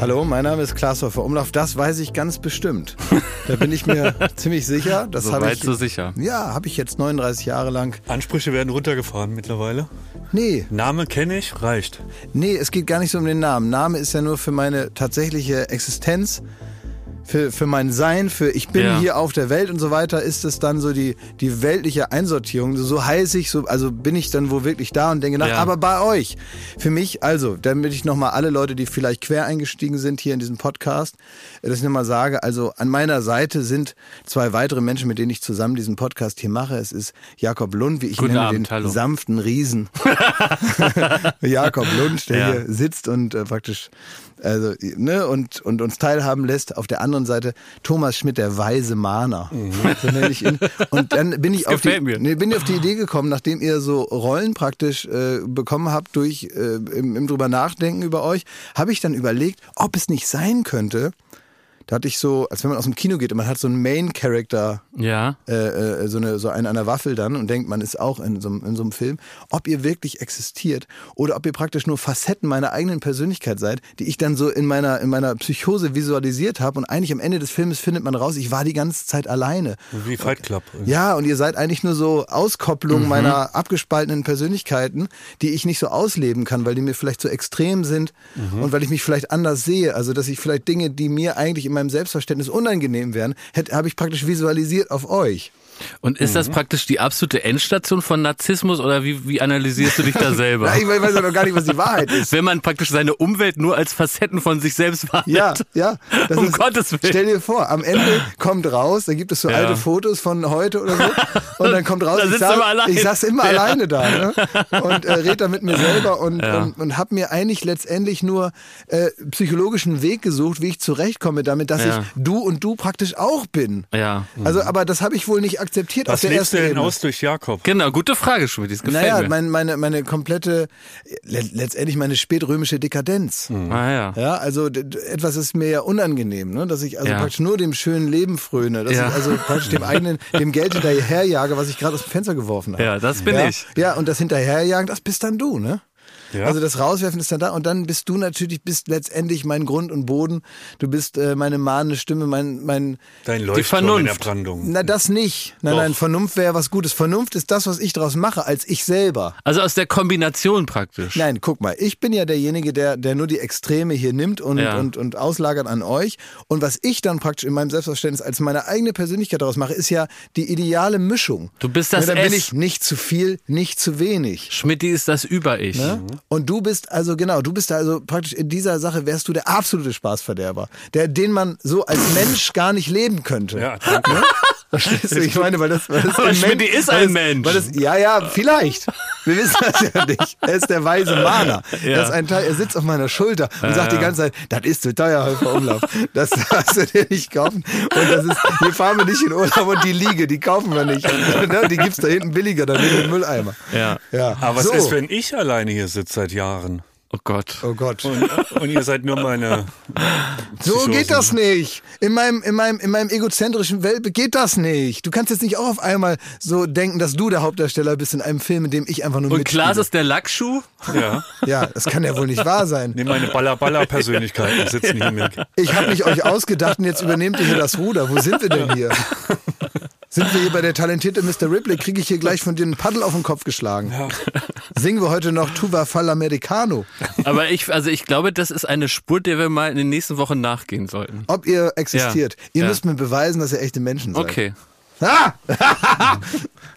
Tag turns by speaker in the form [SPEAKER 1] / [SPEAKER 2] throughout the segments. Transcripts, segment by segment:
[SPEAKER 1] Hallo, mein Name ist Klaas Hofer Umlauf. Das weiß ich ganz bestimmt. Da bin ich mir ziemlich sicher. Das
[SPEAKER 2] So
[SPEAKER 1] habe
[SPEAKER 2] weit,
[SPEAKER 1] ich,
[SPEAKER 2] so sicher.
[SPEAKER 1] Ja, habe ich jetzt 39 Jahre lang.
[SPEAKER 3] Ansprüche werden runtergefahren mittlerweile.
[SPEAKER 1] Nee,
[SPEAKER 3] Name kenne ich, reicht.
[SPEAKER 1] nee, es geht gar nicht so um den Namen. Name ist ja nur für meine tatsächliche Existenz, für, für mein Sein, für ich bin
[SPEAKER 2] Ja.
[SPEAKER 1] hier auf der Welt und so weiter, ist es dann so die, die weltliche Einsortierung. So heiß ich, so, also bin ich dann wohl wirklich da und denke nach,
[SPEAKER 2] Ja.
[SPEAKER 1] aber bei euch. Für mich, also, damit ich nochmal alle Leute, die vielleicht quer eingestiegen sind hier in diesem Podcast, dass ich nochmal sage, also an meiner Seite sind zwei weitere Menschen, mit denen ich zusammen diesen Podcast hier mache. Es ist Jakob Lund, wie ich
[SPEAKER 2] Guten
[SPEAKER 1] nenne
[SPEAKER 2] Abend,
[SPEAKER 1] den
[SPEAKER 2] hallo.
[SPEAKER 1] sanften Riesen. Jakob Lund, der
[SPEAKER 2] Ja.
[SPEAKER 1] hier sitzt und äh, praktisch also, ne, und, und uns teilhaben lässt. Auf der anderen Seite Thomas Schmidt, der weise Mahner. So nenne ich ihn. Und dann bin ich
[SPEAKER 2] Mhm. Das
[SPEAKER 1] auf die,
[SPEAKER 2] gefällt mir.
[SPEAKER 1] Nee, bin ich auf die Idee gekommen, nachdem ihr so Rollen praktisch äh, bekommen habt durch äh, im, im drüber nachdenken über euch, habe ich dann überlegt, ob es nicht sein könnte. Da hatte ich so, als wenn man aus dem Kino geht und man hat so einen Main-Character
[SPEAKER 2] Ja.
[SPEAKER 1] äh, äh, so, eine, so einen an der Waffel dann und denkt, man ist auch in so, einem- in so einem Film, ob ihr wirklich existiert oder ob ihr praktisch nur Facetten meiner eigenen Persönlichkeit seid, die ich dann so in meiner, in meiner Psychose visualisiert habe und eigentlich am Ende des Filmes findet man raus, ich war die ganze Zeit alleine.
[SPEAKER 3] Wie Fight Club.
[SPEAKER 1] Ja, und ihr seid eigentlich nur so Auskopplung meiner abgespaltenen Persönlichkeiten, die ich nicht so ausleben kann, weil die mir vielleicht so extrem sind und weil ich mich vielleicht anders sehe. Also, dass ich vielleicht Dinge, die mir eigentlich in meinem Selbstverständnis unangenehm wären, hätte- habe ich praktisch visualisiert auf euch.
[SPEAKER 2] Und ist
[SPEAKER 3] Mhm.
[SPEAKER 2] das praktisch die absolute Endstation von Narzissmus oder wie, wie analysierst du dich da selber?
[SPEAKER 1] Ja, ich weiß ja noch gar nicht, was die Wahrheit ist.
[SPEAKER 2] Wenn man praktisch seine Umwelt nur als Facetten von sich selbst wahrnimmt.
[SPEAKER 1] Ja, ja.
[SPEAKER 2] Um Gottes Willen.
[SPEAKER 1] Stell dir vor, am Ende kommt raus, da gibt es so
[SPEAKER 2] Ja.
[SPEAKER 1] alte Fotos von heute oder so. Und dann kommt raus,
[SPEAKER 2] Da
[SPEAKER 1] ich,
[SPEAKER 2] sitzt du immer allein.
[SPEAKER 1] ich saß immer
[SPEAKER 2] Ja.
[SPEAKER 1] alleine da ne? und äh, red da mit mir selber und, und, und habe mir eigentlich letztendlich nur äh, psychologischen Weg gesucht, wie ich zurechtkomme damit, dass
[SPEAKER 2] Ja. Mhm.
[SPEAKER 1] ich du und du praktisch auch bin.
[SPEAKER 2] Ja.
[SPEAKER 1] Also, aber das habe ich wohl nicht akzeptiert auf
[SPEAKER 3] Was
[SPEAKER 1] der
[SPEAKER 3] lebst
[SPEAKER 1] ersten
[SPEAKER 3] du denn
[SPEAKER 1] Ebene.
[SPEAKER 3] aus durch Jakob?
[SPEAKER 2] Genau, gute Frage, Schmidt. Das gefällt
[SPEAKER 1] Naja,
[SPEAKER 2] mir.
[SPEAKER 1] mein, meine, meine komplette, le letztendlich meine spätrömische Dekadenz.
[SPEAKER 2] ah, ja.
[SPEAKER 1] Ja, also d- d- etwas ist mir ja unangenehm, ne? dass ich also
[SPEAKER 2] Ja.
[SPEAKER 1] praktisch nur dem schönen Leben fröne, dass
[SPEAKER 2] Ja.
[SPEAKER 1] ich also praktisch dem eigenen, dem Geld hinterherjage, was ich gerade aus dem Fenster geworfen habe.
[SPEAKER 2] Ja, das bin
[SPEAKER 1] ja?
[SPEAKER 2] ich.
[SPEAKER 1] Ja, und das Hinterherjagen, das bist dann du, ne?
[SPEAKER 3] Ja.
[SPEAKER 1] Also das Rauswerfen ist dann da und dann bist du natürlich, bist letztendlich mein Grund und Boden, du bist äh, meine mahnende Stimme, mein, mein,
[SPEAKER 3] Dein Leuchtturm in der
[SPEAKER 2] Vernunft.
[SPEAKER 3] Brandung.
[SPEAKER 1] na das nicht. Nein,
[SPEAKER 3] Doch.
[SPEAKER 1] nein, Vernunft wäre was Gutes. Vernunft ist das, was ich draus mache, als ich selber.
[SPEAKER 2] Also aus der Kombination praktisch.
[SPEAKER 1] Nein, guck mal, ich bin ja derjenige, der, der nur die Extreme hier nimmt und,
[SPEAKER 2] Ja.
[SPEAKER 1] und, und auslagert an euch. Und was ich dann praktisch in meinem Selbstverständnis als meine eigene Persönlichkeit daraus mache, ist ja die ideale Mischung.
[SPEAKER 2] Du bist das
[SPEAKER 1] ja, Dann bin
[SPEAKER 2] S.
[SPEAKER 1] ich nicht zu viel, nicht zu wenig.
[SPEAKER 2] Schmidt ist das Über-Ich.
[SPEAKER 1] Ne? Und du bist also, genau, du bist also praktisch in dieser Sache wärst du der absolute Spaßverderber, der, den man so als Mensch gar nicht leben könnte.
[SPEAKER 3] Ja, danke.
[SPEAKER 1] Verstehst du, Also ich meine, weil das, weil das
[SPEAKER 2] Aber Schmidt
[SPEAKER 1] Mensch-
[SPEAKER 2] ist
[SPEAKER 1] weil
[SPEAKER 2] ein
[SPEAKER 1] das,
[SPEAKER 2] Mensch.
[SPEAKER 1] Weil das, ja, ja, vielleicht. Wir wissen das ja nicht. Er ist der weise Mahner.
[SPEAKER 2] Ja.
[SPEAKER 1] Er, ist ein Teil, er sitzt auf meiner Schulter und sagt die ganze Zeit, das ist zu teuer, Häufer Umlauf. Das darfst du dir nicht kaufen. Und das ist, hier fahren wir nicht in Urlaub und die Liege, die kaufen wir nicht. Ne, Die gibt's da hinten billiger, da neben dem Mülleimer.
[SPEAKER 2] Ja.
[SPEAKER 1] ja.
[SPEAKER 3] Aber
[SPEAKER 1] so.
[SPEAKER 3] was ist, wenn ich alleine hier sitze seit Jahren?
[SPEAKER 2] Oh Gott.
[SPEAKER 1] Oh Gott.
[SPEAKER 3] Und, und ihr seid nur meine.
[SPEAKER 1] So
[SPEAKER 3] Psychosen.
[SPEAKER 1] geht das nicht. In meinem, in meinem, in meinem egozentrischen Welpe geht das nicht. Du kannst jetzt nicht auch auf einmal so denken, dass du der Hauptdarsteller bist in einem Film, in dem ich einfach nur
[SPEAKER 2] Und
[SPEAKER 1] mitspiele.
[SPEAKER 2] Klaas ist der Lackschuh.
[SPEAKER 3] Ja.
[SPEAKER 1] Ja, das kann ja wohl nicht wahr sein.
[SPEAKER 3] Nee, meine Baller-Baller-Persönlichkeiten sitzen hier mit.
[SPEAKER 1] Ich habe nicht euch ausgedacht und jetzt übernehmt ihr hier das Ruder. Wo sind wir denn hier? Sind wir hier bei der talentierte Mr. Ripley? Kriege ich hier gleich von dir einen Paddel auf den Kopf geschlagen? Singen wir heute noch Tuva Fall Americano.
[SPEAKER 2] Aber ich, also ich glaube, das ist eine Spur, der wir mal in den nächsten Wochen nachgehen sollten.
[SPEAKER 1] Ob ihr existiert. Ihr
[SPEAKER 2] Ja.
[SPEAKER 1] müsst mir beweisen, dass ihr echte Menschen seid.
[SPEAKER 2] Okay.
[SPEAKER 1] Ah!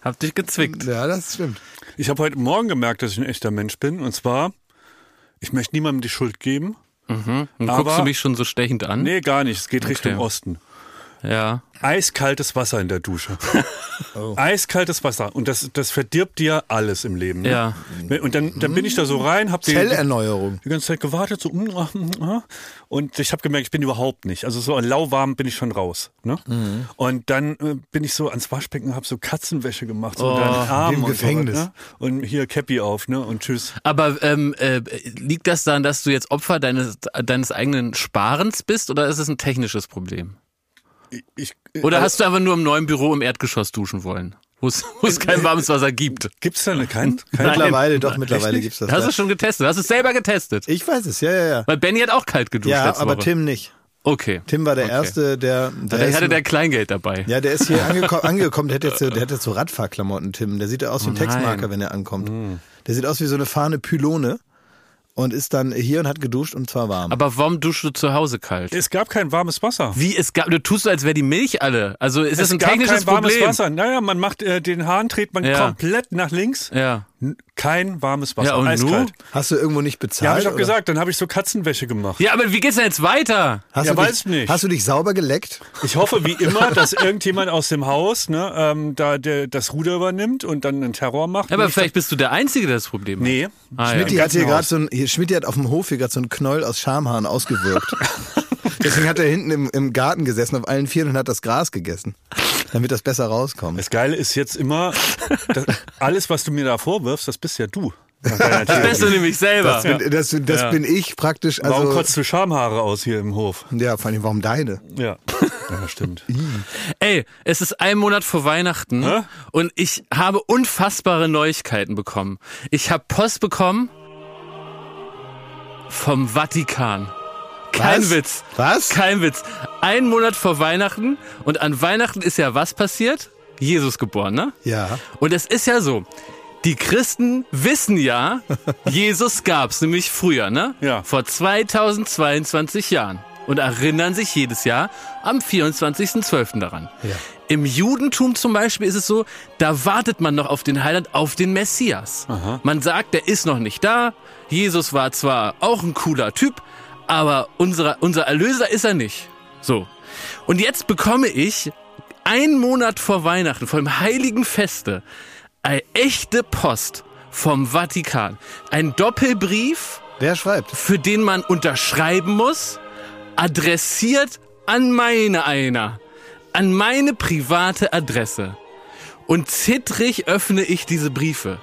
[SPEAKER 2] Hab dich gezwickt.
[SPEAKER 1] Ja, das stimmt.
[SPEAKER 3] Ich habe heute Morgen gemerkt, dass ich ein echter Mensch bin. Und zwar, ich möchte niemandem die Schuld geben.
[SPEAKER 2] Und guckst
[SPEAKER 3] Aber-
[SPEAKER 2] du mich schon so stechend an?
[SPEAKER 3] Nee, gar nicht. Es geht Richtung Osten.
[SPEAKER 2] Ja.
[SPEAKER 3] Eiskaltes Wasser in der Dusche.
[SPEAKER 1] Oh.
[SPEAKER 3] Eiskaltes Wasser. Und das, das verdirbt dir alles im Leben. Ne?
[SPEAKER 2] Ja.
[SPEAKER 3] Und dann, dann bin ich da so rein, hab den,
[SPEAKER 1] Zellerneuerung.
[SPEAKER 3] die ganze Zeit gewartet, so mm, ah, mm, ah. und ich habe gemerkt, ich bin überhaupt nicht. Also so lauwarm bin ich schon raus. Ne?
[SPEAKER 2] Mhm.
[SPEAKER 3] Und dann äh, bin ich so ans Waschbecken, habe so Katzenwäsche gemacht, so oh, Arm
[SPEAKER 1] im
[SPEAKER 3] und
[SPEAKER 1] Gefängnis.
[SPEAKER 3] So, was, ne? Und hier Cappy auf, ne? Und tschüss.
[SPEAKER 2] Aber ähm, äh, liegt das daran, dass du jetzt Opfer deines, deines eigenen Sparens bist oder ist es ein technisches Problem?
[SPEAKER 3] Ich, äh, ich,
[SPEAKER 1] Also
[SPEAKER 2] Oder hast du einfach nur im neuen Büro im Erdgeschoss duschen wollen? wo es wo es kein warmes Wasser gibt.
[SPEAKER 3] Gibt es also, da eine-
[SPEAKER 2] Hm?
[SPEAKER 3] kein, kein
[SPEAKER 1] Mittlerweile, doch, mittlerweile
[SPEAKER 3] Richtig?
[SPEAKER 1] gibt's das.
[SPEAKER 2] Hast du
[SPEAKER 1] da.
[SPEAKER 2] es schon getestet? Hast du es selber getestet?
[SPEAKER 1] Ich weiß es, ja, ja, ja.
[SPEAKER 2] Weil Benny hat auch kalt geduscht
[SPEAKER 1] Ja,
[SPEAKER 2] letzte
[SPEAKER 1] aber
[SPEAKER 2] Woche.
[SPEAKER 1] Tim nicht.
[SPEAKER 2] Okay.
[SPEAKER 1] Tim war der
[SPEAKER 2] Okay.
[SPEAKER 1] Erste, der. der
[SPEAKER 2] Da
[SPEAKER 1] ist-
[SPEAKER 2] hatte der Kleingeld dabei.
[SPEAKER 1] ja, der ist hier angeko angekommen. Der hat jetzt, so- der hat jetzt so Radfahrklamotten, Tim. Der sieht ja aus wie ein
[SPEAKER 2] Oh nein. Hm.
[SPEAKER 1] Textmarker, wenn er ankommt. Der sieht aus wie so eine fahrende Pylone und ist dann hier und hat geduscht und zwar warm.
[SPEAKER 2] Aber warum duschst du zu Hause kalt?
[SPEAKER 3] Es gab kein warmes Wasser.
[SPEAKER 2] Wie es gab, du tust so, als wäre die Milch alle. Also ist das
[SPEAKER 3] es
[SPEAKER 2] ein
[SPEAKER 3] gab
[SPEAKER 2] technisches
[SPEAKER 3] kein warmes
[SPEAKER 2] Problem?
[SPEAKER 3] Wasser. Naja, man macht äh, den Hahn, dreht man
[SPEAKER 2] Ja.
[SPEAKER 3] komplett nach links.
[SPEAKER 2] Ja.
[SPEAKER 3] N- Kein warmes Wasser.
[SPEAKER 2] Ja, und
[SPEAKER 3] Eiskalt.
[SPEAKER 1] Hast du irgendwo nicht bezahlt?
[SPEAKER 3] Ja, habe ich doch
[SPEAKER 1] oder?
[SPEAKER 3] gesagt, dann habe ich so Katzenwäsche gemacht.
[SPEAKER 2] Ja, aber wie geht's denn jetzt weiter?
[SPEAKER 1] Hast
[SPEAKER 3] Ja,
[SPEAKER 1] du
[SPEAKER 3] weiß
[SPEAKER 1] dich,
[SPEAKER 3] nicht.
[SPEAKER 1] Hast du dich sauber geleckt?
[SPEAKER 3] Ich hoffe wie immer, dass irgendjemand aus dem Haus ne, ähm, da der, das Ruder übernimmt und dann einen Terror macht.
[SPEAKER 2] Ja, aber
[SPEAKER 3] Nicht-
[SPEAKER 2] vielleicht bist du der Einzige, der das Problem hat.
[SPEAKER 3] Nee.
[SPEAKER 2] Ah, ja.
[SPEAKER 1] Schmidti hat hier
[SPEAKER 3] ganzen
[SPEAKER 1] gerade
[SPEAKER 3] Haus.
[SPEAKER 1] so ein, hier, Schmidti hat auf dem Hof hier gerade so einen Knoll aus Schamhaaren ausgewirkt. Deswegen hat er hinten im, im Garten gesessen, auf allen Vieren und hat das Gras gegessen, damit das besser rauskommt.
[SPEAKER 3] Das Geile ist jetzt immer, dass alles, was du mir da vorwirfst, das bist ja du. nach deiner Theorie.
[SPEAKER 2] Bist du nämlich selber.
[SPEAKER 1] Das bin, das, das bin ich praktisch.
[SPEAKER 3] Warum
[SPEAKER 1] Also,
[SPEAKER 3] kotzt du Schamhaare aus hier im Hof?
[SPEAKER 1] ja, vor allem, warum deine?
[SPEAKER 3] Ja, ja stimmt.
[SPEAKER 2] Ey, es ist ein Monat vor Weihnachten
[SPEAKER 3] Hä?
[SPEAKER 2] und ich habe unfassbare Neuigkeiten bekommen. Ich habe Post bekommen vom Vatikan. Kein
[SPEAKER 1] Was?
[SPEAKER 2] Witz.
[SPEAKER 1] Was?
[SPEAKER 2] Kein Witz. Ein Monat vor Weihnachten und an Weihnachten ist ja was passiert? Jesus geboren, ne?
[SPEAKER 1] Ja.
[SPEAKER 2] Und es ist ja so, die Christen wissen ja, Jesus gab's nämlich früher, ne?
[SPEAKER 3] Ja.
[SPEAKER 2] Vor 2022 Jahren. Und erinnern sich jedes Jahr am 24.12. daran.
[SPEAKER 1] Ja.
[SPEAKER 2] Im Judentum zum Beispiel ist es so, da wartet man noch auf den Heiland, auf den Messias. Man sagt, der ist noch nicht da. Jesus war zwar auch ein cooler Typ, aber unser, unser Erlöser ist er nicht. So. Und jetzt bekomme ich einen Monat vor Weihnachten, vor dem Heiligen Feste, eine echte Post vom Vatikan. Ein Doppelbrief,
[SPEAKER 1] Wer schreibt?
[SPEAKER 2] für den man unterschreiben muss, adressiert an meine einer, an meine private Adresse. Und zittrig öffne ich diese Briefe.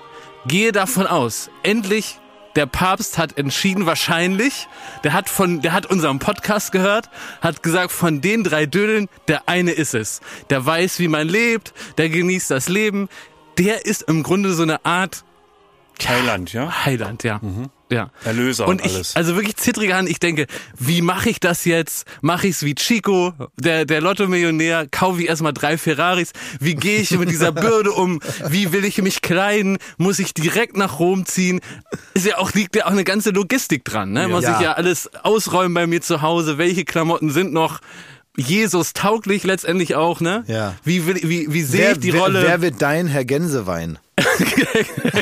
[SPEAKER 2] Gehe davon aus, endlich der Papst hat entschieden, wahrscheinlich, der hat von, der hat unseren Podcast gehört, hat gesagt, von den drei Dödeln, der eine ist es. Der weiß, wie man lebt, der genießt das Leben. Der ist im Grunde so eine Art
[SPEAKER 3] Thailand, ja?
[SPEAKER 2] Heiland, ja. Ja.
[SPEAKER 3] Erlöser und
[SPEAKER 2] Und ich,
[SPEAKER 3] alles.
[SPEAKER 2] also wirklich zittrige Hand, ich denke, wie mache ich das jetzt? Mache ich es wie Chico, der, der Lotto-Millionär, kaufe ich erstmal drei Ferraris? Wie gehe ich mit dieser Bürde um? Wie will ich mich kleiden? Muss ich direkt nach Rom ziehen? Ist ja auch, liegt ja auch eine ganze Logistik dran, ne? Muss
[SPEAKER 1] Ja.
[SPEAKER 2] ich ja alles ausräumen bei mir zu Hause, welche Klamotten sind noch Jesus tauglich letztendlich auch, ne?
[SPEAKER 1] Ja.
[SPEAKER 2] Wie, will, wie, wie sehe
[SPEAKER 1] wer,
[SPEAKER 2] ich die
[SPEAKER 1] wer,
[SPEAKER 2] Rolle?
[SPEAKER 1] Wer wird dein Herr Gänsewein?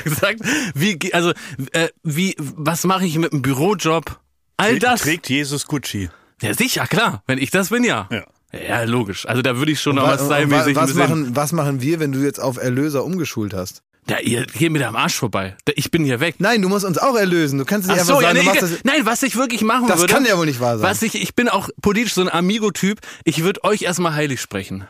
[SPEAKER 2] gesagt, wie, ge- also, äh, wie, was mache ich mit einem Bürojob? All das.
[SPEAKER 3] Trägt Jesus Gucci.
[SPEAKER 2] Ja, sicher, klar. Wenn ich das bin, ja.
[SPEAKER 3] Ja.
[SPEAKER 2] Ja, logisch. Also da würde ich schon noch was
[SPEAKER 1] Wa-
[SPEAKER 2] stylmäßig
[SPEAKER 1] wa-
[SPEAKER 2] ein
[SPEAKER 1] was,
[SPEAKER 2] bisschen.
[SPEAKER 1] machen, was machen wir, wenn du jetzt auf Erlöser umgeschult hast?
[SPEAKER 2] Da, ihr geht mir da am Arsch vorbei. Da, ich bin hier weg.
[SPEAKER 1] Nein, du musst uns auch erlösen. Du kannst nicht
[SPEAKER 2] Ach
[SPEAKER 1] einfach
[SPEAKER 2] so, ja,
[SPEAKER 1] sagen,
[SPEAKER 2] nee,
[SPEAKER 1] du machst
[SPEAKER 2] egal.
[SPEAKER 1] das.
[SPEAKER 2] nein, was ich wirklich machen
[SPEAKER 1] Das
[SPEAKER 2] würde.
[SPEAKER 1] kann ja wohl nicht wahr sein.
[SPEAKER 2] Was ich, ich bin auch politisch so ein Amigo-Typ. Ich würde euch erstmal heilig sprechen.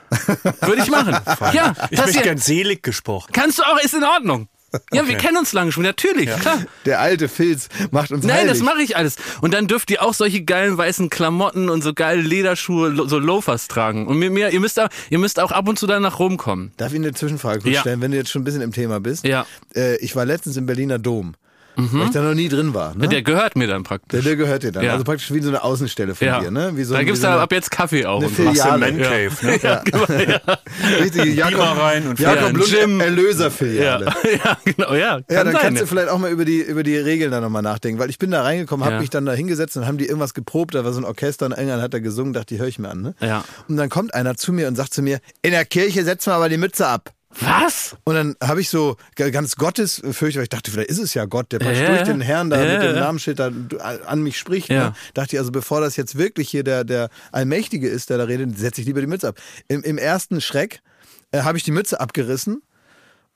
[SPEAKER 2] würde ich machen. ja,
[SPEAKER 3] Ich
[SPEAKER 2] das
[SPEAKER 3] möchte
[SPEAKER 2] hier,
[SPEAKER 3] gern selig gesprochen.
[SPEAKER 2] kannst du auch, ist in Ordnung. Ja, wir
[SPEAKER 3] Okay.
[SPEAKER 2] kennen uns lange schon, natürlich, klar.
[SPEAKER 1] Der alte Filz macht uns
[SPEAKER 2] Nein,
[SPEAKER 1] heilig.
[SPEAKER 2] das mache ich alles. Und dann dürft ihr auch solche geilen weißen Klamotten und so geile Lederschuhe, lo- so Loafers tragen. Und mir, mir, ihr müsst auch, ihr müsst auch ab und zu dann nach Rom kommen.
[SPEAKER 1] Darf ich eine Zwischenfrage kurz
[SPEAKER 2] Ja.
[SPEAKER 1] stellen, wenn du jetzt schon ein bisschen im Thema bist?
[SPEAKER 2] Ja. Mhm.
[SPEAKER 1] Äh, ich war letztens im Berliner Dom, weil ich da noch nie drin war. Ne?
[SPEAKER 2] Der gehört mir dann
[SPEAKER 1] Der,
[SPEAKER 2] praktisch.
[SPEAKER 1] der gehört dir dann.
[SPEAKER 2] Ja.
[SPEAKER 1] Also praktisch wie so eine Außenstelle von dir, ne? Wie so
[SPEAKER 2] da
[SPEAKER 1] ein-
[SPEAKER 2] gibt's
[SPEAKER 1] wie so
[SPEAKER 2] da
[SPEAKER 1] eine
[SPEAKER 2] ab jetzt Kaffee auch.
[SPEAKER 1] eine
[SPEAKER 2] Und so.
[SPEAKER 1] Filiale.
[SPEAKER 3] Machst du
[SPEAKER 1] Ja,
[SPEAKER 3] im Man Cave, ne?
[SPEAKER 2] Ja, genau, ja.
[SPEAKER 1] richtige Jakob,
[SPEAKER 3] Beamer rein und
[SPEAKER 1] Jakob
[SPEAKER 2] Ja, ein
[SPEAKER 1] Lund
[SPEAKER 2] Gym.
[SPEAKER 1] Erlöserfiliale.
[SPEAKER 2] Ja, ja, genau, ja. Kann
[SPEAKER 1] Ja, dann
[SPEAKER 2] sein,
[SPEAKER 1] kannst
[SPEAKER 2] ja.
[SPEAKER 1] du vielleicht auch mal über die, über die Regeln da nochmal nachdenken, weil ich bin da reingekommen, habe
[SPEAKER 2] Ja.
[SPEAKER 1] mich dann da hingesetzt und haben die irgendwas geprobt, da war so ein Orchester und irgendwann hat er gesungen, dachte, die höre ich mir an. Ne?
[SPEAKER 2] Ja.
[SPEAKER 1] Und dann kommt einer zu mir und sagt zu mir, in der Kirche setzen wir aber die Mütze ab.
[SPEAKER 2] Was?
[SPEAKER 1] Und dann habe ich so g- ganz gottesfürchtig, weil ich dachte, vielleicht ist es ja Gott, der praktisch
[SPEAKER 2] Ja,
[SPEAKER 1] durch
[SPEAKER 2] ja.
[SPEAKER 1] den Herrn da
[SPEAKER 2] Ja,
[SPEAKER 1] mit
[SPEAKER 2] ja,
[SPEAKER 1] dem
[SPEAKER 2] ja.
[SPEAKER 1] Namensschild da d- an mich spricht.
[SPEAKER 2] Ja.
[SPEAKER 1] Ne? Dachte ich, also bevor das jetzt wirklich hier der, der Allmächtige ist, der da redet, setze ich lieber die Mütze ab. Im, im ersten Schreck äh, habe ich die Mütze abgerissen.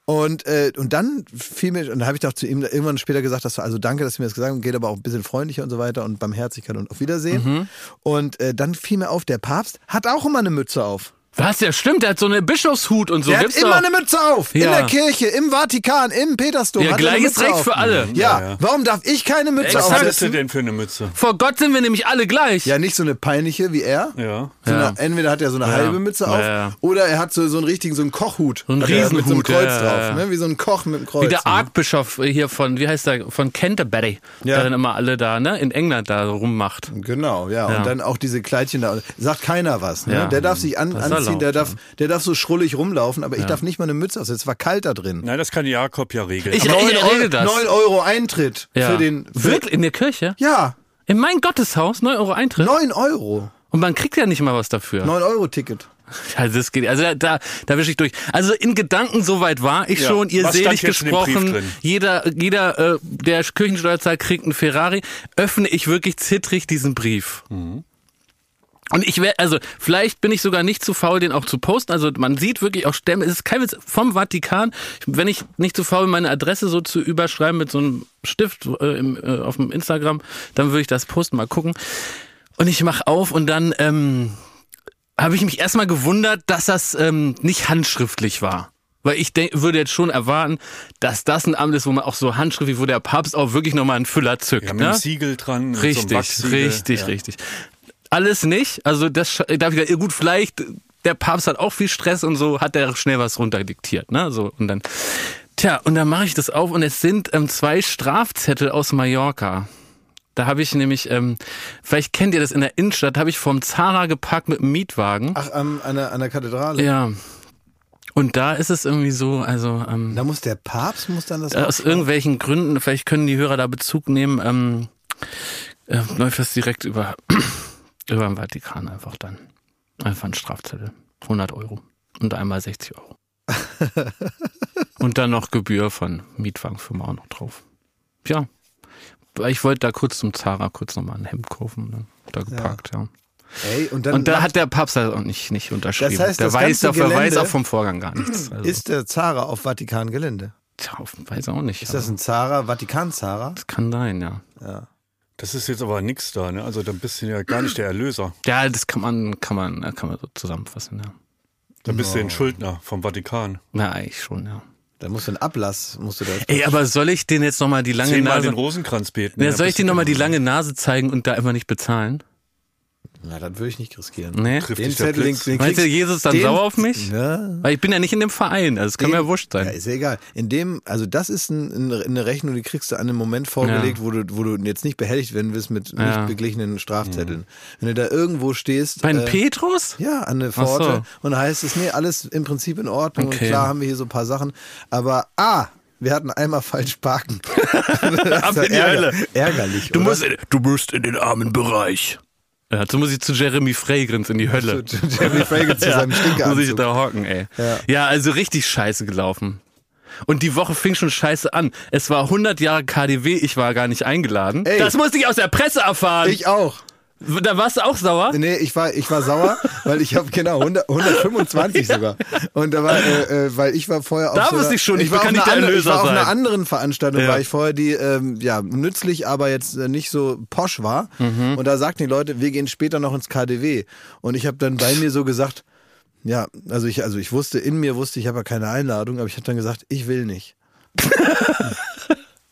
[SPEAKER 1] Und, äh, und dann fiel mir, und dann habe ich doch zu ihm irgendwann später gesagt, dass du, also danke, dass du mir das gesagt hast, geht aber auch ein bisschen freundlicher und so weiter
[SPEAKER 2] Mhm.
[SPEAKER 1] und Barmherzigkeit und auf Wiedersehen. Und äh, dann fiel mir auf, der Papst hat auch immer eine Mütze auf.
[SPEAKER 2] Was? Ja, stimmt, der hat so eine Bischofshut und so.
[SPEAKER 1] Der hat
[SPEAKER 2] Gibt's
[SPEAKER 1] immer
[SPEAKER 2] doch.
[SPEAKER 1] eine Mütze auf.
[SPEAKER 2] Ja.
[SPEAKER 1] In der Kirche, im Vatikan, im Petersdom.
[SPEAKER 2] Ja,
[SPEAKER 1] hat er eine
[SPEAKER 2] gleiches
[SPEAKER 1] Mütze
[SPEAKER 2] Recht
[SPEAKER 1] auf.
[SPEAKER 2] für alle.
[SPEAKER 1] Ja,
[SPEAKER 3] Ja, ja.
[SPEAKER 1] warum darf ich keine Mütze
[SPEAKER 3] Was
[SPEAKER 2] Exakt.
[SPEAKER 1] aufsetzen?
[SPEAKER 3] hattest du denn für eine Mütze?
[SPEAKER 2] Vor Gott sind wir nämlich alle gleich.
[SPEAKER 1] Ja, nicht so eine peinliche wie er.
[SPEAKER 3] Ja.
[SPEAKER 1] So
[SPEAKER 2] Ja.
[SPEAKER 1] eine, entweder hat er so eine halbe Mütze auf
[SPEAKER 2] Ja, ja.
[SPEAKER 1] oder er hat so, so einen richtigen, so einen Kochhut.
[SPEAKER 2] So einen
[SPEAKER 1] Hat er Mit so einem
[SPEAKER 2] Riesenhut,
[SPEAKER 1] Kreuz
[SPEAKER 2] ja, ja,
[SPEAKER 1] drauf,
[SPEAKER 2] ja.
[SPEAKER 1] ne? Wie so ein Koch mit einem Kreuz.
[SPEAKER 2] Wie der
[SPEAKER 1] ne?
[SPEAKER 2] Archbischof hier von, wie heißt der, von Canterbury,
[SPEAKER 1] Ja.
[SPEAKER 2] der dann immer alle da, ne, in England da rummacht.
[SPEAKER 1] Genau, ja.
[SPEAKER 2] Ja.
[SPEAKER 1] Und dann auch diese Kleidchen da. Sagt keiner was. Ne?
[SPEAKER 2] Ja.
[SPEAKER 1] Der darf sich an,
[SPEAKER 2] Das ist
[SPEAKER 1] anziehen, der
[SPEAKER 2] erlaubt,
[SPEAKER 1] darf, der darf so schrullig rumlaufen, aber ich darf nicht mal eine Mütze aussetzen. Es war kalt da drin.
[SPEAKER 3] Nein, das kann Jakob ja regeln.
[SPEAKER 2] Ich-
[SPEAKER 3] Aber
[SPEAKER 1] Neun
[SPEAKER 2] regel
[SPEAKER 1] Eu-
[SPEAKER 2] das.
[SPEAKER 1] neun Euro Eintritt
[SPEAKER 2] Ja.
[SPEAKER 1] für den. Für
[SPEAKER 2] Wirklich? In der Kirche?
[SPEAKER 1] Ja,
[SPEAKER 2] In mein Gotteshaus? 9 Euro Eintritt?
[SPEAKER 1] 9 Euro.
[SPEAKER 2] Und man kriegt ja nicht mal was dafür.
[SPEAKER 1] 9 Euro Ticket.
[SPEAKER 2] Also das geht, also da, da, da wische ich durch. Also in Gedanken soweit war ich
[SPEAKER 3] Ja.
[SPEAKER 2] schon, ihr
[SPEAKER 3] Was
[SPEAKER 2] selig
[SPEAKER 3] stand jetzt in dem Brief
[SPEAKER 2] gesprochen,
[SPEAKER 3] drin?
[SPEAKER 2] jeder, jeder, äh, der Kirchensteuer zahlt, kriegt einen Ferrari, öffne ich wirklich zittrig diesen Brief.
[SPEAKER 3] Mhm.
[SPEAKER 2] Und ich werde, also vielleicht bin ich sogar nicht zu faul, den auch zu posten. Also man sieht wirklich auch Stämme, es ist kein Witz, vom Vatikan, wenn ich nicht zu faul bin, meine Adresse so zu überschreiben mit so einem Stift äh, im, äh, auf dem Instagram, dann würde ich das posten, mal gucken. Und ich mache auf und dann ähm, habe ich mich erstmal gewundert, dass das ähm, nicht handschriftlich war. Weil ich denk, würde jetzt schon erwarten, dass das ein Amt ist, wo man auch so handschriftlich, wo der Papst auch wirklich nochmal einen Füller zückt.
[SPEAKER 3] ja, mit
[SPEAKER 2] ne?
[SPEAKER 3] einem Siegel dran. mit so einem
[SPEAKER 2] Richtig,
[SPEAKER 3] Wachssiegel.
[SPEAKER 2] richtig,
[SPEAKER 3] ja.
[SPEAKER 2] richtig. Alles nicht. Also das sch- darf ich da, ja, gut, vielleicht, der Papst hat auch viel Stress und so, hat er schnell was runterdiktiert. Ne? So, und dann, tja, und dann mache ich das auf und es sind ähm, zwei Strafzettel aus Mallorca. Da habe ich nämlich, ähm, vielleicht kennt ihr das in der Innenstadt, habe ich vom Zara geparkt mit einem Mietwagen.
[SPEAKER 1] Ach, ähm, an, der, an der Kathedrale.
[SPEAKER 2] Ja. Und da ist es irgendwie so, also ähm,
[SPEAKER 1] Da muss der Papst, muss dann das.
[SPEAKER 2] aus irgendwelchen Gründen, vielleicht können die Hörer da Bezug nehmen, ähm, äh, läuft das direkt über, über den Vatikan einfach dann. Einfach ein Strafzettel. 100 Euro. Und einmal 60 Euro. und dann noch Gebühr von Mietwagenfirma auch noch drauf. Ja. Ich wollte da kurz zum Zara kurz nochmal ein Hemd kaufen. Ne? Da geparkt, ja.
[SPEAKER 1] Ey, und dann
[SPEAKER 2] Und da hat der Papst halt auch nicht, nicht unterschrieben.
[SPEAKER 1] Das heißt,
[SPEAKER 2] der
[SPEAKER 1] das
[SPEAKER 2] weiß,
[SPEAKER 1] ganze
[SPEAKER 2] der weiß
[SPEAKER 1] Gelände
[SPEAKER 2] auch vom Vorgang gar nichts. Also,
[SPEAKER 1] ist der Zara auf Vatikan-Gelände.
[SPEAKER 2] tja, weiß auch nicht. Also,
[SPEAKER 1] Ist das ein Zara, Vatikan-Zara?
[SPEAKER 2] das kann sein, ja.
[SPEAKER 3] Das ist jetzt aber nix da, ne? Also dann bist du ja gar nicht der Erlöser.
[SPEAKER 2] Ja, das kann man, kann man, äh, kann man so zusammenfassen, ja.
[SPEAKER 3] Dann bist du ein Schuldner vom Vatikan.
[SPEAKER 2] Na, eigentlich schon, ja.
[SPEAKER 1] Da musst du einen Ablass, musst du da.
[SPEAKER 2] Ey, aber soll ich den jetzt nochmal die lange
[SPEAKER 3] Zehnmal den
[SPEAKER 2] Nase.
[SPEAKER 3] Rosenkranz beten.
[SPEAKER 2] Ja,
[SPEAKER 3] dann
[SPEAKER 2] soll ich
[SPEAKER 3] bist
[SPEAKER 2] dir
[SPEAKER 3] du
[SPEAKER 2] nochmal die
[SPEAKER 3] der
[SPEAKER 2] lange Nase zeigen und da einfach nicht bezahlen?
[SPEAKER 1] Na, das würde ich nicht riskieren.
[SPEAKER 2] Nee?
[SPEAKER 3] Trifft
[SPEAKER 1] Den
[SPEAKER 3] dich der
[SPEAKER 1] Zettel, den,
[SPEAKER 3] Blitz.
[SPEAKER 1] den
[SPEAKER 2] Meinst du,
[SPEAKER 1] kriegst-
[SPEAKER 2] Jesus ist dann
[SPEAKER 1] den-
[SPEAKER 2] sauer auf mich?
[SPEAKER 1] Ja,
[SPEAKER 2] Weil ich bin ja nicht in dem Verein, also es kann mir ja wurscht sein.
[SPEAKER 1] Ja, ist ja egal. In dem, also das ist ein, ein, eine Rechnung, die kriegst du an einem Moment vorgelegt, wo, du, wo du jetzt nicht behelligt werden wirst mit
[SPEAKER 2] Ja.
[SPEAKER 1] nicht beglichenen Strafzetteln. Wenn du da irgendwo stehst.
[SPEAKER 2] Mein
[SPEAKER 1] äh,
[SPEAKER 2] Petrus?
[SPEAKER 1] ja, an eine Pforte. Und da heißt es, nee, alles im Prinzip in Ordnung. Und
[SPEAKER 2] Okay.
[SPEAKER 1] klar haben wir hier so ein paar Sachen. Aber ah, wir hatten einmal falsch parken. Ab
[SPEAKER 2] in die Hölle.
[SPEAKER 1] Ärgerlich.
[SPEAKER 2] Du
[SPEAKER 1] oder?
[SPEAKER 2] musst, in, du musst in den armen Bereich. Ja, so muss ich zu Jeremy Fragrance in die Hölle.
[SPEAKER 1] Jeremy Fragrance zu seinem
[SPEAKER 2] muss ich
[SPEAKER 1] Stinkeranzug.
[SPEAKER 2] da hocken, ey. Ja. also richtig scheiße gelaufen. Und die Woche fing schon scheiße an. Es war 100 Jahre KDW, ich war gar nicht eingeladen.
[SPEAKER 1] Ey.
[SPEAKER 2] Das musste ich aus der Presse erfahren.
[SPEAKER 1] Ich auch.
[SPEAKER 2] da warst du auch sauer?
[SPEAKER 1] Nee, ich war, ich war sauer, weil ich habe genau 100, 125 sogar. Und da war, äh, äh, weil ich war vorher auf
[SPEAKER 2] Da
[SPEAKER 1] so
[SPEAKER 2] wusste
[SPEAKER 1] einer-
[SPEAKER 2] ich schon, ich
[SPEAKER 1] war
[SPEAKER 2] kann
[SPEAKER 1] auf
[SPEAKER 2] nicht
[SPEAKER 1] einer
[SPEAKER 2] der
[SPEAKER 1] anderen-
[SPEAKER 2] Erlöser
[SPEAKER 1] Ich war auf einer
[SPEAKER 2] sein.
[SPEAKER 1] anderen Veranstaltung
[SPEAKER 2] Ja.
[SPEAKER 1] war ich vorher, die ähm, ja nützlich, aber jetzt äh, nicht so posch war.
[SPEAKER 2] Mhm.
[SPEAKER 1] Und da sagten die Leute, wir gehen später noch ins KDW. Und ich habe dann bei mir so gesagt, ja, also ich, also ich wusste in mir wusste, ich habe ja keine Einladung, aber ich habe dann gesagt, ich will nicht.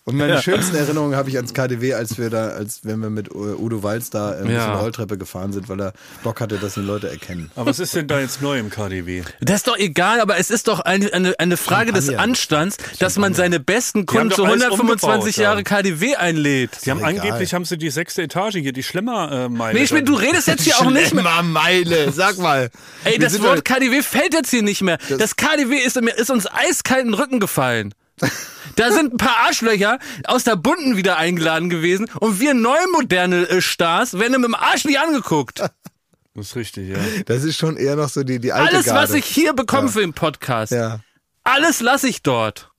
[SPEAKER 1] Und meine schönsten Erinnerungen habe ich ans KDW, als wir da, als wenn wir mit äh, Udo Walz da äh, ein
[SPEAKER 2] Ja.
[SPEAKER 1] bisschen Rolltreppe gefahren sind, weil er Bock hatte, dass ihn Leute erkennen.
[SPEAKER 3] Aber was ist denn da jetzt neu im KDW?
[SPEAKER 2] Das ist doch egal, aber es ist doch eine, eine, eine Frage des
[SPEAKER 1] Champagner.
[SPEAKER 2] Anstands, dass man seine besten Kunden
[SPEAKER 3] doch
[SPEAKER 2] zu
[SPEAKER 3] alles
[SPEAKER 2] 125
[SPEAKER 3] umgebaut,
[SPEAKER 2] Jahre
[SPEAKER 3] ja.
[SPEAKER 2] KDW einlädt.
[SPEAKER 3] Sie haben
[SPEAKER 1] egal.
[SPEAKER 3] angeblich haben sie die sechste Etage hier, die Schlemmermeile.
[SPEAKER 2] Nee, ich bin, du redest jetzt hier auch nicht mit
[SPEAKER 1] Meile, sag mal.
[SPEAKER 2] Ey,
[SPEAKER 1] Wir
[SPEAKER 2] das
[SPEAKER 1] sind
[SPEAKER 2] Wort
[SPEAKER 1] doch-
[SPEAKER 2] KDW fällt jetzt hier nicht mehr. Das, KDW ist, mir- ist uns eiskalten Rücken gefallen. Da sind ein paar Arschlöcher aus der Bunden wieder eingeladen gewesen und wir neumoderne äh, Stars werden mit dem Arsch nicht angeguckt.
[SPEAKER 3] Das ist richtig, ja.
[SPEAKER 1] Das ist schon eher noch so die, die alte
[SPEAKER 2] Alles,
[SPEAKER 1] Garde.
[SPEAKER 2] was ich hier bekomme für den Podcast,
[SPEAKER 1] Ja.
[SPEAKER 2] alles lasse ich dort.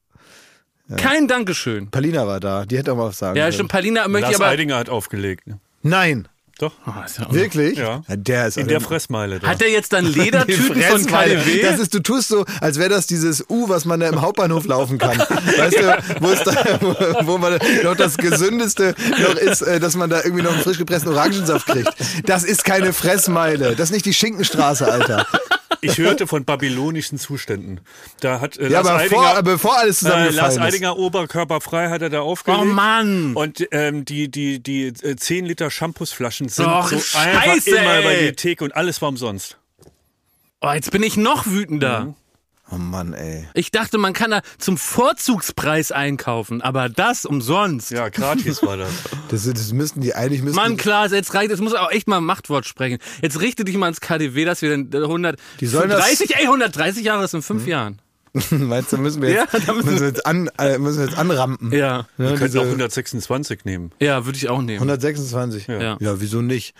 [SPEAKER 2] Kein Dankeschön.
[SPEAKER 1] Palina war da, die hätte auch mal was sagen
[SPEAKER 2] Ja,
[SPEAKER 1] können.
[SPEAKER 2] stimmt, Palina möchte
[SPEAKER 3] Lars
[SPEAKER 2] ich aber.
[SPEAKER 3] Eidinger hat aufgelegt. ne?
[SPEAKER 1] Nein,
[SPEAKER 3] Doch.
[SPEAKER 2] Oh, ist ja auch-
[SPEAKER 1] wirklich?
[SPEAKER 3] Ja.
[SPEAKER 1] Der ist
[SPEAKER 3] In der Fressmeile da.
[SPEAKER 2] Hat er jetzt dann
[SPEAKER 1] Die
[SPEAKER 2] Ledertüten von
[SPEAKER 1] Fressmeile.
[SPEAKER 2] KDW?
[SPEAKER 1] Das ist, du tust so, als wäre das dieses U, was man da im Hauptbahnhof laufen kann. Weißt du, wo, es da, wo, wo man noch das Gesündeste noch ist, äh, dass man da irgendwie noch einen frisch gepressten Orangensaft kriegt. Das ist keine Fressmeile. Das ist nicht die Schinkenstraße, Alter.
[SPEAKER 3] Ich hörte von babylonischen Zuständen. Da hat äh,
[SPEAKER 1] Ja,
[SPEAKER 3] Lars
[SPEAKER 1] aber
[SPEAKER 3] Eidinger,
[SPEAKER 1] bevor, aber bevor alles
[SPEAKER 3] äh, Lars
[SPEAKER 1] zusammengefallen ist.
[SPEAKER 3] Eidinger oberkörperfrei hat er da aufgelegt.
[SPEAKER 2] Oh Mann.
[SPEAKER 3] Und ähm, die, die, die äh, 10 Liter Shampoosflaschen sind
[SPEAKER 2] Och,
[SPEAKER 3] so einfach
[SPEAKER 2] Scheiße,
[SPEAKER 3] immer bei
[SPEAKER 2] ey.
[SPEAKER 3] die Theke und alles war umsonst.
[SPEAKER 2] Oh, jetzt bin ich noch wütender.
[SPEAKER 1] Oh Mann, ey.
[SPEAKER 2] Ich dachte, man kann da zum Vorzugspreis einkaufen, aber das umsonst.
[SPEAKER 3] Ja, gratis war das.
[SPEAKER 1] Das, das müssten die eigentlich müssen.
[SPEAKER 2] Mann, Klaas, jetzt reicht, jetzt muss auch echt mal ein Machtwort sprechen. Jetzt richte dich mal ans KDW, dass wir dann 100,
[SPEAKER 1] Die sollen das-
[SPEAKER 2] 30, ey, 130 Jahre, das sind fünf Jahren.
[SPEAKER 1] Meinst du, müssen wir
[SPEAKER 2] Ja,
[SPEAKER 1] jetzt,
[SPEAKER 2] da müssen
[SPEAKER 1] müssen wir jetzt, an, äh, müssen wir jetzt anrampen?
[SPEAKER 2] Ja.
[SPEAKER 1] Ne,
[SPEAKER 3] Wir könnten
[SPEAKER 1] diese
[SPEAKER 3] auch 126 nehmen.
[SPEAKER 2] Ja, würde ich auch nehmen.
[SPEAKER 1] 126.
[SPEAKER 2] Ja.
[SPEAKER 1] ja, wieso nicht?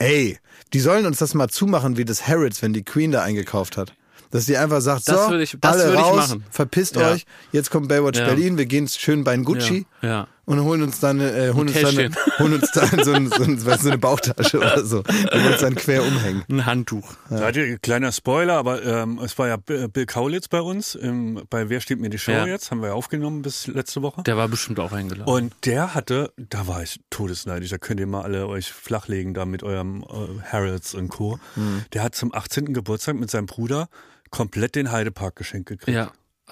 [SPEAKER 1] Ey, die sollen uns das mal zumachen wie das Harrods, wenn die Queen da eingekauft hat. Dass die einfach sagt,
[SPEAKER 2] Das
[SPEAKER 1] so,
[SPEAKER 2] würde ich- das
[SPEAKER 1] alle
[SPEAKER 2] würde ich
[SPEAKER 1] raus,
[SPEAKER 2] machen.
[SPEAKER 1] verpisst
[SPEAKER 2] Ja.
[SPEAKER 1] euch, jetzt kommt Baywatch
[SPEAKER 2] Ja.
[SPEAKER 1] Berlin, wir gehen schön bei den Gucci
[SPEAKER 2] Ja, ja.
[SPEAKER 1] und holen uns dann, äh, holen uns dann,
[SPEAKER 2] Täschchen.
[SPEAKER 1] holen uns dann so, ein, so, ein, weißt du, so eine Bauchtasche oder so, und uns dann quer umhängen.
[SPEAKER 2] Ein Handtuch.
[SPEAKER 3] Ja. kleiner Spoiler, aber ähm, es war ja B- Bill Kaulitz bei uns, im, bei Wer steht mir die Show
[SPEAKER 2] Ja.
[SPEAKER 3] jetzt, haben wir ja aufgenommen bis letzte Woche.
[SPEAKER 2] Der war bestimmt auch eingeladen.
[SPEAKER 3] Und der hatte, da war ich todesneidisch, da könnt ihr mal alle euch flachlegen da mit eurem äh, Harrods und Co. Der hat zum 18. Geburtstag mit seinem Bruder komplett den Heidepark geschenkt gekriegt.
[SPEAKER 2] ja.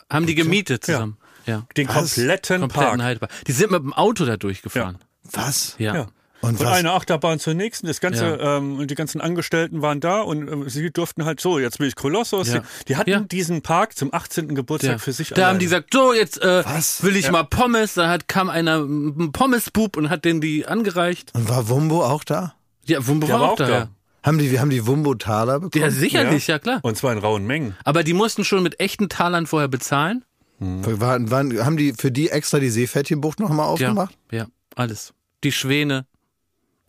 [SPEAKER 2] Haben die gemietet zusammen. Ja.
[SPEAKER 3] Den kompletten
[SPEAKER 2] Kompletten
[SPEAKER 3] Park.
[SPEAKER 2] haltbar. Die sind mit dem Auto da durchgefahren.
[SPEAKER 1] Was?
[SPEAKER 2] Ja.
[SPEAKER 3] Ja.
[SPEAKER 1] Und
[SPEAKER 3] Von
[SPEAKER 1] was?
[SPEAKER 3] einer Achterbahn zur nächsten. Das ganze, ähm, die ganzen Angestellten waren da und ähm, sie durften halt so, jetzt bin ich Kolossos.
[SPEAKER 2] Ja.
[SPEAKER 3] Die, die hatten
[SPEAKER 2] Ja.
[SPEAKER 3] diesen Park zum 18. Geburtstag
[SPEAKER 2] Ja.
[SPEAKER 3] für sich
[SPEAKER 2] Da haben die gesagt, so, jetzt äh,
[SPEAKER 1] Was?
[SPEAKER 2] will ich mal Pommes. Da hat, kam einer, ein Pommesbub und hat den die angereicht.
[SPEAKER 1] Und war Wumbo auch da?
[SPEAKER 2] Ja, Wumbo
[SPEAKER 3] Der
[SPEAKER 2] war auch da.
[SPEAKER 1] Haben die, wir haben die Wumbo-Taler
[SPEAKER 2] Ja,
[SPEAKER 1] bekommen?
[SPEAKER 2] sicherlich, ja. klar.
[SPEAKER 3] Und zwar in rauen Mengen.
[SPEAKER 2] Aber die mussten schon mit echten Talern vorher bezahlen.
[SPEAKER 1] Waren, waren, haben die für die extra die Seepferdchenbucht nochmal
[SPEAKER 2] Ja,
[SPEAKER 1] aufgemacht?
[SPEAKER 2] ja, alles. Die Schwäne,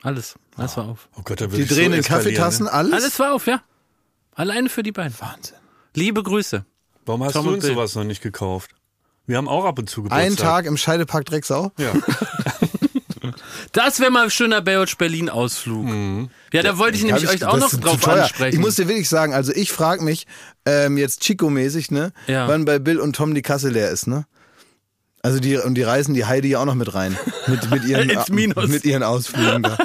[SPEAKER 2] alles. Alles war auf.
[SPEAKER 3] Oh Gott, da würde
[SPEAKER 1] Die
[SPEAKER 3] ich so
[SPEAKER 1] drehen in
[SPEAKER 3] eskalieren,
[SPEAKER 1] Kaffeetassen
[SPEAKER 3] Ne?
[SPEAKER 1] alles?
[SPEAKER 2] Alles war auf, ja. Alleine für die beiden.
[SPEAKER 1] Wahnsinn.
[SPEAKER 2] Liebe Grüße.
[SPEAKER 3] Warum hast
[SPEAKER 2] Tom
[SPEAKER 3] du
[SPEAKER 2] und
[SPEAKER 3] uns
[SPEAKER 2] Bill.
[SPEAKER 3] sowas noch nicht gekauft? Wir haben auch ab und zu Geburtstag.
[SPEAKER 2] äh,
[SPEAKER 1] Ein Tag im Scheidepark Drecksau?
[SPEAKER 3] Ja.
[SPEAKER 2] Das wäre mal ein schöner Baywatch Berlin-Ausflug. Ja, da wollte ich
[SPEAKER 1] Hab
[SPEAKER 2] nämlich euch auch
[SPEAKER 1] Mhm. das
[SPEAKER 2] noch
[SPEAKER 1] ist zu
[SPEAKER 2] drauf
[SPEAKER 1] teuer.
[SPEAKER 2] ansprechen.
[SPEAKER 1] Ich muss dir wirklich sagen, also ich frage mich ähm, jetzt Chico-mäßig, ne,
[SPEAKER 2] Ja.
[SPEAKER 1] wann bei Bill und Tom die Kasse leer ist, ne? Also die und die reißen die Heidi ja auch noch mit rein mit, mit ihren
[SPEAKER 2] Ins Minus.
[SPEAKER 1] mit ihren Ausflügen da.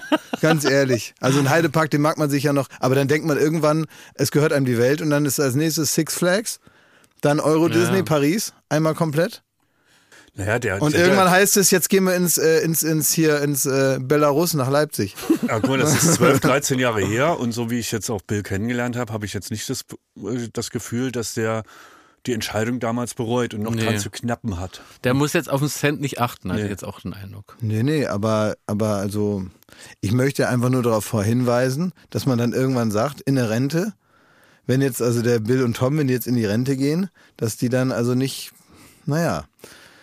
[SPEAKER 1] Ganz ehrlich, also ein Heidepark, den mag man sich ja noch, aber dann denkt man irgendwann, es gehört einem die Welt und dann ist als nächstes Six Flags, dann Euro Disney Paris einmal komplett
[SPEAKER 3] Naja, der,
[SPEAKER 1] und
[SPEAKER 3] der,
[SPEAKER 1] irgendwann heißt es, jetzt gehen wir ins äh, ins ins hier ins äh, Belarus nach Leipzig.
[SPEAKER 3] Ja, Ah, guck mal, das ist 12, 13 Jahre her und so wie ich jetzt auch Bill kennengelernt habe, habe ich jetzt nicht das, äh, das Gefühl, dass der die Entscheidung damals bereut und noch
[SPEAKER 2] Nee.
[SPEAKER 3] dran zu knappen hat.
[SPEAKER 2] der muss jetzt auf den Cent nicht achten, hatte ich jetzt auch den Eindruck.
[SPEAKER 1] Nee, nee, aber, aber also, ich möchte einfach nur darauf hinweisen, dass man dann irgendwann sagt, in der Rente, wenn jetzt also der Bill und Tom, wenn die jetzt in die Rente gehen, dass die dann also nicht, naja,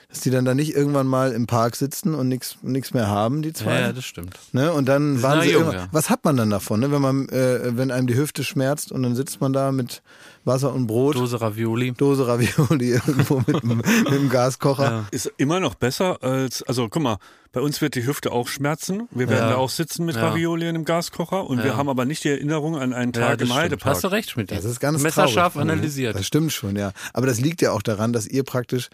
[SPEAKER 1] dass die dann da nicht irgendwann mal im Park sitzen und nichts nix mehr haben, die
[SPEAKER 2] Ja,
[SPEAKER 1] zwei.
[SPEAKER 2] ja, das stimmt.
[SPEAKER 1] Ne? Und dann waren
[SPEAKER 2] noch
[SPEAKER 1] sie
[SPEAKER 2] jung,
[SPEAKER 1] irgendwann-
[SPEAKER 2] ja.
[SPEAKER 1] Was hat man dann davon, ne? wenn man, äh, wenn einem die Hüfte schmerzt und dann sitzt man da mit Wasser und Brot, Dose,
[SPEAKER 2] Dose Ravioli.
[SPEAKER 1] Ravioli irgendwo mit, dem- mit dem Gaskocher.
[SPEAKER 3] Ist immer noch besser als, also guck mal, bei uns wird die Hüfte auch schmerzen. Wir werden
[SPEAKER 2] Ja.
[SPEAKER 3] da auch sitzen mit
[SPEAKER 2] Ja.
[SPEAKER 3] Ravioli in einem Gaskocher und wir haben aber nicht die Erinnerung an einen
[SPEAKER 2] Ja,
[SPEAKER 3] Tag
[SPEAKER 2] das
[SPEAKER 3] im
[SPEAKER 2] stimmt.
[SPEAKER 3] Heidepark.
[SPEAKER 2] Hast du recht, Schmidt.
[SPEAKER 1] Das ist ganz
[SPEAKER 2] Messerscharf
[SPEAKER 1] traurig. Mhm.
[SPEAKER 2] analysiert.
[SPEAKER 1] Das stimmt schon, ja. Aber das liegt ja auch daran, dass ihr praktisch,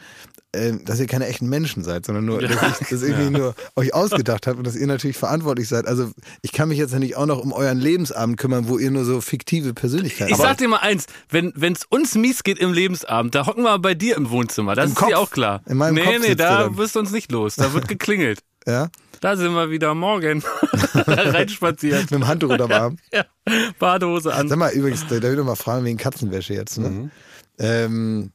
[SPEAKER 1] ähm, dass ihr keine echten Menschen seid, sondern nur, dass ich das irgendwie nur euch ausgedacht habt und dass ihr natürlich verantwortlich seid. Also ich kann mich jetzt ja nicht auch noch um euren Lebensabend kümmern, wo ihr nur so fiktive Persönlichkeiten
[SPEAKER 2] Ich sag
[SPEAKER 1] habt.
[SPEAKER 2] dir mal eins, wenn es uns mies geht im Lebensabend, da hocken wir bei dir im Wohnzimmer. Das
[SPEAKER 1] Im
[SPEAKER 2] ist
[SPEAKER 1] Kopf.
[SPEAKER 2] dir auch klar.
[SPEAKER 1] In meinem
[SPEAKER 2] nee,
[SPEAKER 1] Kopf
[SPEAKER 2] nee,
[SPEAKER 1] sitzt du
[SPEAKER 2] da
[SPEAKER 1] dann.
[SPEAKER 2] wirst du uns nicht los. Da wird geklingelt.
[SPEAKER 1] Ja?
[SPEAKER 2] Da sind wir wieder morgen. da reinspaziert.
[SPEAKER 1] Mit dem Handtuch unterm Arm.
[SPEAKER 2] Ja. Badehose an. Mhm.
[SPEAKER 1] Sag mal, übrigens, da darf ich noch mal fragen wegen Katzenwäsche jetzt. Ne? Ähm,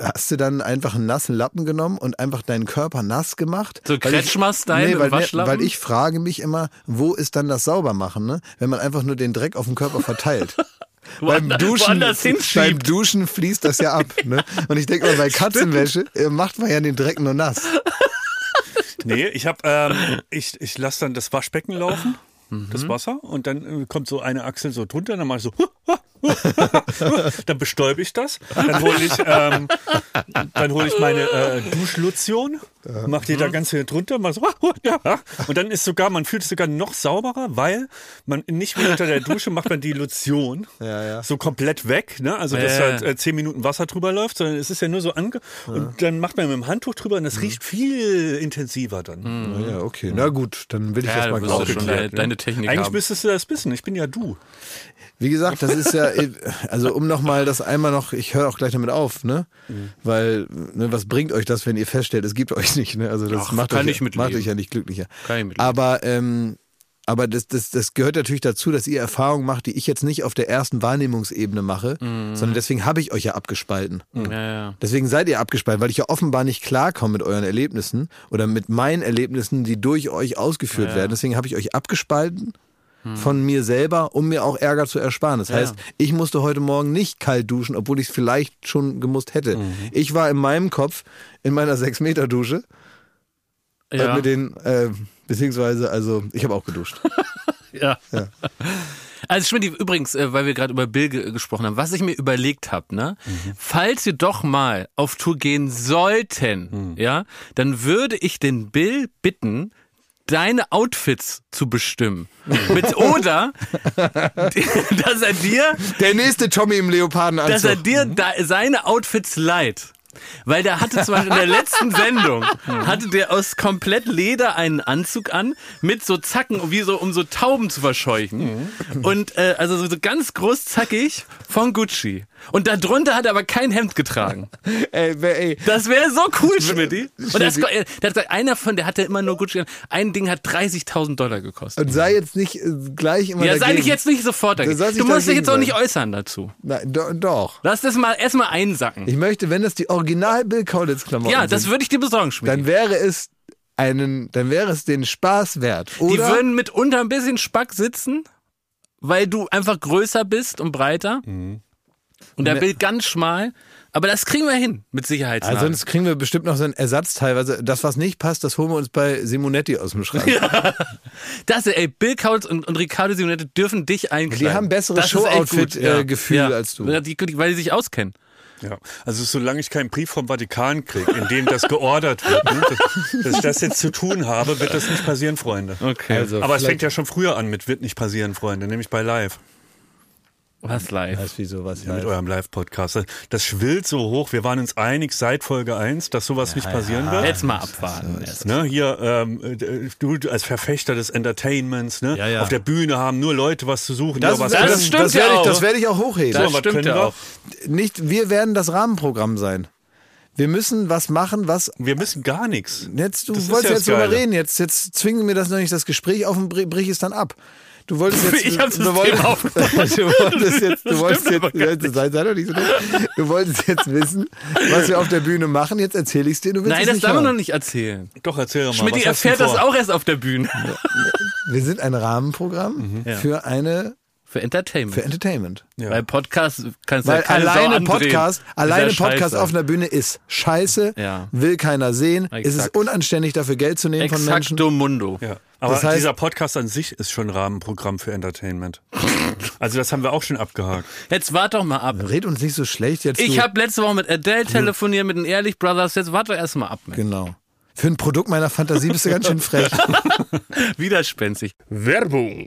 [SPEAKER 1] hast du dann einfach einen nassen Lappen genommen und einfach deinen Körper nass gemacht?
[SPEAKER 2] So
[SPEAKER 1] Weil ich-
[SPEAKER 2] Kretschmer-Style mit
[SPEAKER 1] weil,
[SPEAKER 2] Waschlappen?
[SPEAKER 1] weil ich frage mich immer, wo ist dann das Saubermachen, ne? wenn man einfach nur den Dreck auf dem Körper verteilt? beim,
[SPEAKER 2] Woander-
[SPEAKER 1] Duschen,
[SPEAKER 2] woanders hinschiebt.
[SPEAKER 1] beim Duschen fließt das ja ab. Ne? Und ich denke mal, bei Katzenwäsche äh, macht man ja den Dreck nur nass.
[SPEAKER 3] Nee, ich hab, ähm, ich, ich lasse dann das Waschbecken laufen, das Wasser, und dann äh, kommt so eine Achsel so drunter, dann mache ich so, dann bestäube ich das, dann hole ich, ähm, dann hole ich meine äh, Duschlotion Macht ihr da ganz hier drunter, mal so, ja. und dann ist sogar, man fühlt es sogar noch sauberer, weil man nicht mehr unter der Dusche macht man die Lotion
[SPEAKER 1] Ja, ja.
[SPEAKER 3] so komplett weg, ne? also dass
[SPEAKER 2] Ja,
[SPEAKER 3] halt
[SPEAKER 2] ja.
[SPEAKER 3] äh, zehn Minuten Wasser drüber läuft, sondern es ist ja nur so ange... Und dann macht man mit dem Handtuch drüber und das riecht viel intensiver dann.
[SPEAKER 1] Ja, okay. Na gut, dann will ich das
[SPEAKER 2] Mhm. Ja,
[SPEAKER 1] mal
[SPEAKER 2] du wirst
[SPEAKER 1] glauben.
[SPEAKER 2] ja schon deine, deine Technik
[SPEAKER 3] Eigentlich
[SPEAKER 2] haben.
[SPEAKER 3] müsstest du das wissen, ich bin ja du.
[SPEAKER 1] Wie gesagt, das ist ja, eh, also um nochmal das einmal noch, ich höre auch gleich damit auf, ne?
[SPEAKER 2] Mhm.
[SPEAKER 1] Weil, ne, was bringt euch das, wenn ihr feststellt, es gibt euch nicht, ne? Also das
[SPEAKER 2] Ach,
[SPEAKER 1] macht,
[SPEAKER 2] kann
[SPEAKER 1] euch,
[SPEAKER 2] ich mitleben.
[SPEAKER 1] macht euch ja nicht glücklicher.
[SPEAKER 2] Kann ich mitleben.
[SPEAKER 1] aber ähm, aber das, das, das gehört natürlich dazu, dass ihr Erfahrungen macht, die ich jetzt nicht auf der ersten Wahrnehmungsebene mache,
[SPEAKER 2] Mhm.
[SPEAKER 1] sondern deswegen habe ich euch ja abgespalten.
[SPEAKER 2] Ja, ja.
[SPEAKER 1] Deswegen seid ihr abgespalten, weil ich ja offenbar nicht klarkomme mit euren Erlebnissen oder mit meinen Erlebnissen, die durch euch ausgeführt werden. Deswegen habe ich euch abgespalten von mir selber, um mir auch Ärger zu ersparen. Das heißt, ich musste heute Morgen nicht kalt duschen, obwohl ich es vielleicht schon gemusst hätte.
[SPEAKER 2] Mhm.
[SPEAKER 1] Ich war in meinem Kopf in meiner 6-Meter-Dusche
[SPEAKER 2] Ja.
[SPEAKER 1] mit den, äh, beziehungsweise, also ich habe auch geduscht.
[SPEAKER 2] Ja. Also Schmidt, übrigens, äh, weil wir gerade über Bill ge gesprochen haben, was ich mir überlegt habe, ne? Falls wir doch mal auf Tour gehen sollten, ja, dann würde ich den Bill bitten, deine Outfits zu bestimmen. Mit, oder dass er dir
[SPEAKER 1] Der nächste Tommy im
[SPEAKER 2] dass er
[SPEAKER 1] Leopardenanzug.
[SPEAKER 2] dir da, seine Outfits leiht. Weil der hatte zum Beispiel in der letzten Sendung, hatte der aus komplett Leder einen Anzug an, mit so Zacken, wie so, um so Tauben zu verscheuchen. Und äh, also so, so ganz groß zackig von Gucci. Und darunter hat er aber kein Hemd getragen.
[SPEAKER 1] Ey, wer- ey,
[SPEAKER 2] Das wäre so cool, Schmidti. Und das,
[SPEAKER 1] Schmidti.
[SPEAKER 2] der hat gesagt, einer von, der hatte immer nur Gucci an. Ein Ding hat 30.000 Dollar gekostet.
[SPEAKER 1] und sei jetzt nicht äh, gleich immer
[SPEAKER 2] Ja, sei
[SPEAKER 1] dagegen.
[SPEAKER 2] nicht jetzt nicht sofort dagegen.
[SPEAKER 1] sollst
[SPEAKER 2] Du
[SPEAKER 1] nicht
[SPEAKER 2] musst dich jetzt auch
[SPEAKER 1] dagegen
[SPEAKER 2] nicht äußern dazu.
[SPEAKER 1] Nein, do, doch.
[SPEAKER 2] Lass das mal erstmal einsacken.
[SPEAKER 1] Ich möchte, wenn das die Original Bill Kaulitz Klamotten
[SPEAKER 2] Ja, das
[SPEAKER 1] sind,
[SPEAKER 2] würde ich dir besorgen, Schmidt.
[SPEAKER 1] dann wäre es einen, dann wäre es den Spaß wert. Oder?
[SPEAKER 2] Die würden mitunter ein bisschen Spack sitzen, weil du einfach größer bist und breiter.
[SPEAKER 1] Mhm.
[SPEAKER 2] Und
[SPEAKER 1] Ne-
[SPEAKER 2] der Bild ganz schmal. Aber das kriegen wir hin, mit Sicherheit.
[SPEAKER 1] also sonst kriegen wir bestimmt noch so einen Ersatzteil. Also das, was nicht passt, das holen wir uns bei Simonetti aus dem Schrank.
[SPEAKER 2] das, ey, Bill Kautz und, und Riccardo Simonetti dürfen dich einkleiden.
[SPEAKER 1] Die haben besseres
[SPEAKER 2] Das ist echt
[SPEAKER 1] Showoutfit,
[SPEAKER 2] gut,
[SPEAKER 1] äh, Gefühl als du.
[SPEAKER 2] Weil die, weil die sich auskennen.
[SPEAKER 3] Ja, also solange ich keinen Brief vom Vatikan kriege, in dem das geordert wird, ne, dass, dass ich das jetzt zu tun habe, wird das nicht passieren, Freunde.
[SPEAKER 2] Okay.
[SPEAKER 1] Also
[SPEAKER 3] Aber es
[SPEAKER 1] vielleicht-
[SPEAKER 3] fängt ja schon früher an mit wird nicht passieren, Freunde, nämlich bei Live,
[SPEAKER 2] Was live.
[SPEAKER 1] Was wie sowas.
[SPEAKER 3] mit
[SPEAKER 1] Ja,
[SPEAKER 3] eurem Live-Podcast. Das schwillt so hoch, wir waren uns einig seit Folge 1, dass sowas nicht passieren wird.
[SPEAKER 2] Jetzt mal abwarten.
[SPEAKER 3] Ne, hier, ähm, äh, du als Verfechter des Entertainments, ne?
[SPEAKER 2] Ja, ja.
[SPEAKER 3] auf der Bühne haben nur Leute was zu suchen, die auch was
[SPEAKER 2] das
[SPEAKER 3] können.
[SPEAKER 2] stimmt
[SPEAKER 1] das
[SPEAKER 2] ja
[SPEAKER 1] werde ich,
[SPEAKER 2] auch.
[SPEAKER 1] das werde ich auch hochheben.
[SPEAKER 3] So,
[SPEAKER 2] das
[SPEAKER 3] was
[SPEAKER 2] stimmt
[SPEAKER 3] können
[SPEAKER 2] ja
[SPEAKER 3] wir?
[SPEAKER 2] auch.
[SPEAKER 1] Nicht, wir werden das Rahmenprogramm sein. Wir müssen was machen, was
[SPEAKER 3] Wir müssen gar nichts.
[SPEAKER 1] Jetzt, du
[SPEAKER 3] Das ist
[SPEAKER 1] wolltest
[SPEAKER 3] ja
[SPEAKER 1] jetzt
[SPEAKER 3] das
[SPEAKER 1] drüber
[SPEAKER 3] Geile.
[SPEAKER 1] reden. Jetzt, jetzt zwingen wir das noch nicht das Gespräch auf und bri- brich es dann ab. Du wolltest jetzt.
[SPEAKER 2] Ich hab das
[SPEAKER 1] du wolltest,
[SPEAKER 2] Thema aufgemacht.
[SPEAKER 1] du wolltest jetzt. Du wolltest
[SPEAKER 2] stimmt
[SPEAKER 1] jetzt.
[SPEAKER 2] aber gar
[SPEAKER 1] Sei, sei doch nicht so dumm. Du wolltest jetzt wissen, was wir auf der Bühne machen. Jetzt erzähle ich es dir. Du willst
[SPEAKER 2] Nein,
[SPEAKER 1] es
[SPEAKER 2] das
[SPEAKER 1] nicht
[SPEAKER 2] darf man noch
[SPEAKER 1] hören.
[SPEAKER 2] nicht erzählen.
[SPEAKER 3] Doch, erzähl doch mal.
[SPEAKER 2] Schmidt
[SPEAKER 3] was hast du
[SPEAKER 2] erfährt das
[SPEAKER 3] vor?
[SPEAKER 2] auch erst auf der Bühne.
[SPEAKER 1] Wir sind ein
[SPEAKER 2] Mhm.
[SPEAKER 1] Rahmenprogramm für eine
[SPEAKER 2] Für Entertainment.
[SPEAKER 1] für Entertainment.
[SPEAKER 3] Ja.
[SPEAKER 2] Weil Podcast kannst du ja
[SPEAKER 1] Weil
[SPEAKER 2] keine Sau
[SPEAKER 1] alleine
[SPEAKER 2] andrehen.
[SPEAKER 1] Podcast,
[SPEAKER 2] Ist ja
[SPEAKER 1] alleine Podcast
[SPEAKER 2] scheiße.
[SPEAKER 1] auf einer Bühne ist Scheiße.
[SPEAKER 2] Ja.
[SPEAKER 1] Will keiner sehen. Es ist
[SPEAKER 2] Exakt.
[SPEAKER 1] unanständig, dafür Geld zu nehmen von Menschen.
[SPEAKER 2] Exacto Mundo.
[SPEAKER 3] Ja. Aber
[SPEAKER 1] Das heißt-
[SPEAKER 3] dieser Podcast an sich ist schon Rahmenprogramm für Entertainment. Also das haben wir auch schon abgehakt.
[SPEAKER 2] Jetzt wart doch mal ab.
[SPEAKER 1] Red uns nicht so schlecht jetzt.
[SPEAKER 2] Ich
[SPEAKER 1] du.
[SPEAKER 2] habe letzte Woche mit Adele telefoniert, mit den Ehrlich Brothers. Jetzt wart doch erst mal ab. Mensch.
[SPEAKER 1] Genau. Für ein Produkt meiner Fantasie bist du ganz schön frech.
[SPEAKER 2] Widerspenstig.
[SPEAKER 4] Werbung.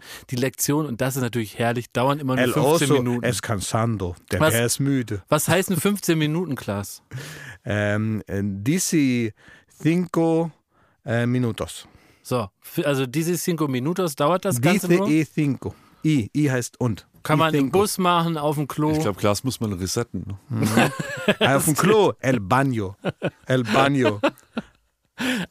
[SPEAKER 2] Die Lektion, und das ist natürlich herrlich, dauern immer nur
[SPEAKER 1] El
[SPEAKER 2] 15
[SPEAKER 1] oso
[SPEAKER 2] Minuten.
[SPEAKER 1] es cansando. Der
[SPEAKER 2] Was?
[SPEAKER 1] Bär ist müde.
[SPEAKER 2] Was heißen 15 Minuten, Klaas?
[SPEAKER 1] Ähm, dici cinco äh, minutos.
[SPEAKER 2] So, f- also diese Cinco Minutos dauert das Ganze
[SPEAKER 1] Dice
[SPEAKER 2] nur?
[SPEAKER 1] e cinco. I, I heißt und.
[SPEAKER 2] Kann
[SPEAKER 1] I
[SPEAKER 2] man im
[SPEAKER 1] cinco.
[SPEAKER 2] Bus machen, auf dem Klo.
[SPEAKER 3] Ich glaube, Glas muss man resetten. ne?
[SPEAKER 1] Ah, Auf dem Klo, el baño. El baño.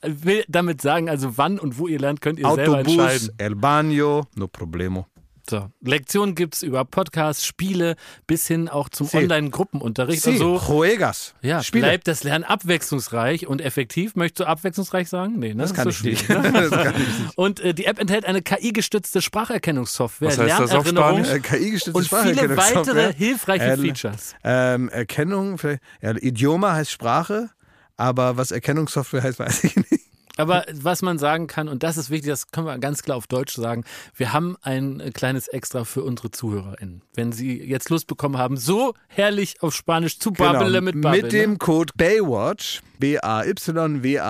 [SPEAKER 2] Ich will damit sagen, also wann und wo ihr lernt, könnt ihr selber
[SPEAKER 1] Autobus,
[SPEAKER 2] entscheiden.
[SPEAKER 1] el baño, no problemo.
[SPEAKER 2] So, Lektionen gibt es über Podcasts, Spiele bis hin auch zum
[SPEAKER 1] Sí.
[SPEAKER 2] Online-Gruppenunterricht.
[SPEAKER 1] Sí,
[SPEAKER 2] Also,
[SPEAKER 1] juegas.
[SPEAKER 2] ja,
[SPEAKER 1] Spiele.
[SPEAKER 2] bleibt das Lernen abwechslungsreich und effektiv. Möchtest du abwechslungsreich sagen? Nee, ne?
[SPEAKER 1] das kann
[SPEAKER 2] so
[SPEAKER 1] ich nicht.
[SPEAKER 2] schwierig, ne?
[SPEAKER 1] Das kann ich nicht.
[SPEAKER 2] Und äh, die App enthält eine KI-gestützte Spracherkennungssoftware,
[SPEAKER 3] Was heißt das auf
[SPEAKER 2] Lernerinnerung
[SPEAKER 3] Spanisch?
[SPEAKER 1] Äh, KI-gestützte
[SPEAKER 2] und viele
[SPEAKER 1] Spracherkennungssoftware.
[SPEAKER 2] weitere hilfreiche
[SPEAKER 1] El-
[SPEAKER 2] Features.
[SPEAKER 1] Ähm, Erkennung, vielleicht, ja, Idioma heißt Sprache, aber was Erkennungssoftware heißt, weiß ich nicht.
[SPEAKER 2] Aber was man sagen kann, und das ist wichtig, das können wir ganz klar auf Deutsch sagen, wir haben ein äh, kleines Extra für unsere ZuhörerInnen. Wenn sie jetzt Lust bekommen haben, so herrlich auf Spanisch zu babbeln mit Babbel.
[SPEAKER 1] Genau, Mit
[SPEAKER 2] ne?
[SPEAKER 1] dem Code Baywatch,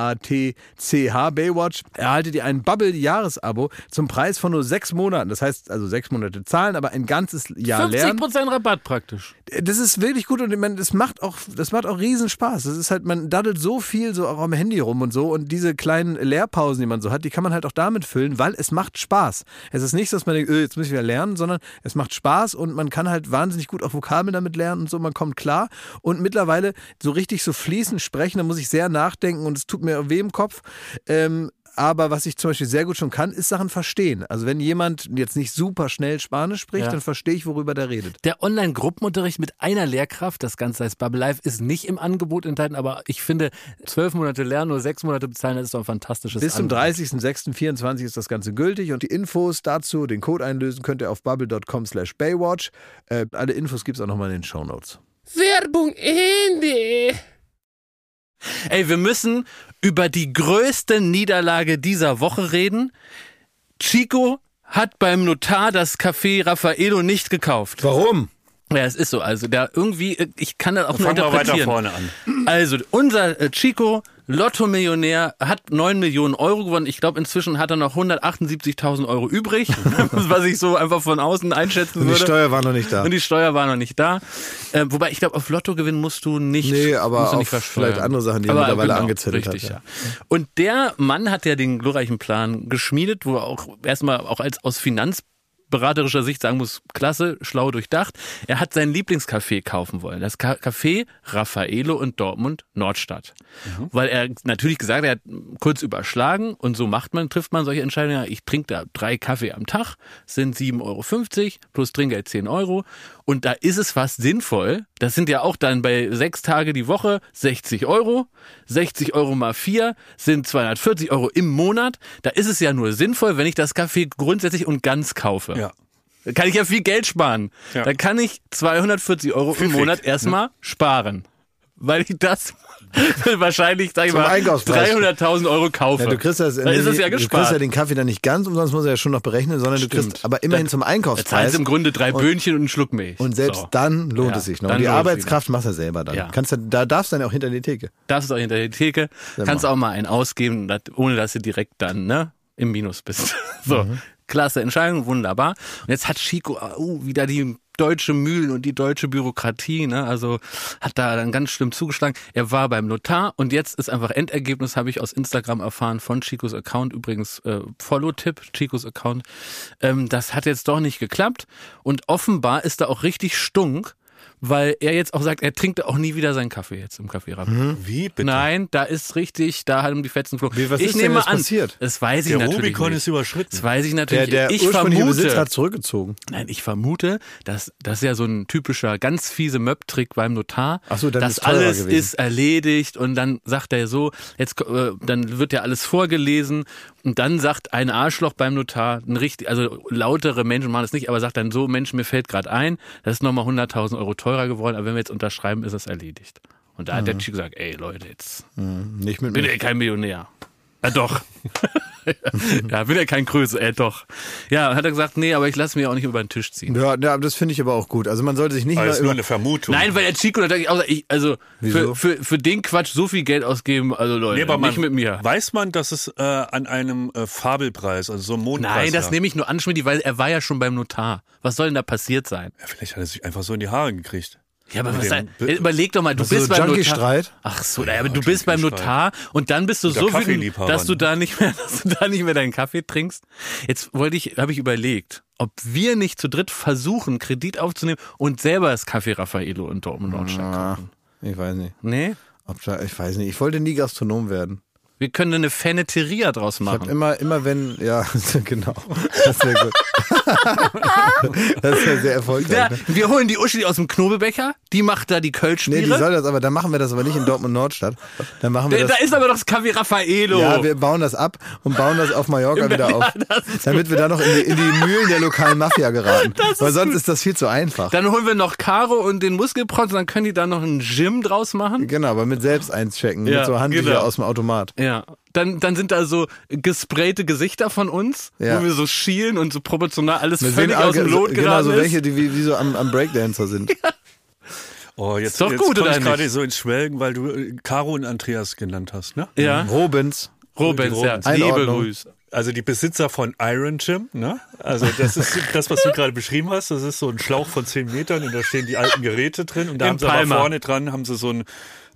[SPEAKER 1] B-A-Y-W-A-T-C-H, Baywatch, erhaltet ihr ein Bubble-Jahresabo zum Preis von nur sechs Monaten. Das heißt, also sechs Monate zahlen, aber ein ganzes Jahr lernen.
[SPEAKER 2] 50% Rabatt praktisch.
[SPEAKER 1] Das ist wirklich gut und ich meine, das macht auch, das macht auch riesen Spaß. Das ist halt, man daddelt so viel so auch am Handy rum und so und diese kleinen Lehrpausen, die man so hat, die kann man halt auch damit füllen, weil es macht Spaß. Es ist nicht, dass man denkt, öh, jetzt muss ich wieder lernen, sondern es macht Spaß und man kann halt wahnsinnig gut auch Vokabeln damit lernen und so, man kommt klar und mittlerweile so richtig so fließend sprechen, da muss ich sehr nachdenken und es tut mir weh im Kopf. Ähm, aber was ich zum Beispiel sehr gut schon kann, ist Sachen verstehen. Also wenn jemand jetzt nicht super schnell Spanisch spricht,
[SPEAKER 2] Ja.
[SPEAKER 1] dann verstehe ich, worüber der redet.
[SPEAKER 2] Der Online-Gruppenunterricht mit einer Lehrkraft, das Ganze heißt Bubble Live, ist nicht im Angebot enthalten, aber ich finde, zwölf Monate lernen, nur sechs Monate bezahlen, das ist doch ein fantastisches
[SPEAKER 1] Bis zum
[SPEAKER 2] Angebot.
[SPEAKER 1] 30.06.24 ist das Ganze gültig und die Infos dazu, den Code einlösen, könnt ihr auf bubble.com slash Baywatch. Äh, alle Infos gibt es auch nochmal in den Shownotes.
[SPEAKER 4] Werbung Ende.
[SPEAKER 2] Ey, wir müssen über die größte Niederlage dieser Woche reden. Chico hat beim Notar das Café Raffaello nicht gekauft.
[SPEAKER 1] Warum?
[SPEAKER 2] Ja, es ist so. Also da irgendwie, äh, ich kann das auch nur
[SPEAKER 3] Fangen wir weiter
[SPEAKER 2] interpretieren.
[SPEAKER 3] vorne an.
[SPEAKER 2] Also unser äh, Chico, Lotto-Millionär, hat 9 Millionen Euro gewonnen. Ich glaube, inzwischen hat er noch 178.000 Euro übrig, was ich so einfach von außen einschätzen würde.
[SPEAKER 1] war noch nicht da.
[SPEAKER 2] Und die Steuer war noch nicht da. Äh, wobei, ich glaube, auf Lotto gewinnen musst du nicht.
[SPEAKER 1] Nee, aber
[SPEAKER 2] musst du nicht
[SPEAKER 1] auf
[SPEAKER 2] versteuern. genau,
[SPEAKER 1] vielleicht andere Sachen, die er mittlerweile angezettelt hat,
[SPEAKER 2] richtig,
[SPEAKER 1] ja.
[SPEAKER 2] Ja. Und der Mann hat ja den glorreichen Plan geschmiedet, wo er auch erstmal auch als aus finanzberaterischer Sicht sagen muss, klasse, schlau durchdacht. Er hat sein Lieblingscafé kaufen wollen. Das Ka Café Raffaello in Dortmund Nordstadt.
[SPEAKER 1] Mhm.
[SPEAKER 2] Weil er natürlich gesagt hat, er hat kurz überschlagen und so macht man, trifft man solche Entscheidungen. Ja, ich trinke da drei Kaffee am Tag, sind 7,50 Euro plus Trinkgeld 10 Euro. Und da ist es fast sinnvoll. Das sind ja auch dann bei sechs Tage die Woche 60 Euro. 60 Euro mal vier sind 240 Euro im Monat. Da ist es ja nur sinnvoll, wenn ich das Kaffee grundsätzlich und ganz kaufe.
[SPEAKER 3] Ja.
[SPEAKER 2] Da kann ich ja viel Geld sparen.
[SPEAKER 3] Ja.
[SPEAKER 2] Da kann ich 240 Euro im
[SPEAKER 3] Pfiffig,
[SPEAKER 2] Monat erstmal
[SPEAKER 1] Mhm.
[SPEAKER 2] sparen. Weil ich das wahrscheinlich, sag ich
[SPEAKER 1] Zum
[SPEAKER 2] mal,
[SPEAKER 1] Einkaufspreis.
[SPEAKER 2] 300.000 Euro kaufe.
[SPEAKER 1] Ja, du kriegst das,
[SPEAKER 2] Dann ist es ja
[SPEAKER 1] du kriegst ja
[SPEAKER 2] gespart.
[SPEAKER 1] den Kaffee dann nicht ganz, umsonst muss er ja schon noch berechnen, sondern du
[SPEAKER 2] Stimmt.
[SPEAKER 1] kriegst aber immerhin
[SPEAKER 2] Da-
[SPEAKER 1] zum
[SPEAKER 2] Da zahlst
[SPEAKER 1] Einkaufspreis.
[SPEAKER 2] du im Grunde drei Böhnchen und einen Schluck Milch.
[SPEAKER 1] und selbst
[SPEAKER 2] so.
[SPEAKER 1] dann lohnt
[SPEAKER 2] Ja,
[SPEAKER 1] es sich noch.
[SPEAKER 2] dann
[SPEAKER 1] Und die
[SPEAKER 2] lohnt es
[SPEAKER 1] Arbeitskraft machst du selber dann.
[SPEAKER 2] Ja.
[SPEAKER 1] Kannst du, da darfst du dann auch hinter die Theke.
[SPEAKER 2] darfst du auch hinter die Theke, kannst auch mal einen ausgeben, dat- ohne dass du direkt dann ne, im Minus bist. So, klasse Entscheidung, wunderbar. Und jetzt hat Chico uh, wieder die deutsche Mühlen und die deutsche Bürokratie, ne? also hat da dann ganz schlimm zugeschlagen. Er war beim Notar und jetzt ist einfach Endergebnis, habe ich aus Instagram erfahren, von Chicos Account, übrigens äh, Follow-Tipp, Chicos Account. Ähm, das hat jetzt doch nicht geklappt und offenbar ist da auch richtig stunk, weil er jetzt auch sagt, er trinkt auch nie wieder seinen Kaffee jetzt im Kaffeerahmen.
[SPEAKER 3] Wie bitte?
[SPEAKER 2] Nein, da ist richtig, da haben die Fetzen geflogen.
[SPEAKER 1] Wie, was
[SPEAKER 2] ich
[SPEAKER 1] ist
[SPEAKER 2] nehme
[SPEAKER 1] denn jetzt
[SPEAKER 2] an,
[SPEAKER 1] passiert?
[SPEAKER 2] das weiß ich
[SPEAKER 3] Der
[SPEAKER 2] natürlich
[SPEAKER 3] Rubikon
[SPEAKER 2] nicht.
[SPEAKER 3] ist überschritten.
[SPEAKER 2] das weiß ich
[SPEAKER 1] Der,
[SPEAKER 2] natürlich.
[SPEAKER 1] der
[SPEAKER 2] ich
[SPEAKER 1] ursprüngliche
[SPEAKER 2] vermute,
[SPEAKER 1] Besitzer hat zurückgezogen.
[SPEAKER 2] Nein, ich vermute, dass das ist ja so ein typischer, ganz fiese Möb-Trick beim Notar.
[SPEAKER 1] Ach so, dann
[SPEAKER 2] das
[SPEAKER 1] ist teurer
[SPEAKER 2] alles
[SPEAKER 1] gewesen.
[SPEAKER 2] ist erledigt und dann sagt er so, jetzt äh, dann wird ja alles vorgelesen und dann sagt ein Arschloch beim Notar, ein richtig, also lautere Menschen machen das nicht, aber sagt dann so, Mensch, mir fällt gerade ein, das ist nochmal 100.000 Euro teurer geworden, aber wenn wir jetzt unterschreiben, ist es erledigt. Und da hat der Typ gesagt, ey Leute, jetzt
[SPEAKER 1] Nicht mit
[SPEAKER 2] bin
[SPEAKER 1] mir.
[SPEAKER 2] ja kein Millionär.
[SPEAKER 3] Ah, doch.
[SPEAKER 2] Ja, bin ja kein Größe, ey doch. Ja, hat er gesagt, nee, aber ich lasse mich auch nicht über den Tisch ziehen.
[SPEAKER 1] Ja, ja, das finde ich aber auch gut. Also man sollte sich nicht
[SPEAKER 3] Das ist nur
[SPEAKER 1] mal
[SPEAKER 3] eine
[SPEAKER 1] über...
[SPEAKER 3] Vermutung.
[SPEAKER 2] Nein, weil der Chico, da denke ich, auch, ich also
[SPEAKER 1] Wieso?
[SPEAKER 2] für, für, für den Quatsch so viel Geld ausgeben, also Leute,
[SPEAKER 3] Nee, aber man,
[SPEAKER 2] nicht mit mir.
[SPEAKER 3] Weiß man, dass es äh, an einem äh, Fabelpreis, also so einem Mondpreis
[SPEAKER 2] Nein, das
[SPEAKER 3] lag?
[SPEAKER 2] nehme ich nur an, Schmidt, weil er war ja schon beim Notar. Was soll denn da passiert sein?
[SPEAKER 3] Ja, vielleicht hat er sich einfach so in die Haare gekriegt.
[SPEAKER 2] Ja, aber
[SPEAKER 3] Mit
[SPEAKER 2] was
[SPEAKER 3] dem
[SPEAKER 2] da, überleg doch mal, du
[SPEAKER 1] so
[SPEAKER 2] bist beim Notar.
[SPEAKER 1] Junkie-Streit?
[SPEAKER 2] Ach so, naja, aber du bist beim Notar
[SPEAKER 3] Junkie-Streit.
[SPEAKER 2] und dann bist du so wütend,
[SPEAKER 3] Kaffeeliebhaber,
[SPEAKER 2] dass du
[SPEAKER 3] ne?
[SPEAKER 2] da nicht mehr, dass du da nicht mehr deinen Kaffee trinkst. Jetzt wollte ich, habe ich überlegt, ob wir nicht zu dritt versuchen, Kredit aufzunehmen und selber das Kaffee Raffaello in Dortmund
[SPEAKER 1] Ah.
[SPEAKER 2] Nordstadt kaufen.
[SPEAKER 1] Ich weiß nicht.
[SPEAKER 2] Nee?
[SPEAKER 1] Ob da, ich weiß nicht. Ich wollte nie Gastronom werden.
[SPEAKER 2] Wir können eine Feneteria draus
[SPEAKER 1] Ich hab
[SPEAKER 2] machen.
[SPEAKER 1] immer, immer wenn, ja, genau. Das wäre gut. das wäre sehr erfolgreich.
[SPEAKER 2] Ja,
[SPEAKER 1] ne?
[SPEAKER 2] wir holen die Uschi aus dem Knobelbecher, die macht da die
[SPEAKER 1] Nee,
[SPEAKER 2] Kölschbiere.
[SPEAKER 1] die soll das, aber dann machen wir das aber nicht in Dortmund Nordstadt. Dann machen wir
[SPEAKER 2] da Oh.
[SPEAKER 1] das.
[SPEAKER 2] ist aber doch das Kaffee Raffaello.
[SPEAKER 1] Ja, wir bauen das ab und bauen das auf Mallorca wieder auf. damit wir da noch in die, in die Mühlen der lokalen Mafia geraten. Weil sonst ist das viel zu einfach.
[SPEAKER 2] dann holen wir noch Caro und den Muskelprotz und dann können die da noch einen Gym draus machen.
[SPEAKER 1] Genau, aber mit selbst einchecken,
[SPEAKER 2] Ja,
[SPEAKER 1] mit so Handtücher
[SPEAKER 2] genau.
[SPEAKER 1] aus dem Automat.
[SPEAKER 2] Ja. Dann, dann sind da so gesprayte Gesichter von uns,
[SPEAKER 1] Ja.
[SPEAKER 2] wo wir so schielen und so proportional alles
[SPEAKER 1] Mit
[SPEAKER 2] völlig
[SPEAKER 1] wem-
[SPEAKER 2] aus dem Lot
[SPEAKER 1] Genau,
[SPEAKER 2] geraten
[SPEAKER 1] so welche,
[SPEAKER 2] ist.
[SPEAKER 1] die wie, wie so am, am Breakdancer sind.
[SPEAKER 3] Oh, jetzt,
[SPEAKER 2] Ist doch
[SPEAKER 3] jetzt
[SPEAKER 2] gut,
[SPEAKER 3] komm
[SPEAKER 2] oder
[SPEAKER 3] ich gerade
[SPEAKER 2] nicht?
[SPEAKER 3] so ins Schwelgen, weil du äh, Caro und Andreas genannt hast, ne?
[SPEAKER 2] Ja,
[SPEAKER 1] Robins.
[SPEAKER 2] Robens, ja.
[SPEAKER 3] Robens.
[SPEAKER 2] Liebe
[SPEAKER 1] Einordnung.
[SPEAKER 2] Grüße.
[SPEAKER 3] Also die Besitzer von Iron Gym, ne? Also das ist das, was du gerade beschrieben hast. Das ist so ein Schlauch von 10 Metern und da stehen die alten Geräte drin und da
[SPEAKER 2] In
[SPEAKER 3] haben sie
[SPEAKER 2] Palma.
[SPEAKER 3] aber vorne dran, haben sie so ein,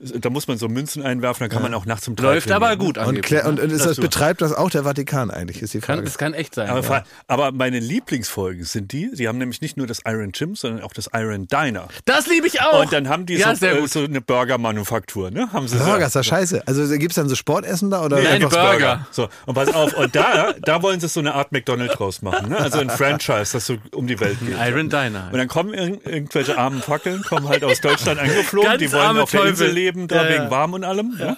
[SPEAKER 3] da muss man so Münzen einwerfen, dann kann man auch nachts um drei
[SPEAKER 2] Läuft
[SPEAKER 3] trainieren,
[SPEAKER 2] aber
[SPEAKER 3] ne?
[SPEAKER 2] gut
[SPEAKER 1] Und,
[SPEAKER 2] angeblich.
[SPEAKER 1] Claire, und, und ist das,
[SPEAKER 3] du-
[SPEAKER 1] betreibt das auch der Vatikan eigentlich, ist die Frage.
[SPEAKER 2] kann, das kann echt sein.
[SPEAKER 3] Aber,
[SPEAKER 2] ja.
[SPEAKER 3] vor- aber meine Lieblingsfolgen sind die, die haben nämlich nicht nur das Iron Gym, sondern auch das Iron Diner.
[SPEAKER 2] Das liebe ich auch.
[SPEAKER 3] Und dann haben die
[SPEAKER 2] ja,
[SPEAKER 3] so,
[SPEAKER 2] sehr
[SPEAKER 3] äh,
[SPEAKER 2] gut.
[SPEAKER 3] so eine Burger-Manufaktur, ne? Haben sie so-
[SPEAKER 1] Burger ist ja scheiße. Also gibt's dann so Sportessen da oder
[SPEAKER 3] Nee,
[SPEAKER 2] Nein,
[SPEAKER 1] einfach
[SPEAKER 2] Burger.
[SPEAKER 3] So, und pass auf, und da, da wollen sie so eine Art McDonald's draus machen, ne? Also ein Franchise, das so um die Welt geht.
[SPEAKER 2] Iron Diner.
[SPEAKER 3] Und dann kommen irgend, irgendwelche armen Fackeln, kommen halt aus Deutschland angeflogen,
[SPEAKER 2] Ganz
[SPEAKER 3] die wollen
[SPEAKER 2] arme
[SPEAKER 3] auf der
[SPEAKER 2] Teufel.
[SPEAKER 3] Insel leben, da
[SPEAKER 2] Ja, ja.
[SPEAKER 3] wegen warm und allem. Ja?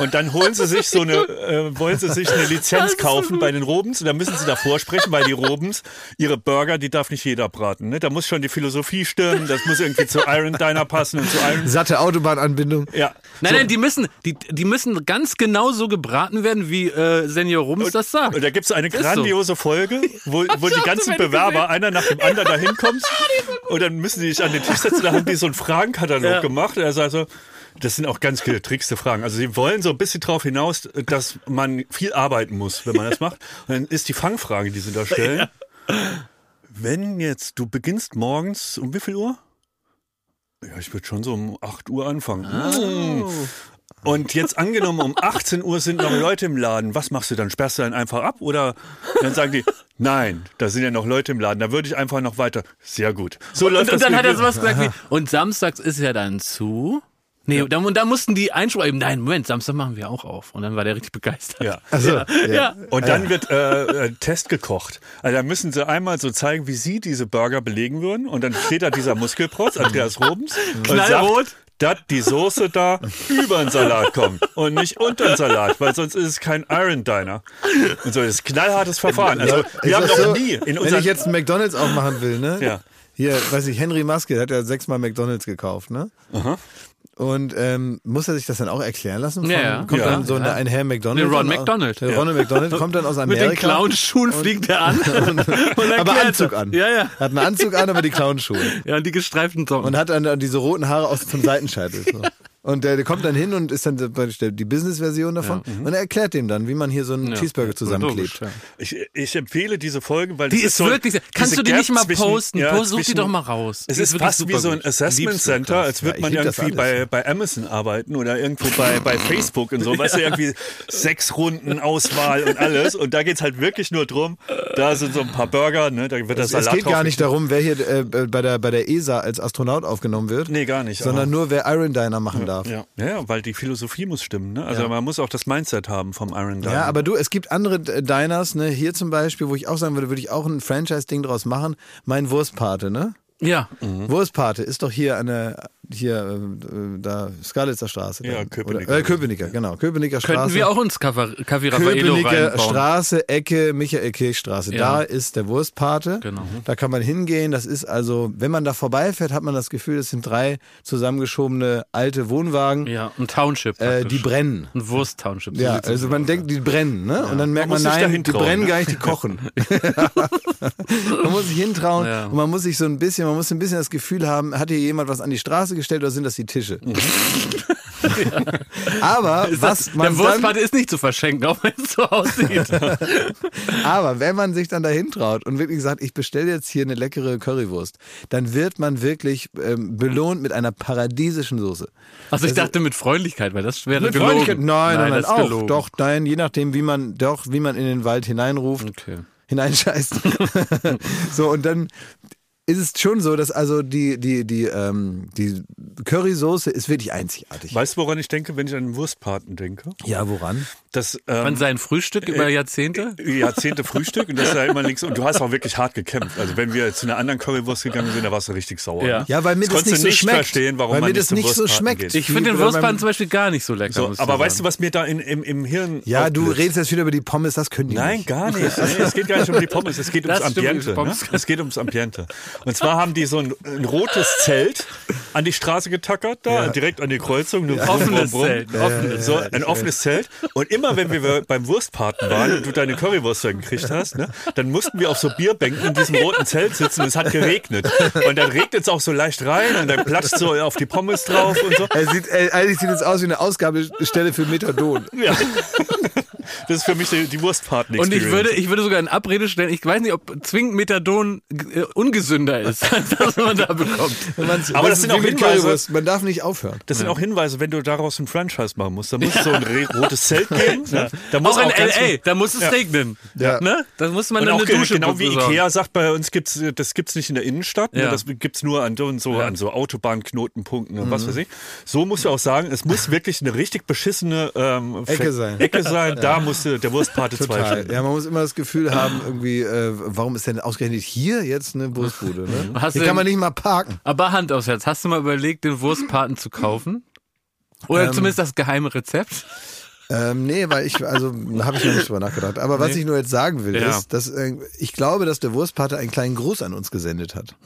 [SPEAKER 3] Und dann holen sie sich so eine, äh, wollen sie sich eine
[SPEAKER 2] Das
[SPEAKER 3] Lizenz
[SPEAKER 2] ist so
[SPEAKER 3] kaufen
[SPEAKER 2] gut.
[SPEAKER 3] bei den Robens und dann müssen sie davor sprechen, weil die Robens ihre Burger, die darf nicht jeder braten. Ne? Da muss schon die Philosophie stimmen, das muss irgendwie zu Iron Diner passen und zu Iron.
[SPEAKER 1] Satte Autobahnanbindung.
[SPEAKER 3] Ja.
[SPEAKER 2] Nein, nein, die müssen, die, die müssen ganz genau so gebraten werden, wie äh, Senior Rums das sagt.
[SPEAKER 3] Und da gibt es eine
[SPEAKER 2] ist so.
[SPEAKER 3] grandiose Folge, wo, wo die
[SPEAKER 2] hab's
[SPEAKER 3] ganzen
[SPEAKER 2] am Ende
[SPEAKER 3] Bewerber
[SPEAKER 2] gesehen.
[SPEAKER 3] einer nach dem anderen da hinkommen und dann müssen die sich an den Tisch setzen. Da haben die so einen Fragenkatalog
[SPEAKER 2] Ja.
[SPEAKER 3] gemacht. Also, also, das sind auch ganz getrickste Fragen. Also sie wollen so ein bisschen drauf hinaus, dass man viel arbeiten muss, wenn man das macht. Und dann ist die Fangfrage, die sie da stellen. Wenn jetzt, du beginnst morgens um wie viel Uhr? Ja, ich würde schon so um 8 Uhr anfangen. Mm. Und jetzt angenommen, um 18 Uhr sind noch Leute im Laden. Was machst du dann? Sperrst du dann einfach ab? Oder dann sagen die, nein, da sind ja noch Leute im Laden. Da würde ich einfach noch weiter. Sehr gut. So
[SPEAKER 2] und,
[SPEAKER 3] läuft
[SPEAKER 2] und
[SPEAKER 3] das.
[SPEAKER 2] dann hat er
[SPEAKER 3] Gehirn.
[SPEAKER 2] sowas gesagt wie, und samstags ist ja dann zu. Nee, dann, und da mussten die einschreiben, nein, Moment, Samstag machen wir auch auf. Und dann war der richtig begeistert.
[SPEAKER 3] Ja.
[SPEAKER 1] Also,
[SPEAKER 2] Ja.
[SPEAKER 3] Und dann wird äh, äh, Test gekocht. Also da müssen sie einmal so zeigen, wie sie diese Burger belegen würden. Und dann steht da dieser Muskelprotz, Andreas Robens, und
[SPEAKER 2] Knallrot.
[SPEAKER 3] sagt, dass die Soße da über den Salat kommt und nicht unter den Salat, weil sonst ist es kein Iron Diner. Und so, das ist knallhartes Verfahren. Also
[SPEAKER 1] Ist
[SPEAKER 3] wir haben
[SPEAKER 1] das
[SPEAKER 3] noch
[SPEAKER 1] so,
[SPEAKER 3] nie in
[SPEAKER 1] Wenn ich
[SPEAKER 3] unserem...
[SPEAKER 1] jetzt einen McDonalds aufmachen will, ne?
[SPEAKER 3] Ja.
[SPEAKER 1] Hier, weiß ich, Henry Maske der hat ja sechsmal McDonalds gekauft, ne? Und ähm, muss er sich das dann auch erklären lassen? Von,
[SPEAKER 2] Ja, ja.
[SPEAKER 1] Kommt
[SPEAKER 3] Ja.
[SPEAKER 1] dann so eine, ein Herr McDonald.
[SPEAKER 2] Nee, Ron
[SPEAKER 1] dann-
[SPEAKER 2] McDonald.
[SPEAKER 1] Der
[SPEAKER 2] Ja.
[SPEAKER 1] Ronald McDonald kommt dann aus
[SPEAKER 2] Mit
[SPEAKER 1] Amerika.
[SPEAKER 2] den Clownschuhen fliegt er an. und erklärt
[SPEAKER 1] aber
[SPEAKER 2] er.
[SPEAKER 1] Anzug an.
[SPEAKER 2] Ja, ja.
[SPEAKER 1] Hat einen Anzug an, aber die Clownschuhe.
[SPEAKER 2] Ja, und die gestreiften Socken.
[SPEAKER 1] Und hat dann, dann diese roten Haare aus vom Seitenscheitel. So. Und der, der kommt dann hin und ist dann praktisch der- die Business-Version davon. Und er erklärt dem dann, wie man hier so einen Cheeseburger zusammenklebt.
[SPEAKER 2] Logisch, Mhm. ja.
[SPEAKER 3] Ich, ich empfehle diese Folge, weil
[SPEAKER 2] Die
[SPEAKER 3] das
[SPEAKER 2] ist
[SPEAKER 3] so,
[SPEAKER 2] wirklich sehr-
[SPEAKER 3] diese
[SPEAKER 2] kannst du die
[SPEAKER 3] Gap
[SPEAKER 2] nicht mal
[SPEAKER 3] zwischen-
[SPEAKER 2] posten? Post- such die
[SPEAKER 3] zwischen-
[SPEAKER 2] doch mal raus.
[SPEAKER 3] Es
[SPEAKER 2] Die
[SPEAKER 3] ist,
[SPEAKER 2] ist wirklich
[SPEAKER 3] fast wie
[SPEAKER 2] super
[SPEAKER 3] so ein
[SPEAKER 2] gut.
[SPEAKER 3] Assessment
[SPEAKER 2] Liebst du,
[SPEAKER 3] Center,
[SPEAKER 2] Carsten.
[SPEAKER 3] als würde
[SPEAKER 1] Ja, ich
[SPEAKER 3] man
[SPEAKER 1] lieb das
[SPEAKER 3] irgendwie
[SPEAKER 1] alles,
[SPEAKER 3] bei, bei Amazon arbeiten oder irgendwo bei, bei Facebook und so. Weißt du, irgendwie sechs Runden Auswahl und alles. Und da geht es halt wirklich nur drum, Da sind so ein paar Burger, ne? Da wird das
[SPEAKER 1] es
[SPEAKER 3] Salat
[SPEAKER 1] geht gar nicht
[SPEAKER 3] drauf-
[SPEAKER 1] darum, wer hier äh, bei, der, bei der ESA als Astronaut aufgenommen wird.
[SPEAKER 3] Nee, gar nicht,
[SPEAKER 1] Sondern
[SPEAKER 3] aber-
[SPEAKER 1] nur, wer Iron Diner machen darf.
[SPEAKER 3] Ja. ja, weil die Philosophie muss stimmen. Ne? Also man muss auch das Mindset haben vom Iron Diner.
[SPEAKER 1] Ja, aber du, es gibt andere äh, Diners, ne, hier zum Beispiel, wo ich auch sagen würde, würde ich auch ein Franchise-Ding draus machen. Mein Wurstpate, ne?
[SPEAKER 2] Ja.
[SPEAKER 3] Mhm.
[SPEAKER 1] Wurstpate ist doch hier an der, hier, äh, da, Skalitzer Straße.
[SPEAKER 3] Ja,
[SPEAKER 1] da.
[SPEAKER 3] Köpenicker.
[SPEAKER 1] Oder, äh, Köpenicker, genau. Köpenicker Straße.
[SPEAKER 2] Könnten wir auch uns Kaffee Kaffee Raffaello
[SPEAKER 1] Köpenicker
[SPEAKER 2] reinbauen.
[SPEAKER 1] Straße, Ecke, Michael-Kirch-Straße. Da ist der Wurstpate.
[SPEAKER 2] Genau.
[SPEAKER 1] Da kann man hingehen. Das ist also, wenn man da vorbeifährt, hat man das Gefühl, das sind drei zusammengeschobene alte Wohnwagen,
[SPEAKER 2] ja, ein Township.
[SPEAKER 1] äh, die
[SPEAKER 2] praktisch.
[SPEAKER 1] brennen.
[SPEAKER 2] ein Wurst-Township. so
[SPEAKER 1] Ja,
[SPEAKER 2] sieht's
[SPEAKER 1] also
[SPEAKER 2] aus.
[SPEAKER 1] man denkt, die brennen, ne? Und dann merkt man,
[SPEAKER 3] Man muss sich
[SPEAKER 1] nein,
[SPEAKER 3] dahin
[SPEAKER 1] die
[SPEAKER 3] trauen,
[SPEAKER 1] brennen
[SPEAKER 3] ne?
[SPEAKER 1] gar nicht, die kochen. man muss sich hintrauen
[SPEAKER 2] Ja.
[SPEAKER 1] und man muss sich so ein bisschen, man muss ein bisschen das Gefühl haben, hat hier jemand was an die Straße gestellt oder sind das die Tische? Aber was
[SPEAKER 2] Der
[SPEAKER 1] man dann,
[SPEAKER 2] Wurstpate ist nicht zu verschenken, auch wenn es so aussieht. Also
[SPEAKER 1] aber wenn man sich dann dahin traut und wirklich sagt, ich bestelle jetzt hier eine leckere Currywurst, dann wird man wirklich ähm, belohnt mit einer paradiesischen Soße.
[SPEAKER 2] Also ich dachte mit Freundlichkeit, weil das wäre
[SPEAKER 1] Mit
[SPEAKER 2] gelogen.
[SPEAKER 1] Freundlichkeit? Nein, nein, nein,
[SPEAKER 2] das ist
[SPEAKER 1] auch.
[SPEAKER 2] gelogen.
[SPEAKER 1] Doch, nein, je nachdem, wie man, doch, wie man in den Wald hineinruft.
[SPEAKER 2] Okay.
[SPEAKER 1] hineinscheißt. so, und dann ist es schon so, dass also die, die, die, ähm, die Currysoße ist wirklich einzigartig.
[SPEAKER 3] weißt du, woran ich denke, wenn ich an einen Wurstpaten denke?
[SPEAKER 1] Ja, woran?
[SPEAKER 3] Das
[SPEAKER 2] An
[SPEAKER 3] ähm,
[SPEAKER 2] sein Frühstück
[SPEAKER 1] Äh,
[SPEAKER 2] über Jahrzehnte?
[SPEAKER 3] Jahrzehnte Frühstück und das ist ja immer nichts. Und du hast auch wirklich hart gekämpft. Also wenn wir zu einer anderen Currywurst gegangen sind, da warst du richtig sauer.
[SPEAKER 2] Ja.
[SPEAKER 3] Ne?
[SPEAKER 1] Ja, weil mir das,
[SPEAKER 3] konntest
[SPEAKER 1] nicht so
[SPEAKER 3] du nicht
[SPEAKER 1] schmeckt.
[SPEAKER 3] verstehen, warum
[SPEAKER 1] weil
[SPEAKER 3] man
[SPEAKER 1] mir
[SPEAKER 3] nicht
[SPEAKER 1] das
[SPEAKER 3] zum
[SPEAKER 1] nicht so
[SPEAKER 3] Wurstbraten
[SPEAKER 1] schmeckt.
[SPEAKER 3] geht.
[SPEAKER 2] Ich finde den
[SPEAKER 1] Wie bei
[SPEAKER 2] Wurstpan
[SPEAKER 1] meinem-
[SPEAKER 2] zum Beispiel gar nicht so lecker.
[SPEAKER 3] So,
[SPEAKER 2] muss ich
[SPEAKER 3] aber
[SPEAKER 2] sagen.
[SPEAKER 3] weißt du, was mir da in, im, im Hirn
[SPEAKER 1] Ja, du
[SPEAKER 3] aufblitzt?
[SPEAKER 1] redest jetzt wieder über die Pommes, das können die
[SPEAKER 3] Nein,
[SPEAKER 1] nicht.
[SPEAKER 3] gar nicht. Nee, es geht gar nicht um die Pommes, es geht ums
[SPEAKER 2] Das stimmt,
[SPEAKER 3] Ambiente.
[SPEAKER 2] die Pommes.
[SPEAKER 3] Ne? Es geht ums Ambiente. Und zwar haben die so ein, ein rotes Zelt an die Straße getackert, da direkt an die Kreuzung. Ja.
[SPEAKER 2] Offenes Zelt, ne? offenes
[SPEAKER 3] so ein offenes Zelt. Und immer wenn wir beim Wurstpaten waren und du deine Currywurst dann gekriegt hast, ne, dann mussten wir auf so Bierbänken in diesem roten Zelt sitzen und es hat geregnet. Und dann regnet es auch so leicht rein und dann platscht so auf die Pommes drauf und so.
[SPEAKER 1] Er sieht, er, eigentlich sieht es aus wie eine Ausgabestelle für Methadon.
[SPEAKER 3] Ja. Das ist für mich die, die Wurstpaten
[SPEAKER 2] Und ich würde, ich würde sogar in Abrede stellen, ich weiß nicht, ob zwingend Methadon äh, ungesünder ist, als das, was man da bekommt.
[SPEAKER 3] Aber
[SPEAKER 1] Das
[SPEAKER 3] das
[SPEAKER 1] ist
[SPEAKER 3] sind
[SPEAKER 1] wie
[SPEAKER 3] auch
[SPEAKER 1] mit
[SPEAKER 3] Hinweise,
[SPEAKER 1] Currywurst, Man darf nicht aufhören.
[SPEAKER 3] Das sind auch Hinweise, wenn du daraus ein Franchise machen musst, dann muss es so ein re- rotes Zelt geben. Ne? Da muss
[SPEAKER 2] Auch in
[SPEAKER 3] ganz
[SPEAKER 2] L.A.,
[SPEAKER 3] viel-
[SPEAKER 2] da muss es
[SPEAKER 3] Ja.
[SPEAKER 2] regnen.
[SPEAKER 1] Ja.
[SPEAKER 2] Ne? Da muss man
[SPEAKER 3] Und
[SPEAKER 2] dann
[SPEAKER 3] auch
[SPEAKER 2] eine
[SPEAKER 3] ge-
[SPEAKER 2] Dusche
[SPEAKER 3] genau wie
[SPEAKER 2] besorgen.
[SPEAKER 3] Ikea sagt, bei uns gibt's äh, das gibt's nicht in der Innenstadt,
[SPEAKER 2] Ja.
[SPEAKER 3] ne? das gibt's nur an so, so, an so Autobahnknotenpunkten und
[SPEAKER 2] Mhm.
[SPEAKER 3] was weiß ich. So musst du auch sagen, es muss wirklich eine richtig beschissene ähm,
[SPEAKER 1] Ecke
[SPEAKER 3] Fe-
[SPEAKER 1] sein.
[SPEAKER 3] Ecke sein. Da musste der Wurstpate
[SPEAKER 1] Total.
[SPEAKER 3] zweifeln.
[SPEAKER 1] Ja, man muss immer das Gefühl haben, irgendwie, äh, warum ist denn ausgerechnet hier jetzt eine Wurstbude? Ne?
[SPEAKER 2] Hast
[SPEAKER 1] Hier
[SPEAKER 2] du-
[SPEAKER 1] kann man nicht mal parken.
[SPEAKER 2] Aber Hand aufs Herz, hast du mal überlegt, den Wurstpaten zu kaufen? Oder zumindest das geheime Rezept?
[SPEAKER 1] Ähm, nee, weil ich, also da habe ich noch nicht drüber nachgedacht. Aber was ich nur jetzt sagen will,
[SPEAKER 2] Ja.
[SPEAKER 1] ist, dass äh, ich glaube, dass der Wurstpate einen kleinen Gruß an uns gesendet hat.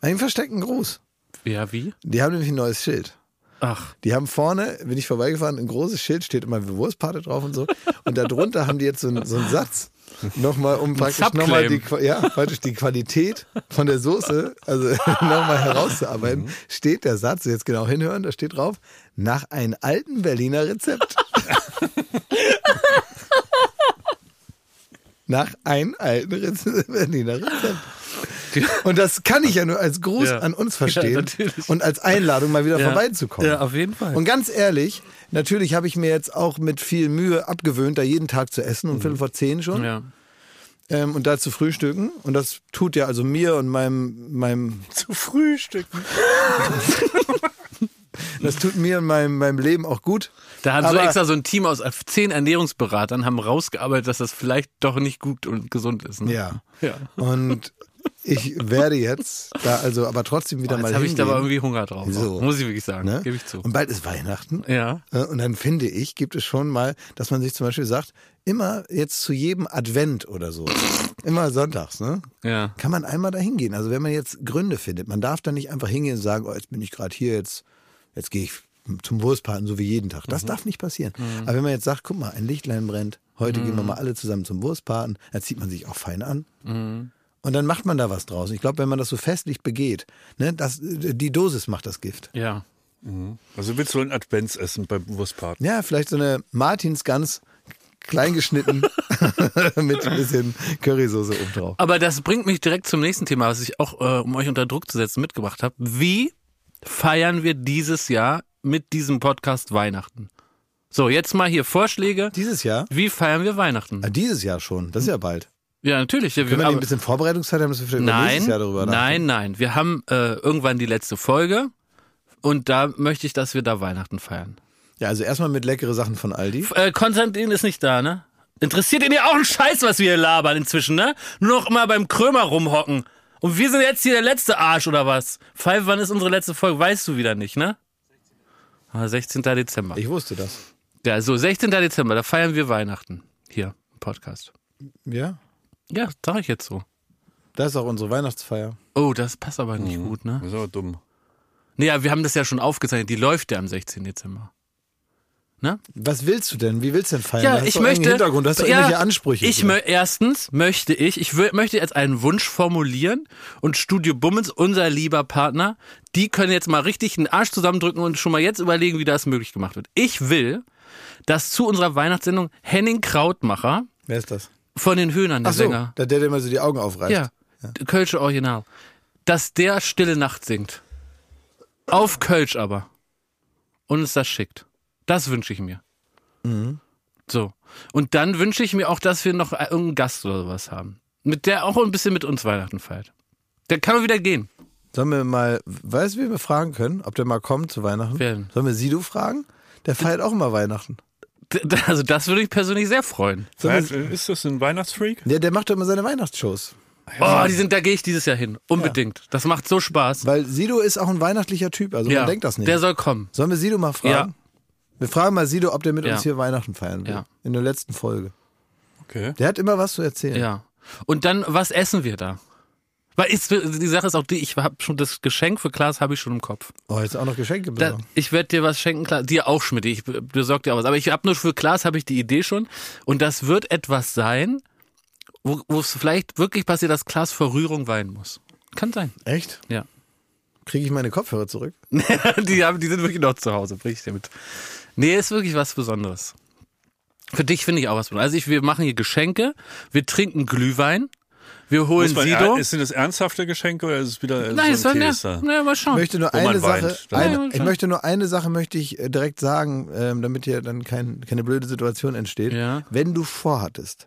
[SPEAKER 1] Einen versteckten Gruß.
[SPEAKER 2] Ja, wie?
[SPEAKER 1] Die haben nämlich ein neues Schild.
[SPEAKER 2] Ach,
[SPEAKER 1] Die haben vorne, bin ich vorbeigefahren, ein großes Schild, steht immer Wurstpate drauf und so. Und darunter haben die jetzt so, einen- so einen Satz. Nochmal, um praktisch
[SPEAKER 2] Subclaim.
[SPEAKER 1] nochmal die, Qua- ja, praktisch die Qualität von der Soße, also nochmal herauszuarbeiten,
[SPEAKER 2] Mhm.
[SPEAKER 1] steht der Satz, jetzt genau hinhören, da steht drauf, nach einem alten Berliner Rezept. nach einem alten Rezept, Berliner Rezept. Und das kann ich ja nur als Gruß
[SPEAKER 2] Ja.
[SPEAKER 1] an uns
[SPEAKER 2] Ja,
[SPEAKER 1] verstehen
[SPEAKER 2] natürlich.
[SPEAKER 1] und als Einladung, mal wieder
[SPEAKER 2] Ja.
[SPEAKER 1] vorbeizukommen.
[SPEAKER 2] Ja, auf jeden Fall.
[SPEAKER 1] Und ganz ehrlich, natürlich habe ich mir jetzt auch mit viel Mühe abgewöhnt, da jeden Tag zu essen, um Viertel vor zehn schon,
[SPEAKER 2] Mhm. ja.
[SPEAKER 1] ähm, und da zu frühstücken. Und das tut ja also mir und meinem, meinem
[SPEAKER 3] Zu frühstücken.
[SPEAKER 1] das tut mir und meinem, meinem Leben auch gut.
[SPEAKER 2] Da haben so
[SPEAKER 1] Aber-
[SPEAKER 2] extra so ein Team aus äh, zehn Ernährungsberatern haben rausgearbeitet, dass das vielleicht doch nicht gut und gesund ist. Ne?
[SPEAKER 1] Ja.
[SPEAKER 2] Ja.
[SPEAKER 1] Und ich werde jetzt da also aber trotzdem wieder mal
[SPEAKER 2] Jetzt habe ich da aber
[SPEAKER 1] hingehen.
[SPEAKER 2] irgendwie Hunger drauf.
[SPEAKER 1] So.
[SPEAKER 2] Muss ich wirklich sagen.
[SPEAKER 1] ne?
[SPEAKER 2] Gebe ich zu.
[SPEAKER 1] Und bald ist Weihnachten.
[SPEAKER 2] Ja.
[SPEAKER 1] Äh, Und dann finde ich, gibt es schon mal, dass man sich zum Beispiel sagt, immer jetzt zu jedem Advent oder so, immer sonntags, ne?
[SPEAKER 2] Ja.
[SPEAKER 1] Kann man einmal da hingehen. Also wenn man jetzt Gründe findet, man darf dann nicht einfach hingehen und sagen, oh, jetzt bin ich gerade hier, jetzt, jetzt gehe ich zum Wurstpaten, so wie jeden Tag. Das darf nicht passieren. Aber wenn man jetzt sagt, guck mal, ein Lichtlein brennt, heute gehen wir mal alle zusammen zum Wurstpaten, dann zieht man sich auch fein an. Und dann macht man da was draus. Ich glaube, wenn man das so festlich begeht, ne, das, die Dosis macht das Gift.
[SPEAKER 2] Ja.
[SPEAKER 3] Also willst du ein Adventsessen beim Wurstpaten?
[SPEAKER 1] Ja, vielleicht so eine Martinsgans klein geschnitten mit ein bisschen Currysoße oben drauf.
[SPEAKER 2] Aber das bringt mich direkt zum nächsten Thema, was ich auch, äh, um euch unter Druck zu setzen, mitgebracht habe. Wie feiern wir dieses Jahr mit diesem Podcast Weihnachten? So, jetzt mal hier Vorschläge.
[SPEAKER 1] Dieses Jahr?
[SPEAKER 2] Wie feiern wir Weihnachten?
[SPEAKER 1] Ah, dieses Jahr schon, das ist ja bald.
[SPEAKER 2] Ja, natürlich. Ja,
[SPEAKER 1] Wenn wir die
[SPEAKER 2] aber-
[SPEAKER 1] ein bisschen Vorbereitungszeit haben, dass wir vielleicht über
[SPEAKER 2] Nein,
[SPEAKER 1] nächstes Jahr darüber nachdenken.
[SPEAKER 2] nein, nein. Wir haben äh, irgendwann die letzte Folge und da möchte ich, dass wir da Weihnachten feiern.
[SPEAKER 1] Ja, also erstmal mit leckere Sachen von Aldi.
[SPEAKER 2] Äh, Konstantin ist nicht da, ne? Interessiert ihn ja auch ein Scheiß, was wir hier labern inzwischen, ne? Nur noch immer beim Krömer rumhocken. Und wir sind jetzt hier der letzte Arsch oder was? Pfeife, wann ist unsere letzte Folge? Weißt du wieder nicht, ne? Ah, 16. Dezember.
[SPEAKER 1] Ich wusste das.
[SPEAKER 2] Ja, so, 16. Dezember, da feiern wir Weihnachten. Hier, im Podcast.
[SPEAKER 1] Ja,
[SPEAKER 2] Ja, sag ich jetzt so.
[SPEAKER 1] das ist auch unsere Weihnachtsfeier.
[SPEAKER 2] Oh, das passt aber nicht gut, ne?
[SPEAKER 3] Das ist aber dumm.
[SPEAKER 2] Naja, wir haben das ja schon aufgezeichnet. Die läuft ja am 16. Dezember.
[SPEAKER 1] Was willst du denn? Wie willst du denn feiern?
[SPEAKER 2] Ja,
[SPEAKER 1] du hast
[SPEAKER 2] ich
[SPEAKER 1] doch irgendeinen
[SPEAKER 2] möchte.
[SPEAKER 1] Hintergrund, du hast doch
[SPEAKER 2] ja,
[SPEAKER 1] irgendwelche Ansprüche.
[SPEAKER 2] Ich mö erstens möchte ich, ich wö- möchte jetzt einen Wunsch formulieren und Studio Bummens, unser lieber Partner, die können jetzt mal richtig einen Arsch zusammendrücken und schon mal jetzt überlegen, wie das möglich gemacht wird. Ich will, dass zu unserer Weihnachtssendung Henning Krautmacher
[SPEAKER 1] Wer ist das?
[SPEAKER 2] von den Höhnern, der
[SPEAKER 1] Ach so,
[SPEAKER 2] Sänger,
[SPEAKER 1] der, der der immer so die Augen aufreißt.
[SPEAKER 2] ja, Kölsche Original, dass der Stille Nacht singt. Auf Kölsch aber. Und uns das schickt. Das wünsche ich mir.
[SPEAKER 1] Mhm.
[SPEAKER 2] So. Und dann wünsche ich mir auch, dass wir noch äh, irgendeinen Gast oder sowas haben. Mit der auch ein bisschen mit uns Weihnachten feiert. Der kann auch wieder gehen.
[SPEAKER 1] Sollen wir mal, weißt du, wie wir fragen können, ob der mal kommt zu Weihnachten?
[SPEAKER 2] Wer denn?
[SPEAKER 1] Sollen wir Sido fragen? Der feiert auch immer Weihnachten.
[SPEAKER 2] D- d- Also das würde ich persönlich sehr freuen.
[SPEAKER 1] Sollen wir,
[SPEAKER 3] Ist das ein Weihnachtsfreak?
[SPEAKER 1] der, der macht doch immer seine Weihnachtsshows.
[SPEAKER 2] Oh, die sind, da gehe ich dieses Jahr hin. Unbedingt. Das macht so Spaß.
[SPEAKER 1] Weil Sido ist auch ein weihnachtlicher Typ, also
[SPEAKER 2] ja,
[SPEAKER 1] man denkt das nicht.
[SPEAKER 2] Der soll kommen.
[SPEAKER 1] Sollen wir Sido mal fragen? Wir fragen mal Sido, ob der mit
[SPEAKER 2] Ja.
[SPEAKER 1] uns hier Weihnachten feiern will.
[SPEAKER 2] Ja.
[SPEAKER 1] In der letzten Folge.
[SPEAKER 3] Okay.
[SPEAKER 1] Der hat immer was zu erzählen.
[SPEAKER 2] Ja. Und dann, was essen wir da? Weil ist, die Sache ist auch die, ich habe schon das Geschenk für Klaas habe ich schon im Kopf.
[SPEAKER 1] Oh, jetzt auch noch Geschenke
[SPEAKER 2] Da,
[SPEAKER 1] besorgen.
[SPEAKER 2] Ich werde dir was schenken, Klaas. Dir auch, Schmidt. Ich be- besorg dir auch was. Aber ich habe nur für Klaas habe ich die Idee schon. Und das wird etwas sein, wo wo es vielleicht wirklich passiert, dass Klaas vor Rührung weinen muss. Kann sein.
[SPEAKER 1] Echt?
[SPEAKER 2] Ja.
[SPEAKER 1] Kriege ich meine Kopfhörer zurück?
[SPEAKER 2] Hm. die, haben, die sind wirklich noch zu Hause, bring ich dir mit. Nee, ist wirklich was Besonderes. Für dich finde ich auch was Besonderes. Also ich, wir machen hier Geschenke, wir trinken Glühwein, wir holen
[SPEAKER 3] Muss man,
[SPEAKER 2] Sido.
[SPEAKER 3] er, sind das ernsthafte Geschenke oder ist es wieder
[SPEAKER 2] Nein,
[SPEAKER 3] so ein
[SPEAKER 2] es war
[SPEAKER 3] Teester?
[SPEAKER 2] ja, ja, mal schauen.
[SPEAKER 1] Ich möchte nur
[SPEAKER 3] Wo man
[SPEAKER 1] eine Sache,
[SPEAKER 3] weint.
[SPEAKER 1] eine,
[SPEAKER 2] Ja,
[SPEAKER 1] ich möchte nur eine Sache möchte ich äh, direkt sagen, ähm, damit hier dann kein, keine blöde Situation entsteht.
[SPEAKER 2] Ja.
[SPEAKER 1] Wenn du vorhattest,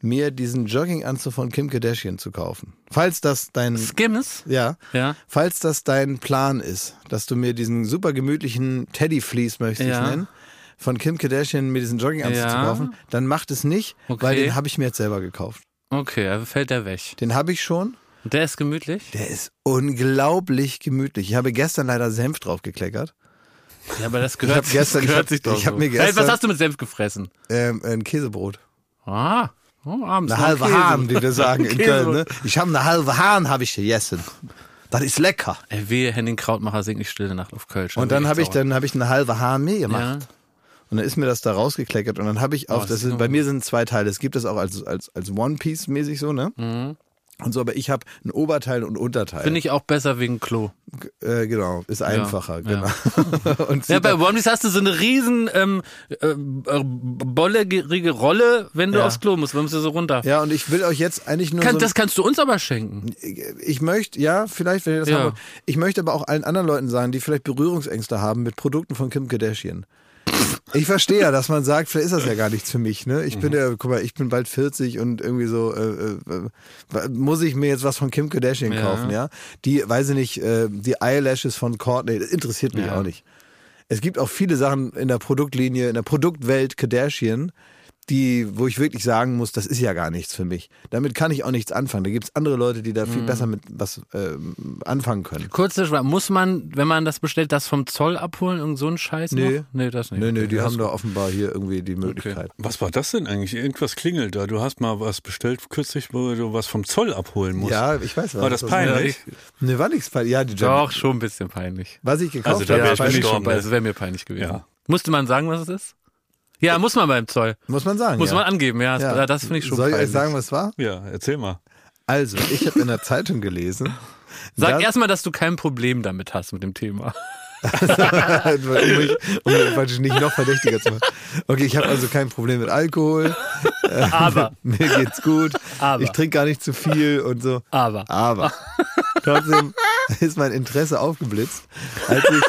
[SPEAKER 1] mir diesen Jogginganzug von Kim Kardashian zu kaufen, falls das dein
[SPEAKER 2] Skimmes?
[SPEAKER 1] ja,
[SPEAKER 2] Ja.
[SPEAKER 1] falls das dein Plan ist, dass du mir diesen super gemütlichen Teddy Fleece möchte ich
[SPEAKER 2] Ja.
[SPEAKER 1] nennen, von Kim Kardashian mir diesen Jogginganzug
[SPEAKER 2] Ja.
[SPEAKER 1] zu kaufen, dann macht es nicht, weil
[SPEAKER 2] Okay.
[SPEAKER 1] den habe ich mir jetzt selber gekauft.
[SPEAKER 2] Okay, da fällt der weg.
[SPEAKER 1] Den habe ich schon.
[SPEAKER 2] Und der ist gemütlich?
[SPEAKER 1] Der ist unglaublich gemütlich. Ich habe gestern leider Senf draufgekleckert.
[SPEAKER 2] Ja, aber das
[SPEAKER 1] hab
[SPEAKER 2] gehört,
[SPEAKER 1] gestern-
[SPEAKER 2] das
[SPEAKER 1] ich
[SPEAKER 2] gehört
[SPEAKER 1] hab-
[SPEAKER 2] sich doch
[SPEAKER 1] ich hab
[SPEAKER 2] so.
[SPEAKER 1] mir gestern-
[SPEAKER 2] Hey, was hast du mit Senf gefressen?
[SPEAKER 1] Ähm, ein Käsebrot.
[SPEAKER 2] Ah, oh, abends.
[SPEAKER 1] Eine
[SPEAKER 2] noch
[SPEAKER 1] halbe
[SPEAKER 2] Käse.
[SPEAKER 1] Hahn, wie wir sagen in
[SPEAKER 2] Käse.
[SPEAKER 1] Köln. Ne? Ich habe eine halbe Hahn habe ich gegessen. Das ist lecker.
[SPEAKER 2] Ey, wehe, Henning Krautmacher singt ich Stille Nacht auf Kölsch. Also
[SPEAKER 1] Und dann
[SPEAKER 2] bin
[SPEAKER 1] habe ich
[SPEAKER 2] sauer.
[SPEAKER 1] dann habe ich eine halbe Hahn mehr
[SPEAKER 2] Ja.
[SPEAKER 1] gemacht. Und dann ist mir das da rausgekleckert und dann habe ich auf,
[SPEAKER 2] Oh, das
[SPEAKER 1] das
[SPEAKER 2] ist
[SPEAKER 1] sind,
[SPEAKER 2] gut.
[SPEAKER 1] bei mir sind zwei Teile. Es gibt das auch als als als One Piece mäßig so ne. Und so, aber ich habe ein Oberteil und ein Unterteil.
[SPEAKER 2] Mhm. Finde ich auch besser wegen Klo.
[SPEAKER 1] äh, genau, ist einfacher.
[SPEAKER 2] ja.
[SPEAKER 1] Genau. und
[SPEAKER 2] Ja,
[SPEAKER 1] sieht
[SPEAKER 2] bei One Piece hast du so eine riesen ähm, äh, bollerige Rolle, wenn du
[SPEAKER 1] Ja.
[SPEAKER 2] aufs Klo musst. Man muss ja so runter.
[SPEAKER 1] ja, und ich will euch jetzt eigentlich nur
[SPEAKER 2] Kann,
[SPEAKER 1] so ein-
[SPEAKER 2] das kannst du uns aber schenken.
[SPEAKER 1] ich möchte, ja, vielleicht, wenn ihr das
[SPEAKER 2] Ja.
[SPEAKER 1] haben wollt. Ich möchte aber auch allen anderen Leuten sagen, die vielleicht Berührungsängste haben mit Produkten von Kim Kardashian. Ich verstehe ja, dass man sagt, vielleicht ist das ja gar nichts für mich. Ne? Ich bin
[SPEAKER 2] Mhm.
[SPEAKER 1] ja, guck mal, ich bin bald 40 und irgendwie so, äh, äh, äh, muss ich mir jetzt was von Kim Kardashian kaufen, ja? Die, weiß ich nicht, äh, die Eyelashes von Courtney, das interessiert mich
[SPEAKER 2] Ja.
[SPEAKER 1] auch nicht. Es gibt auch viele Sachen in der Produktlinie, in der Produktwelt Kardashian, die, wo ich wirklich sagen muss, das ist ja gar nichts für mich. Damit kann ich auch nichts anfangen. Da gibt es andere Leute, die da viel
[SPEAKER 2] Mhm.
[SPEAKER 1] besser mit was ähm, anfangen können.
[SPEAKER 2] Kurze Schwa- muss man, wenn man das bestellt, das vom Zoll abholen? Irgend so ein Scheiß?
[SPEAKER 1] Nee.
[SPEAKER 2] Noch? Nee, das nicht.
[SPEAKER 1] Nö, nö, die
[SPEAKER 2] Okay.
[SPEAKER 1] haben da offenbar hier irgendwie die Möglichkeit.
[SPEAKER 3] Was war das denn eigentlich? Irgendwas klingelt da. Du hast mal was bestellt kürzlich, wo du was vom Zoll abholen musst.
[SPEAKER 1] Ja, ich weiß was.
[SPEAKER 3] War das peinlich?
[SPEAKER 1] Ne, war nichts peinlich. Ja, die Jam
[SPEAKER 2] Doch, schon ein bisschen peinlich.
[SPEAKER 1] Was ich gekauft
[SPEAKER 3] Also da
[SPEAKER 1] habe,
[SPEAKER 3] wär
[SPEAKER 1] war
[SPEAKER 3] ich bin
[SPEAKER 1] peinlich.
[SPEAKER 3] gestorben.
[SPEAKER 2] schon, das wäre mir peinlich gewesen.
[SPEAKER 3] Ja.
[SPEAKER 2] Musste man sagen, was es ist? Ja, muss man beim Zoll.
[SPEAKER 1] muss man sagen.
[SPEAKER 2] Muss
[SPEAKER 1] ja.
[SPEAKER 2] man angeben, ja.
[SPEAKER 1] Ja.
[SPEAKER 2] Das, das finde ich schon
[SPEAKER 1] Soll ich
[SPEAKER 2] peinlich.
[SPEAKER 1] euch sagen, was war?
[SPEAKER 3] Ja, erzähl mal.
[SPEAKER 1] Also, ich habe in der Zeitung gelesen.
[SPEAKER 2] Sag
[SPEAKER 1] dass-
[SPEAKER 2] erstmal, dass du kein Problem damit hast mit dem Thema.
[SPEAKER 1] um mich, um mich praktisch nicht noch verdächtiger zu machen. Okay, ich habe also kein Problem mit Alkohol. Äh,
[SPEAKER 2] Aber,
[SPEAKER 1] Mir geht's gut.
[SPEAKER 2] Aber.
[SPEAKER 1] Ich trinke gar nicht zu viel und so.
[SPEAKER 2] aber.
[SPEAKER 1] Aber trotzdem ist mein Interesse aufgeblitzt, als ich,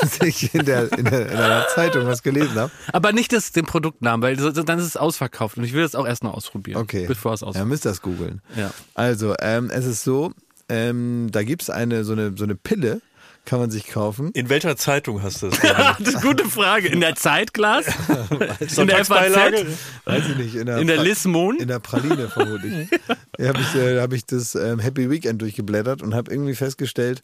[SPEAKER 1] als ich in der, in der, in der Zeitung was gelesen habe.
[SPEAKER 2] Aber nicht das, den Produktnamen, weil so- so- dann ist es ausverkauft. Und ich will das auch erst noch ausprobieren.
[SPEAKER 1] Okay.
[SPEAKER 2] Bevor es
[SPEAKER 1] Ja,
[SPEAKER 2] ausverkauft
[SPEAKER 1] müsst das googeln.
[SPEAKER 2] Ja.
[SPEAKER 1] Also, ähm, es ist so, ähm, da gibt es eine, so eine, so eine Pille, kann man sich kaufen.
[SPEAKER 3] In welcher Zeitung hast du das? gelesen?
[SPEAKER 2] Das ist eine gute Frage. In der Zeitglas? In der FAZ?
[SPEAKER 3] Sonntagsbeilage?
[SPEAKER 1] Weiß ich nicht. In der,
[SPEAKER 2] In der
[SPEAKER 1] Pra-
[SPEAKER 2] Lismon?
[SPEAKER 1] In der Praline vermutlich. ja, habe ich, äh, hab ich das ähm, Happy Weekend durchgeblättert und habe irgendwie festgestellt,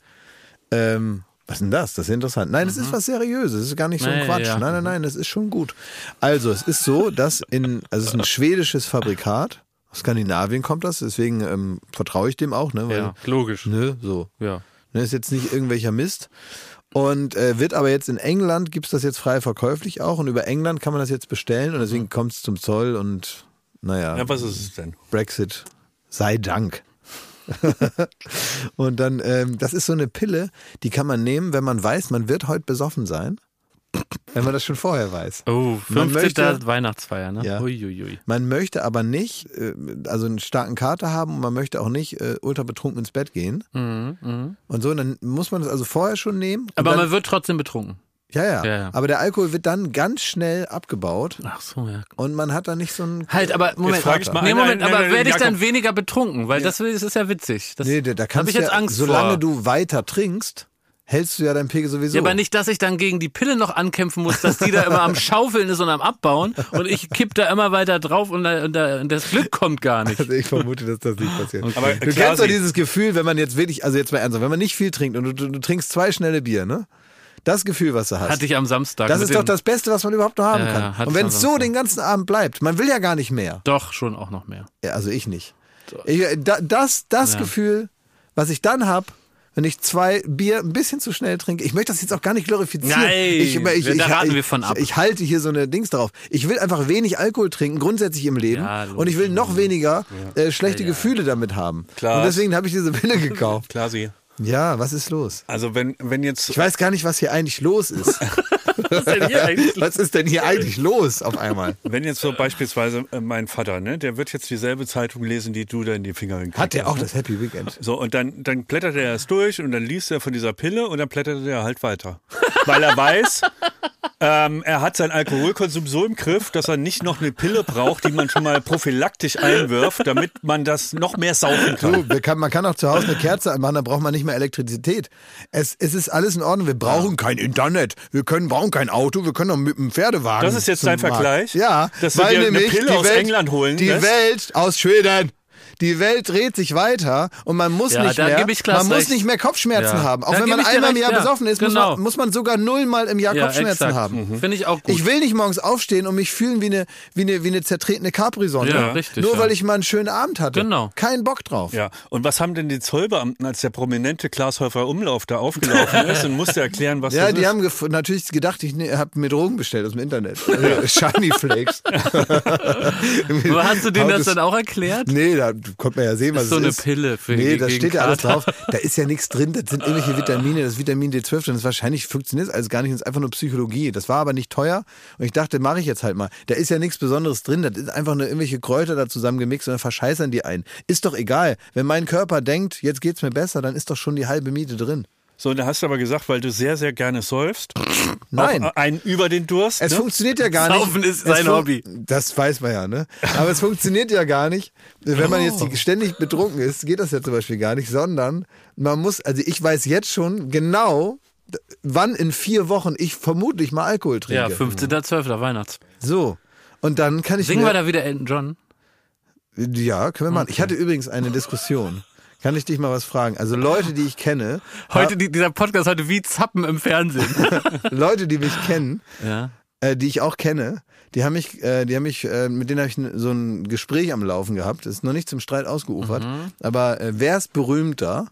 [SPEAKER 1] ähm, was ist denn das? Das ist interessant. Nein, es ist was Seriöses. Es ist gar nicht so ein
[SPEAKER 2] Naja,
[SPEAKER 1] Quatsch.
[SPEAKER 2] Mhm. ja.
[SPEAKER 1] Nein, nein, nein, das ist schon gut. Also, es ist so, dass in, also es ist ein schwedisches Fabrikat. Aus Skandinavien kommt das, deswegen ähm, vertraue ich dem auch, ne? Weil,
[SPEAKER 2] Ja, logisch.
[SPEAKER 1] Ne, so.
[SPEAKER 2] Ja.
[SPEAKER 1] Ne, ist jetzt nicht irgendwelcher Mist. Und äh, wird aber jetzt in England, gibt's das jetzt frei verkäuflich auch. Und über England kann man das jetzt bestellen. Und deswegen kommt's zum Zoll und naja,
[SPEAKER 3] Ja, was ist es denn?
[SPEAKER 1] Brexit sei Dank. und dann, ähm, das ist so eine Pille, die kann man nehmen, wenn man weiß, man wird heute besoffen sein. Wenn man das schon vorher weiß.
[SPEAKER 2] Oh,
[SPEAKER 1] Man
[SPEAKER 2] 50.
[SPEAKER 1] möchte-
[SPEAKER 2] Weihnachtsfeier, ne?
[SPEAKER 1] Ja.
[SPEAKER 2] Uiuiui.
[SPEAKER 1] Man möchte aber nicht, äh, also einen starken Kater haben und man möchte auch nicht äh, ultra betrunken ins Bett gehen.
[SPEAKER 2] Mhm,
[SPEAKER 1] Und so, und dann muss man das also vorher schon nehmen. und
[SPEAKER 2] Aber
[SPEAKER 1] dann,
[SPEAKER 2] man wird trotzdem betrunken.
[SPEAKER 1] Ja, ja,
[SPEAKER 2] Ja, ja.
[SPEAKER 1] Aber der Alkohol wird dann ganz schnell abgebaut
[SPEAKER 2] Ach so, ja.
[SPEAKER 1] und man hat dann nicht so einen.
[SPEAKER 2] Halt, aber Moment.
[SPEAKER 3] frag ich mal
[SPEAKER 2] nee,
[SPEAKER 3] einen,
[SPEAKER 2] Moment,
[SPEAKER 3] einen,
[SPEAKER 2] aber
[SPEAKER 3] einen,
[SPEAKER 2] werde ich dann
[SPEAKER 3] Jakob.
[SPEAKER 2] weniger betrunken? Weil das, das ist ja witzig. Das,
[SPEAKER 1] Nee, da, da
[SPEAKER 2] hab
[SPEAKER 1] kannst
[SPEAKER 2] ich jetzt
[SPEAKER 1] ja,
[SPEAKER 2] Angst
[SPEAKER 1] solange
[SPEAKER 2] vor.
[SPEAKER 1] du weiter trinkst, hältst du ja deinen Pegel sowieso.
[SPEAKER 2] Ja, aber nicht, dass ich dann gegen die Pille noch ankämpfen muss, dass die da immer am Schaufeln ist und am Abbauen und ich kipp da immer weiter drauf und, da, und, da, und das Glück kommt gar nicht.
[SPEAKER 1] Also ich vermute, dass das nicht passiert.
[SPEAKER 3] Aber
[SPEAKER 1] Du
[SPEAKER 3] klar,
[SPEAKER 1] kennst doch
[SPEAKER 3] sie-
[SPEAKER 1] dieses Gefühl, wenn man jetzt wirklich, also jetzt mal ernsthaft, wenn man nicht viel trinkt und du, du, du trinkst zwei schnelle Bier, ne? Das Gefühl, was du hast.
[SPEAKER 2] Hatte ich am Samstag.
[SPEAKER 1] das
[SPEAKER 2] mit
[SPEAKER 1] ist doch
[SPEAKER 2] dem-
[SPEAKER 1] das Beste, was man überhaupt noch haben
[SPEAKER 2] Ja, ja,
[SPEAKER 1] kann.
[SPEAKER 2] hatte
[SPEAKER 1] Und
[SPEAKER 2] ich
[SPEAKER 1] wenn
[SPEAKER 2] am
[SPEAKER 1] es so
[SPEAKER 2] Samstag.
[SPEAKER 1] den ganzen Abend bleibt, man will ja gar nicht mehr.
[SPEAKER 2] Doch, schon auch noch mehr.
[SPEAKER 1] Ja, also ich nicht. Ich, äh, da, das das Gefühl, was ich dann habe, wenn ich zwei Bier ein bisschen zu schnell trinke, ich möchte das jetzt auch gar nicht glorifizieren.
[SPEAKER 2] Nein,
[SPEAKER 1] ich, halt,
[SPEAKER 2] wir- da raten wir von ab.
[SPEAKER 1] Ich, ich halte hier so eine Dings drauf. Ich will einfach wenig Alkohol trinken, grundsätzlich im Leben.
[SPEAKER 2] Ja, Mhm.
[SPEAKER 1] und ich will noch weniger äh, schlechte
[SPEAKER 2] Ja, ja.
[SPEAKER 1] Gefühle damit haben.
[SPEAKER 3] Klar.
[SPEAKER 1] Und deswegen habe ich diese Pille gekauft.
[SPEAKER 3] Klar, sie.
[SPEAKER 1] ja, was ist los?
[SPEAKER 3] Also wenn, wenn jetzt
[SPEAKER 1] Ich weiß gar nicht, was hier eigentlich los ist.
[SPEAKER 2] Was ist denn hier eigentlich?
[SPEAKER 1] was ist denn hier eigentlich los auf einmal?
[SPEAKER 3] Wenn jetzt so beispielsweise äh, mein Vater, ne, der wird jetzt dieselbe Zeitung lesen, die du da in die Finger gekriegt
[SPEAKER 1] Hat der
[SPEAKER 3] hast,
[SPEAKER 1] auch
[SPEAKER 3] ne?
[SPEAKER 1] das Happy Weekend?
[SPEAKER 3] So, und dann, dann blättert er das durch und dann liest er von dieser Pille und dann blättert er halt weiter. Weil er weiß, ähm, er hat seinen Alkoholkonsum so im Griff, dass er nicht noch eine Pille braucht, die man schon mal prophylaktisch einwirft, damit man das noch mehr saufen kann.
[SPEAKER 1] Du, wir kann, man kann auch zu Hause eine Kerze anmachen, dann braucht man nicht mehr Elektrizität. Es, es ist alles in Ordnung. Wir brauchen kein Internet. Wir können, brauchen kein Auto. Wir können auch mit einem Pferdewagen.
[SPEAKER 3] Das ist jetzt
[SPEAKER 1] zum
[SPEAKER 3] dein
[SPEAKER 1] Markt.
[SPEAKER 3] Vergleich?
[SPEAKER 1] Ja,
[SPEAKER 3] Dass du
[SPEAKER 1] weil
[SPEAKER 3] dir eine
[SPEAKER 1] nämlich
[SPEAKER 3] Pille
[SPEAKER 1] die
[SPEAKER 3] aus
[SPEAKER 1] Welt,
[SPEAKER 3] England holen
[SPEAKER 1] Die
[SPEAKER 3] lässt?
[SPEAKER 1] Welt aus Schweden. Die Welt dreht sich weiter und man muss
[SPEAKER 2] Ja,
[SPEAKER 1] nicht
[SPEAKER 2] da
[SPEAKER 1] mehr,
[SPEAKER 2] geb ich Klaas
[SPEAKER 1] man muss
[SPEAKER 2] recht.
[SPEAKER 1] nicht mehr Kopfschmerzen
[SPEAKER 2] Ja.
[SPEAKER 1] haben. Auch
[SPEAKER 2] Da
[SPEAKER 1] wenn
[SPEAKER 2] geb
[SPEAKER 1] man
[SPEAKER 2] ich dir
[SPEAKER 1] einmal im
[SPEAKER 2] recht,
[SPEAKER 1] Jahr
[SPEAKER 2] ja.
[SPEAKER 1] besoffen ist, muss,
[SPEAKER 2] Genau.
[SPEAKER 1] man, muss man sogar nullmal im Jahr
[SPEAKER 2] Ja,
[SPEAKER 1] Kopfschmerzen
[SPEAKER 2] exakt.
[SPEAKER 1] haben.
[SPEAKER 2] Mhm. Finde ich auch gut.
[SPEAKER 1] Ich will nicht morgens aufstehen und mich fühlen wie eine, wie eine, wie eine zertretene Capri-Sonne.
[SPEAKER 2] Ja, richtig,
[SPEAKER 1] Nur
[SPEAKER 2] ja.
[SPEAKER 1] weil ich mal einen schönen Abend hatte.
[SPEAKER 2] Genau.
[SPEAKER 1] Kein Bock drauf.
[SPEAKER 3] Ja, und was haben denn die Zollbeamten, als der prominente Glashäufer Umlauf da aufgelaufen ist und musste erklären, was
[SPEAKER 1] Ja,
[SPEAKER 3] das
[SPEAKER 1] die
[SPEAKER 3] ist?
[SPEAKER 1] haben gef- natürlich gedacht, ich ne, habe mir Drogen bestellt aus dem Internet. Also, Shiny Flakes.
[SPEAKER 2] Aber hast du denen
[SPEAKER 1] Haut
[SPEAKER 2] das
[SPEAKER 1] ist-
[SPEAKER 2] dann auch erklärt?
[SPEAKER 1] Nee, da konnte man ja sehen, was
[SPEAKER 2] Ist so
[SPEAKER 1] es
[SPEAKER 2] eine
[SPEAKER 1] ist.
[SPEAKER 2] Pille für
[SPEAKER 1] Nee,
[SPEAKER 2] gegen
[SPEAKER 1] da steht ja alles
[SPEAKER 2] Kater. Ah.
[SPEAKER 1] drauf. Da ist ja nichts drin. Das sind irgendwelche Vitamine, das ist Vitamin D12 drin. Das wahrscheinlich funktioniert das alles gar nicht. Das ist einfach nur Psychologie. Das war aber nicht teuer. Und ich dachte, mache ich jetzt halt mal. Da ist ja nichts Besonderes drin. Das ist einfach nur irgendwelche Kräuter da zusammengemixt und dann verscheißern die einen. Ist doch egal. Wenn mein Körper denkt, jetzt geht's mir besser, dann ist doch schon die halbe Miete drin.
[SPEAKER 3] So, da hast du aber gesagt, weil du sehr, sehr gerne säufst.
[SPEAKER 1] Nein.
[SPEAKER 3] Auch einen über den Durst.
[SPEAKER 1] Es
[SPEAKER 3] ne?
[SPEAKER 1] funktioniert ja gar nicht.
[SPEAKER 2] Saufen ist
[SPEAKER 1] Es
[SPEAKER 2] sein
[SPEAKER 1] fun-
[SPEAKER 2] Hobby.
[SPEAKER 1] Das weiß man ja, ne? Aber es funktioniert ja gar nicht. Wenn man
[SPEAKER 2] Oh.
[SPEAKER 1] jetzt die- ständig betrunken ist, geht das ja zum Beispiel gar nicht, sondern man muss, also ich weiß jetzt schon genau, d- wann in vier Wochen ich vermutlich mal Alkohol trinke.
[SPEAKER 2] Ja, 15.12. Weihnachts.
[SPEAKER 1] So. Und dann kann ich
[SPEAKER 2] Singen wir
[SPEAKER 1] mir,
[SPEAKER 2] da wieder Elton John?
[SPEAKER 1] Ja, können wir machen. Ich hatte übrigens eine Diskussion. Kann ich dich mal was fragen? Also Leute, die ich kenne,
[SPEAKER 2] Heute, die, dieser Podcast heute wie Zappen im Fernsehen.
[SPEAKER 1] Leute, die mich kennen,
[SPEAKER 2] ja.
[SPEAKER 1] äh, die ich auch kenne, die haben mich, äh, die haben mich, äh, mit denen habe ich n- so ein Gespräch am Laufen gehabt. Ist noch nicht zum Streit ausgeufert. Aber äh, wer ist berühmter?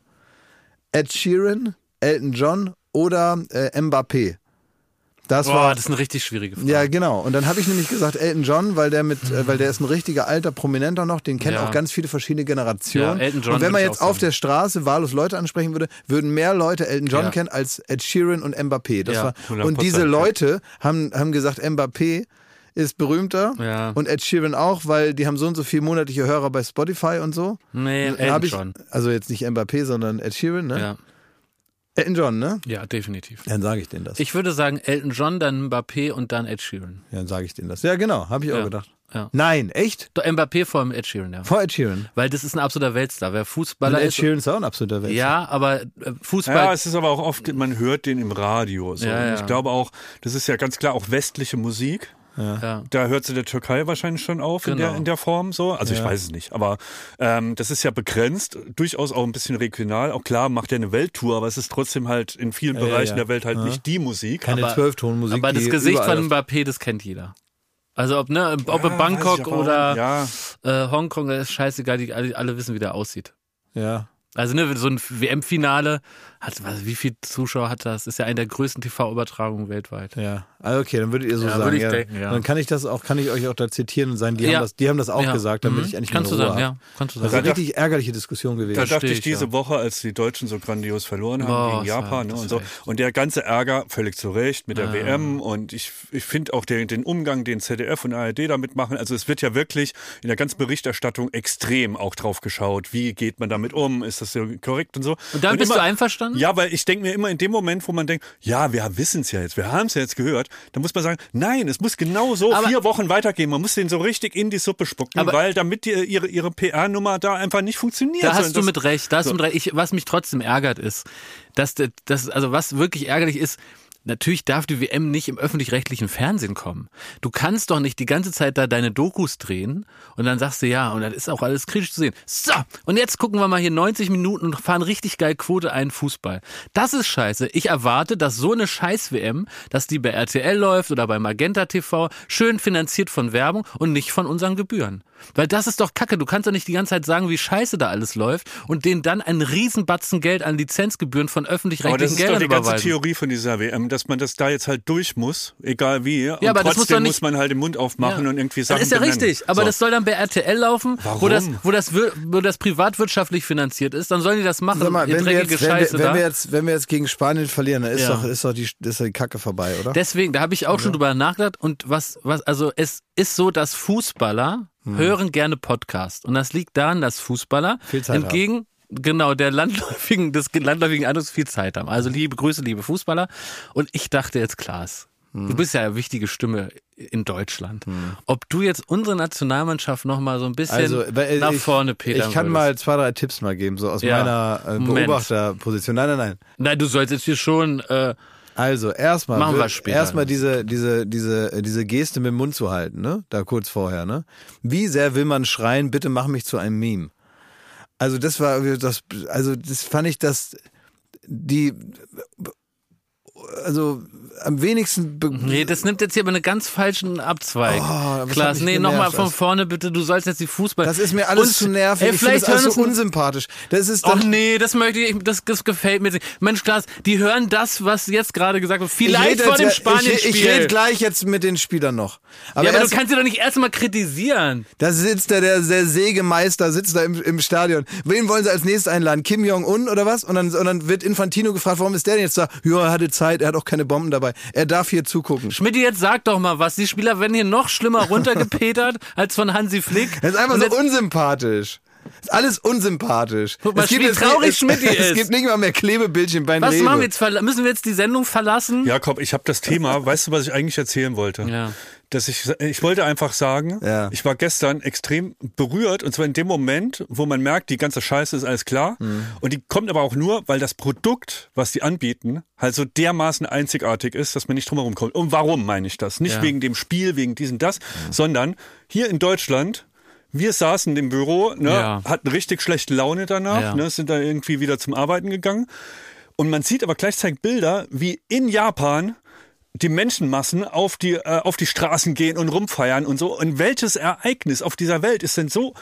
[SPEAKER 1] Ed Sheeran, Elton John oder äh, Mbappé? Das
[SPEAKER 2] Boah,
[SPEAKER 1] war.
[SPEAKER 2] das ist eine richtig schwierige Frage.
[SPEAKER 1] ja, genau. Und dann habe ich nämlich gesagt, Elton John, weil der mit, äh, weil der ist ein richtiger alter Prominenter noch, den kennen
[SPEAKER 2] Mhm. Ja.
[SPEAKER 1] auch ganz viele verschiedene Generationen.
[SPEAKER 2] Ja, Elton John
[SPEAKER 1] und wenn man
[SPEAKER 2] würde ich
[SPEAKER 1] jetzt
[SPEAKER 2] auch
[SPEAKER 1] auf
[SPEAKER 2] sagen.
[SPEAKER 1] der Straße wahllos Leute ansprechen würde, würden mehr Leute Elton John
[SPEAKER 2] Ja.
[SPEAKER 1] kennen als Ed Sheeran und Mbappé. Das
[SPEAKER 2] Ja.
[SPEAKER 1] war,
[SPEAKER 3] 100%,
[SPEAKER 1] und diese
[SPEAKER 3] ja.
[SPEAKER 1] Leute haben, haben gesagt, Mbappé ist berühmter
[SPEAKER 2] Ja.
[SPEAKER 1] und Ed Sheeran auch, weil die haben so und so viele monatliche Hörer bei Spotify und so.
[SPEAKER 2] Nee,
[SPEAKER 1] Hab
[SPEAKER 2] Hm. Elton
[SPEAKER 1] ich,
[SPEAKER 2] John.
[SPEAKER 1] Also jetzt nicht Mbappé, sondern Ed Sheeran, ne?
[SPEAKER 2] Ja.
[SPEAKER 1] Elton John, ne?
[SPEAKER 2] Ja, definitiv.
[SPEAKER 1] Dann sage ich denen das.
[SPEAKER 2] Ich würde sagen Elton John, dann Mbappé und dann Ed Sheeran.
[SPEAKER 1] dann sage ich denen das. Ja, genau, habe ich auch
[SPEAKER 2] Ja,
[SPEAKER 1] gedacht.
[SPEAKER 2] ja.
[SPEAKER 1] Nein, echt?
[SPEAKER 2] Doch, Mbappé vor dem Ed Sheeran, ja.
[SPEAKER 1] Vor Ed Sheeran.
[SPEAKER 2] Weil das ist ein absoluter Weltstar. Wer
[SPEAKER 1] Und
[SPEAKER 2] Fußballer
[SPEAKER 1] Ed
[SPEAKER 2] ist.
[SPEAKER 1] Sheeran ist auch ein absoluter Welt.
[SPEAKER 2] Ja, aber äh, Fußball.
[SPEAKER 3] Ja, es ist aber auch oft, man hört den im Radio. So.
[SPEAKER 2] Ja,
[SPEAKER 3] Und
[SPEAKER 2] ja.
[SPEAKER 3] Ich glaube auch, das ist ja ganz klar auch westliche Musik.
[SPEAKER 2] ja.
[SPEAKER 3] Da hört sie der Türkei wahrscheinlich schon auf in,
[SPEAKER 2] Genau.
[SPEAKER 3] der, in der Form so. Also ich weiß es nicht. Aber ähm, das ist ja begrenzt, durchaus auch ein bisschen regional. Auch klar macht er eine Welttour, aber es ist trotzdem halt in vielen Bereichen
[SPEAKER 1] ja.
[SPEAKER 3] der Welt halt nicht die Musik.
[SPEAKER 1] Keine
[SPEAKER 2] Aber-
[SPEAKER 1] Zwölftonmusik.
[SPEAKER 2] aber das
[SPEAKER 1] die
[SPEAKER 2] Gesicht
[SPEAKER 1] überall
[SPEAKER 2] von
[SPEAKER 1] auf-
[SPEAKER 2] Mbappé, das kennt jeder. Also ob, ne, ob
[SPEAKER 3] Ja,
[SPEAKER 2] in
[SPEAKER 3] Ah, weiß
[SPEAKER 2] Bangkok
[SPEAKER 3] ich aber auch
[SPEAKER 2] oder
[SPEAKER 3] nicht. Ja.
[SPEAKER 2] äh, Hongkong, das ist scheißegal, die, alle, alle wissen, wie der aussieht.
[SPEAKER 1] Ja.
[SPEAKER 2] Also ne, so ein WM-Finale hat, was, wie viel Zuschauer hat das? Ist ja eine der größten TV-Übertragungen weltweit.
[SPEAKER 1] Ja, also okay, dann würdet ihr so
[SPEAKER 2] Ja,
[SPEAKER 1] sagen.
[SPEAKER 2] würde ich
[SPEAKER 1] ja.
[SPEAKER 2] denken, ja.
[SPEAKER 1] Dann kann ich das auch, kann ich euch auch da zitieren und sagen, die,
[SPEAKER 2] Ja.
[SPEAKER 1] haben, das, die haben das auch
[SPEAKER 2] ja.
[SPEAKER 1] gesagt, dann bin
[SPEAKER 2] Mhm.
[SPEAKER 1] ich eigentlich
[SPEAKER 2] Kannst du
[SPEAKER 1] in Ruhe. Also
[SPEAKER 2] sagen, ja, kannst du
[SPEAKER 1] Das ist
[SPEAKER 2] sagen.
[SPEAKER 1] eine richtig ärgerliche Diskussion
[SPEAKER 3] Da
[SPEAKER 1] gewesen.
[SPEAKER 2] Verstehe
[SPEAKER 3] dachte ich
[SPEAKER 2] ich,
[SPEAKER 3] diese
[SPEAKER 2] ja.
[SPEAKER 3] Woche, als die Deutschen so grandios verloren haben
[SPEAKER 2] Boah,
[SPEAKER 3] gegen
[SPEAKER 2] das war-
[SPEAKER 3] Japan ne,
[SPEAKER 2] das
[SPEAKER 3] und so.
[SPEAKER 2] war echt. Ah.
[SPEAKER 3] Und der ganze Ärger, völlig zu Recht, mit der WM. Und ich, ich finde auch den, den Umgang, den ZDF und ARD damit machen. Also es wird ja wirklich in der ganzen Berichterstattung extrem auch drauf geschaut. Wie geht man damit um? Ist das so korrekt und so?
[SPEAKER 2] Und dann bist
[SPEAKER 3] immer-
[SPEAKER 2] du einverstanden?
[SPEAKER 3] Ja, weil ich denke mir immer in dem Moment, wo man denkt, ja, wir wissen es ja jetzt, wir haben es ja jetzt gehört, dann muss man sagen, nein, es muss genau so
[SPEAKER 2] Aber-
[SPEAKER 3] vier Wochen weitergehen. Man muss den so richtig in die Suppe spucken,
[SPEAKER 2] Aber-
[SPEAKER 3] weil damit die, ihre, ihre PR-Nummer da einfach nicht funktioniert.
[SPEAKER 2] Da
[SPEAKER 3] sondern
[SPEAKER 2] hast du
[SPEAKER 3] das-
[SPEAKER 2] mit recht. Da hast du mit recht. Ich, was mich trotzdem ärgert ist, dass der- das also was wirklich ärgerlich ist. Natürlich darf die WM nicht im öffentlich-rechtlichen Fernsehen kommen. Du kannst doch nicht die ganze Zeit da deine Dokus drehen und dann sagst du ja und dann ist auch alles kritisch zu sehen. So, und jetzt gucken wir mal hier 90 Minuten und fahren richtig geil Quote ein Fußball. Das ist scheiße. Ich erwarte, dass so eine scheiß WM, dass die bei RTL läuft oder bei Magenta TV, schön finanziert von Werbung und nicht von unseren Gebühren. Weil das ist doch Kacke. Du kannst doch nicht die ganze Zeit sagen, wie scheiße da alles läuft und denen dann einen Riesenbatzen Geld an Lizenzgebühren von
[SPEAKER 3] Aber das
[SPEAKER 2] öffentlich-rechtlichen
[SPEAKER 3] ist doch
[SPEAKER 2] Geldern
[SPEAKER 3] die ganze
[SPEAKER 2] überweisen.
[SPEAKER 3] Theorie von dieser WM, dass man das da jetzt halt durch muss, egal wie. Ja,
[SPEAKER 2] aber
[SPEAKER 3] und
[SPEAKER 2] das muss
[SPEAKER 3] trotzdem
[SPEAKER 2] doch nicht-
[SPEAKER 3] muss man halt den Mund aufmachen und irgendwie Sachen
[SPEAKER 2] Das ist ja
[SPEAKER 3] benennen.
[SPEAKER 2] richtig, aber
[SPEAKER 3] So.
[SPEAKER 2] das soll dann bei RTL laufen, wo
[SPEAKER 3] Warum?
[SPEAKER 2] das, wo, das, wir- wo das privatwirtschaftlich finanziert ist, dann sollen die das machen,
[SPEAKER 1] Sag mal,
[SPEAKER 2] ihr
[SPEAKER 1] wenn wir,
[SPEAKER 2] dreckige
[SPEAKER 1] jetzt, wenn,
[SPEAKER 2] Scheiße
[SPEAKER 1] wir, wenn,
[SPEAKER 2] da.
[SPEAKER 1] wir jetzt, wenn wir jetzt gegen Spanien verlieren, dann ist,
[SPEAKER 2] Ja.
[SPEAKER 1] doch, ist, doch die, ist doch die Kacke vorbei, oder?
[SPEAKER 2] Deswegen, da habe ich auch schon drüber nachgedacht und was, was, also es ist so, dass Fußballer
[SPEAKER 1] Hm.
[SPEAKER 2] hören gerne Podcast und das liegt daran, dass Fußballer
[SPEAKER 1] Viel Zeit haben.
[SPEAKER 2] entgegen genau der landläufigen des landläufigen Eindrucks viel Zeit haben. Also liebe Grüße, liebe Fußballer und ich dachte jetzt, Klaas,
[SPEAKER 1] Hm.
[SPEAKER 2] du bist ja eine wichtige Stimme in Deutschland. Ob du jetzt unsere Nationalmannschaft noch mal so ein bisschen
[SPEAKER 1] also, weil, äh,
[SPEAKER 2] nach
[SPEAKER 1] ich,
[SPEAKER 2] vorne petern
[SPEAKER 1] Ich kann
[SPEAKER 2] würdest?
[SPEAKER 1] mal zwei, drei Tipps mal geben, so aus
[SPEAKER 2] Ja.
[SPEAKER 1] meiner äh,
[SPEAKER 2] Moment.
[SPEAKER 1] Beobachterposition. Nein, nein, nein.
[SPEAKER 2] Nein, du sollst jetzt hier schon äh,
[SPEAKER 1] Also erstmal
[SPEAKER 2] Machen wir
[SPEAKER 1] wird-
[SPEAKER 2] später.
[SPEAKER 1] erstmal diese diese diese äh, diese Geste mit dem Mund zu halten, ne? Da kurz vorher, ne? Wie sehr will man schreien, bitte mach mich zu einem Meme. Also das war irgendwie das also das fand ich das die also am wenigsten be-
[SPEAKER 2] Nee, das nimmt jetzt hier aber einen ganz falschen Abzweig.
[SPEAKER 1] aber Oh, das hat
[SPEAKER 2] Klaas,
[SPEAKER 1] mich
[SPEAKER 2] nee,
[SPEAKER 1] genervt.
[SPEAKER 2] nochmal von
[SPEAKER 1] Das-
[SPEAKER 2] vorne bitte, du sollst jetzt die Fußball.
[SPEAKER 1] das ist mir alles
[SPEAKER 2] Und-
[SPEAKER 1] zu nervig.
[SPEAKER 2] Ey,
[SPEAKER 1] ich finde
[SPEAKER 2] vielleicht
[SPEAKER 1] das alles
[SPEAKER 2] hören
[SPEAKER 1] so
[SPEAKER 2] uns.
[SPEAKER 1] unsympathisch. Das ist
[SPEAKER 2] Ach
[SPEAKER 1] doch
[SPEAKER 2] nee, das möchte ich, das, das gefällt mir nicht. Mensch, Klaas, die hören das, was jetzt gerade gesagt wird. Vielleicht
[SPEAKER 1] ich rede
[SPEAKER 2] vor dem
[SPEAKER 1] jetzt- ich,
[SPEAKER 2] Spanien-Spiel.
[SPEAKER 1] ich rede gleich jetzt mit den Spielern noch. Aber,
[SPEAKER 2] ja, aber du
[SPEAKER 1] erst-
[SPEAKER 2] kannst sie doch nicht erstmal kritisieren.
[SPEAKER 1] Da sitzt da der, der Sägemeister, sitzt da im, im Stadion. Wen wollen sie als nächstes einladen? Kim Jong-un oder was? Und dann, und dann wird Infantino gefragt, warum ist der denn jetzt da? Ja, er hatte Zeit, er hat auch keine Bomben dabei. Er darf hier zugucken.
[SPEAKER 2] Schmidt, jetzt sag doch mal was. Die Spieler werden hier noch schlimmer runtergepetert als von Hansi Flick.
[SPEAKER 1] Das ist einfach
[SPEAKER 2] Und
[SPEAKER 1] so
[SPEAKER 2] jetzt-
[SPEAKER 1] unsympathisch. Ist alles unsympathisch.
[SPEAKER 2] Guck mal, wie
[SPEAKER 1] jetzt
[SPEAKER 2] traurig
[SPEAKER 1] es,
[SPEAKER 2] Schmidti
[SPEAKER 1] es
[SPEAKER 2] ist.
[SPEAKER 1] gibt nicht mal mehr Klebebildchen bei
[SPEAKER 2] was
[SPEAKER 1] Rewe.
[SPEAKER 2] machen wir jetzt? Verla- Müssen wir jetzt die Sendung verlassen?
[SPEAKER 3] Jakob, ich habe das Thema, weißt du, was ich eigentlich erzählen wollte?
[SPEAKER 2] Ja.
[SPEAKER 3] Dass ich, ich wollte einfach sagen,
[SPEAKER 1] Ja.
[SPEAKER 3] ich war gestern extrem berührt und zwar in dem Moment, wo man merkt, die ganze Scheiße ist alles klar und die kommt aber auch nur, weil das Produkt, was die anbieten, halt so dermaßen einzigartig ist, dass man nicht drumherum kommt. Und warum meine ich das? Nicht
[SPEAKER 2] Ja.
[SPEAKER 3] wegen dem Spiel, wegen diesem das, sondern hier in Deutschland wir saßen im Büro, ne,
[SPEAKER 2] Ja.
[SPEAKER 3] hatten richtig schlechte Laune danach,
[SPEAKER 2] Ja.
[SPEAKER 3] ne, sind da irgendwie wieder zum Arbeiten gegangen. Und man sieht aber gleichzeitig Bilder, wie in Japan die Menschenmassen auf die, äh, auf die Straßen gehen und rumfeiern und so. Und welches Ereignis auf dieser Welt ist denn so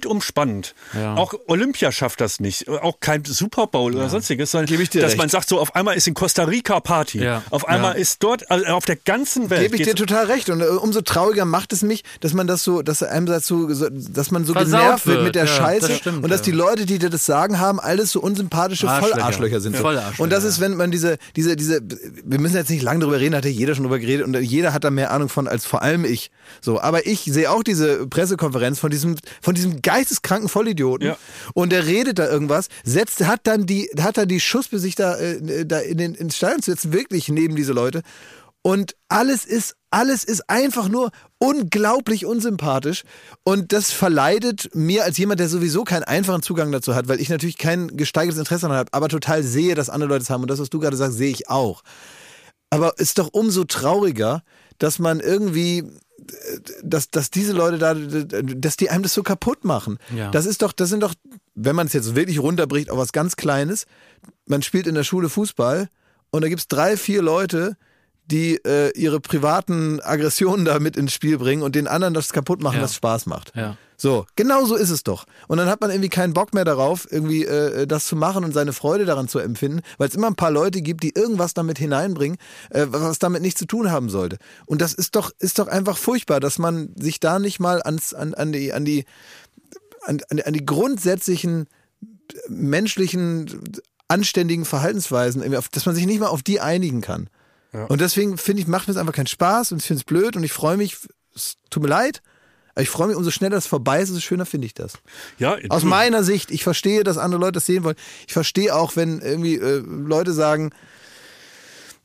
[SPEAKER 3] weltumspannend?
[SPEAKER 2] Ja.
[SPEAKER 3] Auch Olympia schafft das nicht. Auch kein Super Bowl oder sonstiges, sondern
[SPEAKER 1] Gebe ich dir
[SPEAKER 3] dass
[SPEAKER 1] recht.
[SPEAKER 3] man sagt, so auf einmal ist in Costa Rica Party.
[SPEAKER 2] Ja.
[SPEAKER 3] Auf einmal
[SPEAKER 2] Ja.
[SPEAKER 3] ist dort, also auf der ganzen Welt.
[SPEAKER 1] Gebe ich dir
[SPEAKER 3] geht's-
[SPEAKER 1] total recht. Und äh, umso trauriger macht es mich, dass man das so, dass einem dazu, so- dass man so
[SPEAKER 2] Versaut
[SPEAKER 1] genervt wird mit der
[SPEAKER 2] wird, ja,
[SPEAKER 1] Scheiße
[SPEAKER 2] das stimmt,
[SPEAKER 1] und dass
[SPEAKER 2] ja.
[SPEAKER 1] die Leute, die dir das sagen haben, alles so unsympathische
[SPEAKER 2] Arschlöcher.
[SPEAKER 1] Vollarschlöcher sind. So.
[SPEAKER 2] Vollarschlöcher,
[SPEAKER 1] und das ist, wenn man diese, diese, diese, wir müssen jetzt nicht lange darüber reden, Medien hat ja jeder schon drüber geredet und jeder hat da mehr Ahnung von als vor allem ich. So, aber ich sehe auch diese Pressekonferenz von diesem, von diesem geisteskranken Vollidioten
[SPEAKER 3] Ja.
[SPEAKER 1] und der redet da irgendwas, setzt, hat dann die, hat dann die Schuss, bis sich da, äh, da in den in Stein zu setzen, wirklich neben diese Leute. Und alles ist, alles ist einfach nur unglaublich unsympathisch. Und das verleidet mir als jemand, der sowieso keinen einfachen Zugang dazu hat, weil ich natürlich kein gesteigertes Interesse daran habe, aber total sehe, dass andere Leute es haben. Und das, was du gerade sagst, sehe ich auch. Aber ist doch umso trauriger, dass man irgendwie, äh, dass, dass diese Leute da, dass die einem das so kaputt machen.
[SPEAKER 2] Ja.
[SPEAKER 1] Das ist doch, das sind doch, wenn man es jetzt wirklich runterbricht, auf was ganz Kleines. Man spielt in der Schule Fußball und da gibt's drei, vier Leute, die äh, ihre privaten Aggressionen da mit ins Spiel bringen und den anderen das kaputt machen,
[SPEAKER 2] Ja.
[SPEAKER 1] das Spaß macht.
[SPEAKER 2] Ja.
[SPEAKER 1] So, genau so ist es doch. Und dann hat man irgendwie keinen Bock mehr darauf, irgendwie äh, das zu machen und seine Freude daran zu empfinden, weil es immer ein paar Leute gibt, die irgendwas damit hineinbringen, äh, was damit nichts zu tun haben sollte. Und das ist doch, ist doch einfach furchtbar, dass man sich da nicht mal ans, an, an die, an die, an, an, an die grundsätzlichen äh, menschlichen anständigen Verhaltensweisen, irgendwie auf, dass man sich nicht mal auf die einigen kann. Und deswegen finde ich, macht mir es einfach keinen Spaß und ich finde es blöd und ich freue mich, es tut mir leid, aber ich freue mich, umso schneller es vorbei ist, umso schöner finde ich das.
[SPEAKER 3] Ja,
[SPEAKER 1] Aus
[SPEAKER 3] du-
[SPEAKER 1] meiner Sicht, ich verstehe, dass andere Leute das sehen wollen. Ich verstehe auch, wenn irgendwie äh, Leute sagen,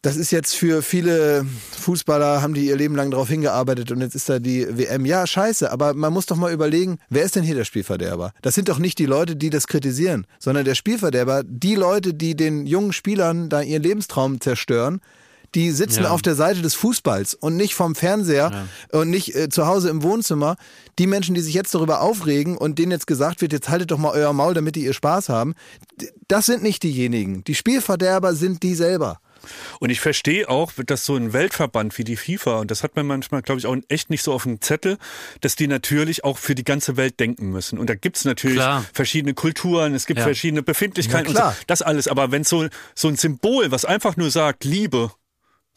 [SPEAKER 1] das ist jetzt für viele Fußballer, haben die ihr Leben lang drauf hingearbeitet und jetzt ist da die WM. Ja, scheiße, aber man muss doch mal überlegen, wer ist denn hier der Spielverderber? Das sind doch nicht die Leute, die das kritisieren, sondern der Spielverderber, die Leute, die den jungen Spielern da ihren Lebenstraum zerstören, die sitzen
[SPEAKER 2] Ja.
[SPEAKER 1] auf der Seite des Fußballs und nicht vom Fernseher und nicht äh, zu Hause im Wohnzimmer. Die Menschen, die sich jetzt darüber aufregen und denen jetzt gesagt wird, jetzt haltet doch mal euer Maul, damit die ihr Spaß haben, d- das sind nicht diejenigen. Die Spielverderber sind die selber.
[SPEAKER 3] Und ich verstehe auch, dass so ein Weltverband wie die FIFA, und das hat man manchmal, glaube ich, auch echt nicht so auf dem Zettel, dass die natürlich auch für die ganze Welt denken müssen. Und da gibt's natürlich
[SPEAKER 2] Klar.
[SPEAKER 3] verschiedene Kulturen, es gibt
[SPEAKER 2] Ja.
[SPEAKER 3] verschiedene Befindlichkeiten
[SPEAKER 1] Na klar.
[SPEAKER 3] und so, das alles. Aber wenn so, so ein Symbol, was einfach nur sagt, Liebe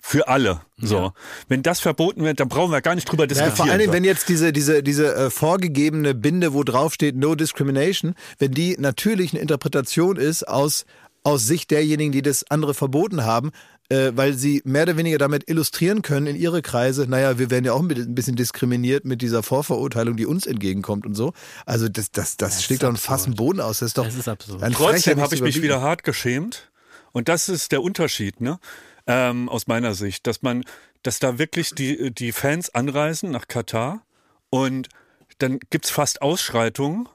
[SPEAKER 3] für alle, so, wenn das verboten wird, dann brauchen wir gar nicht drüber
[SPEAKER 1] Ja,
[SPEAKER 3] diskutieren.
[SPEAKER 1] vor allen Dingen,
[SPEAKER 3] so.
[SPEAKER 1] wenn jetzt diese, diese, diese äh, vorgegebene Binde, wo drauf steht No Discrimination, wenn die natürlich eine Interpretation ist aus, aus Sicht derjenigen, die das andere verboten haben, äh, weil sie mehr oder weniger damit illustrieren können in ihre Kreise, naja, wir werden ja auch mit- ein bisschen diskriminiert mit dieser Vorverurteilung, die uns entgegenkommt und so. Also das, das, das, schlägt doch einen fassen Boden aus. Das ist doch
[SPEAKER 2] Das ist absurd.
[SPEAKER 1] eine Frechheit,
[SPEAKER 3] Trotzdem
[SPEAKER 1] nicht
[SPEAKER 3] habe
[SPEAKER 1] zu
[SPEAKER 3] ich mich
[SPEAKER 1] überbieten.
[SPEAKER 3] wieder hart geschämt. Und das ist der Unterschied, ne? Ähm, aus meiner Sicht, dass man, dass da wirklich die, die Fans anreisen nach Katar und dann gibt's fast Ausschreitungen,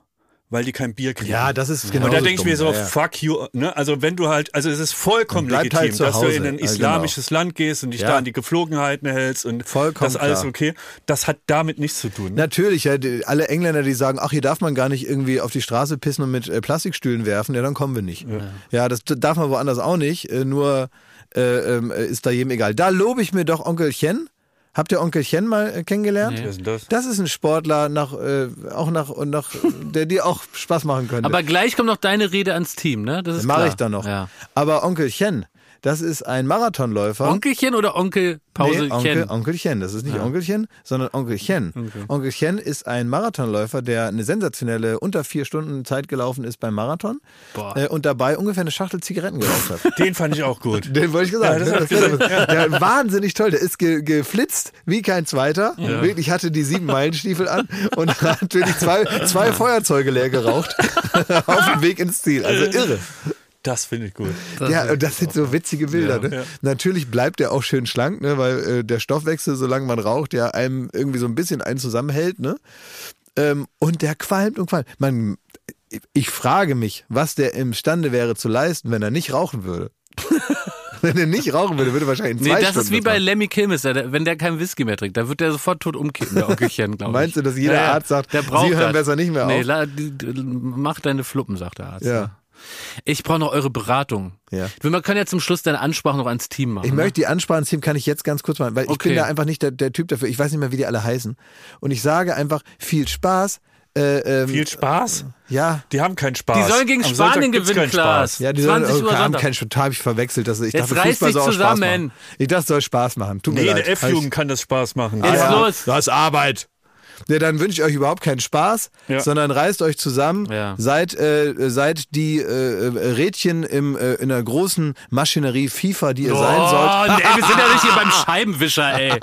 [SPEAKER 3] weil die kein Bier kriegen.
[SPEAKER 1] Ja, das ist genau
[SPEAKER 3] Und da
[SPEAKER 1] so
[SPEAKER 3] denke ich mir so,
[SPEAKER 1] dumm, ja, ja.
[SPEAKER 3] fuck you, ne? Also wenn du halt, also es ist vollkommen
[SPEAKER 1] Dann bleibt
[SPEAKER 3] legitim,
[SPEAKER 1] halt zu
[SPEAKER 3] dass du
[SPEAKER 1] Hause.
[SPEAKER 3] in ein
[SPEAKER 1] Ja, genau.
[SPEAKER 3] islamisches Land gehst und dich
[SPEAKER 1] Ja.
[SPEAKER 3] da an die Geflogenheiten hältst und
[SPEAKER 1] Vollkommen
[SPEAKER 3] das alles
[SPEAKER 1] klar.
[SPEAKER 3] okay. Das hat damit nichts zu tun.
[SPEAKER 1] Natürlich, ja, die, alle Engländer, die sagen, ach, hier darf man gar nicht irgendwie auf die Straße pissen und mit äh, Plastikstühlen werfen, ja, dann kommen wir nicht. Ja, das d- darf man woanders auch nicht, äh, nur äh, ähm, äh, ist da jedem egal. Da lobe ich mir doch Onkelchen. Habt ihr Onkelchen mal äh, kennengelernt?
[SPEAKER 3] Wer ist denn das?
[SPEAKER 1] Das ist ein Sportler, nach, äh, auch nach, und nach, der dir auch Spaß machen könnte.
[SPEAKER 2] Aber gleich kommt noch deine Rede ans Team, ne? Das ist
[SPEAKER 1] Mache
[SPEAKER 2] klar.
[SPEAKER 1] ich dann noch.
[SPEAKER 2] Ja.
[SPEAKER 1] Aber Onkelchen, das ist ein Marathonläufer.
[SPEAKER 2] Onkelchen oder Onkel Pause
[SPEAKER 1] Nee, Onkel, Onkelchen. Das ist nicht Onkelchen, sondern Onkelchen. Onkelchen ist ein Marathonläufer, der eine sensationelle unter vier Stunden Zeit gelaufen ist beim Marathon
[SPEAKER 2] Boah.
[SPEAKER 1] äh, und dabei ungefähr eine Schachtel Zigaretten geraucht hat.
[SPEAKER 3] Den fand ich auch gut.
[SPEAKER 1] Den wollte ich gesagt.
[SPEAKER 3] Ja, das
[SPEAKER 1] ne?
[SPEAKER 3] hab ich gesagt,
[SPEAKER 1] Der war wahnsinnig toll. Der ist ge geflitzt wie kein zweiter. Wirklich hatte die sieben Meilenstiefel an und hat wirklich zwei, zwei Feuerzeuge leer geraucht auf dem Weg ins Ziel. Also irre.
[SPEAKER 3] Das finde ich gut.
[SPEAKER 1] Ja, und das sind so witzige Bilder. ne? Natürlich bleibt er auch schön schlank, ne? weil äh, der Stoffwechsel, solange man raucht, ja einem irgendwie so ein bisschen einen zusammenhält. Ne? Ähm, und der qualmt und qualmt. Man, ich frage mich, was der imstande wäre zu leisten, wenn er nicht rauchen würde. wenn er nicht rauchen würde, würde er wahrscheinlich in
[SPEAKER 2] Nee,
[SPEAKER 1] zwei
[SPEAKER 2] das
[SPEAKER 1] Stunden
[SPEAKER 2] ist wie bei
[SPEAKER 1] machen.
[SPEAKER 2] Lemmy Kilmister. der- Wenn der keinen Whisky mehr trinkt, dann wird der sofort tot umkippen, der Onkelchen, glaube ich.
[SPEAKER 1] Meinst du, dass jeder Arzt sagt,
[SPEAKER 2] der braucht
[SPEAKER 1] Sie hören
[SPEAKER 2] das.
[SPEAKER 1] besser nicht mehr
[SPEAKER 2] nee,
[SPEAKER 1] auf?
[SPEAKER 2] la- die- die- mach deine Fluppen, sagt der Arzt. ne?
[SPEAKER 1] Ja.
[SPEAKER 2] Ich brauche noch eure Beratung.
[SPEAKER 1] Ja.
[SPEAKER 2] Wir können ja zum Schluss deine Ansprache noch ans Team machen.
[SPEAKER 1] Ich
[SPEAKER 2] ne?
[SPEAKER 1] möchte die ansprachen, Team kann ich jetzt ganz kurz machen, weil ich
[SPEAKER 2] Okay.
[SPEAKER 1] bin da einfach nicht der, der Typ dafür. Ich weiß nicht mehr, wie die alle heißen. Und ich sage einfach, viel Spaß. Äh, ähm,
[SPEAKER 3] Viel Spaß.
[SPEAKER 1] ja,
[SPEAKER 3] Die haben keinen Spaß.
[SPEAKER 2] Die sollen gegen
[SPEAKER 3] Am Sonntag
[SPEAKER 2] Spanien
[SPEAKER 3] gibt's
[SPEAKER 2] gewinnen,
[SPEAKER 3] keinen
[SPEAKER 2] Klaas.
[SPEAKER 3] Spaß.
[SPEAKER 1] Ja, die
[SPEAKER 2] 20
[SPEAKER 1] sollen,
[SPEAKER 2] Uhr
[SPEAKER 1] okay, haben
[SPEAKER 2] Sonntag.
[SPEAKER 1] keinen Spaß. Hab ich verwechselt. Das, ich
[SPEAKER 2] Jetzt
[SPEAKER 1] dachte,
[SPEAKER 2] reiß
[SPEAKER 1] Fußball
[SPEAKER 2] dich
[SPEAKER 1] soll auch Spaß
[SPEAKER 2] zusammen.
[SPEAKER 1] machen. Ich, das soll Spaß machen. Tut
[SPEAKER 3] Nee,
[SPEAKER 1] mir
[SPEAKER 3] in
[SPEAKER 1] leid.
[SPEAKER 3] der F-Jugend kann das Spaß machen.
[SPEAKER 2] Jetzt
[SPEAKER 1] Ah, ja.
[SPEAKER 2] los.
[SPEAKER 1] Das ist Arbeit. Ja, dann wünsche ich euch überhaupt keinen Spaß,
[SPEAKER 3] Ja.
[SPEAKER 1] sondern reißt euch zusammen,
[SPEAKER 2] Ja.
[SPEAKER 1] seid, äh, seid die äh, Rädchen im, äh, in der großen Maschinerie FIFA, die ihr sein sollt.
[SPEAKER 2] Oh, nee, wir sind ja nicht hier beim Scheibenwischer, ey.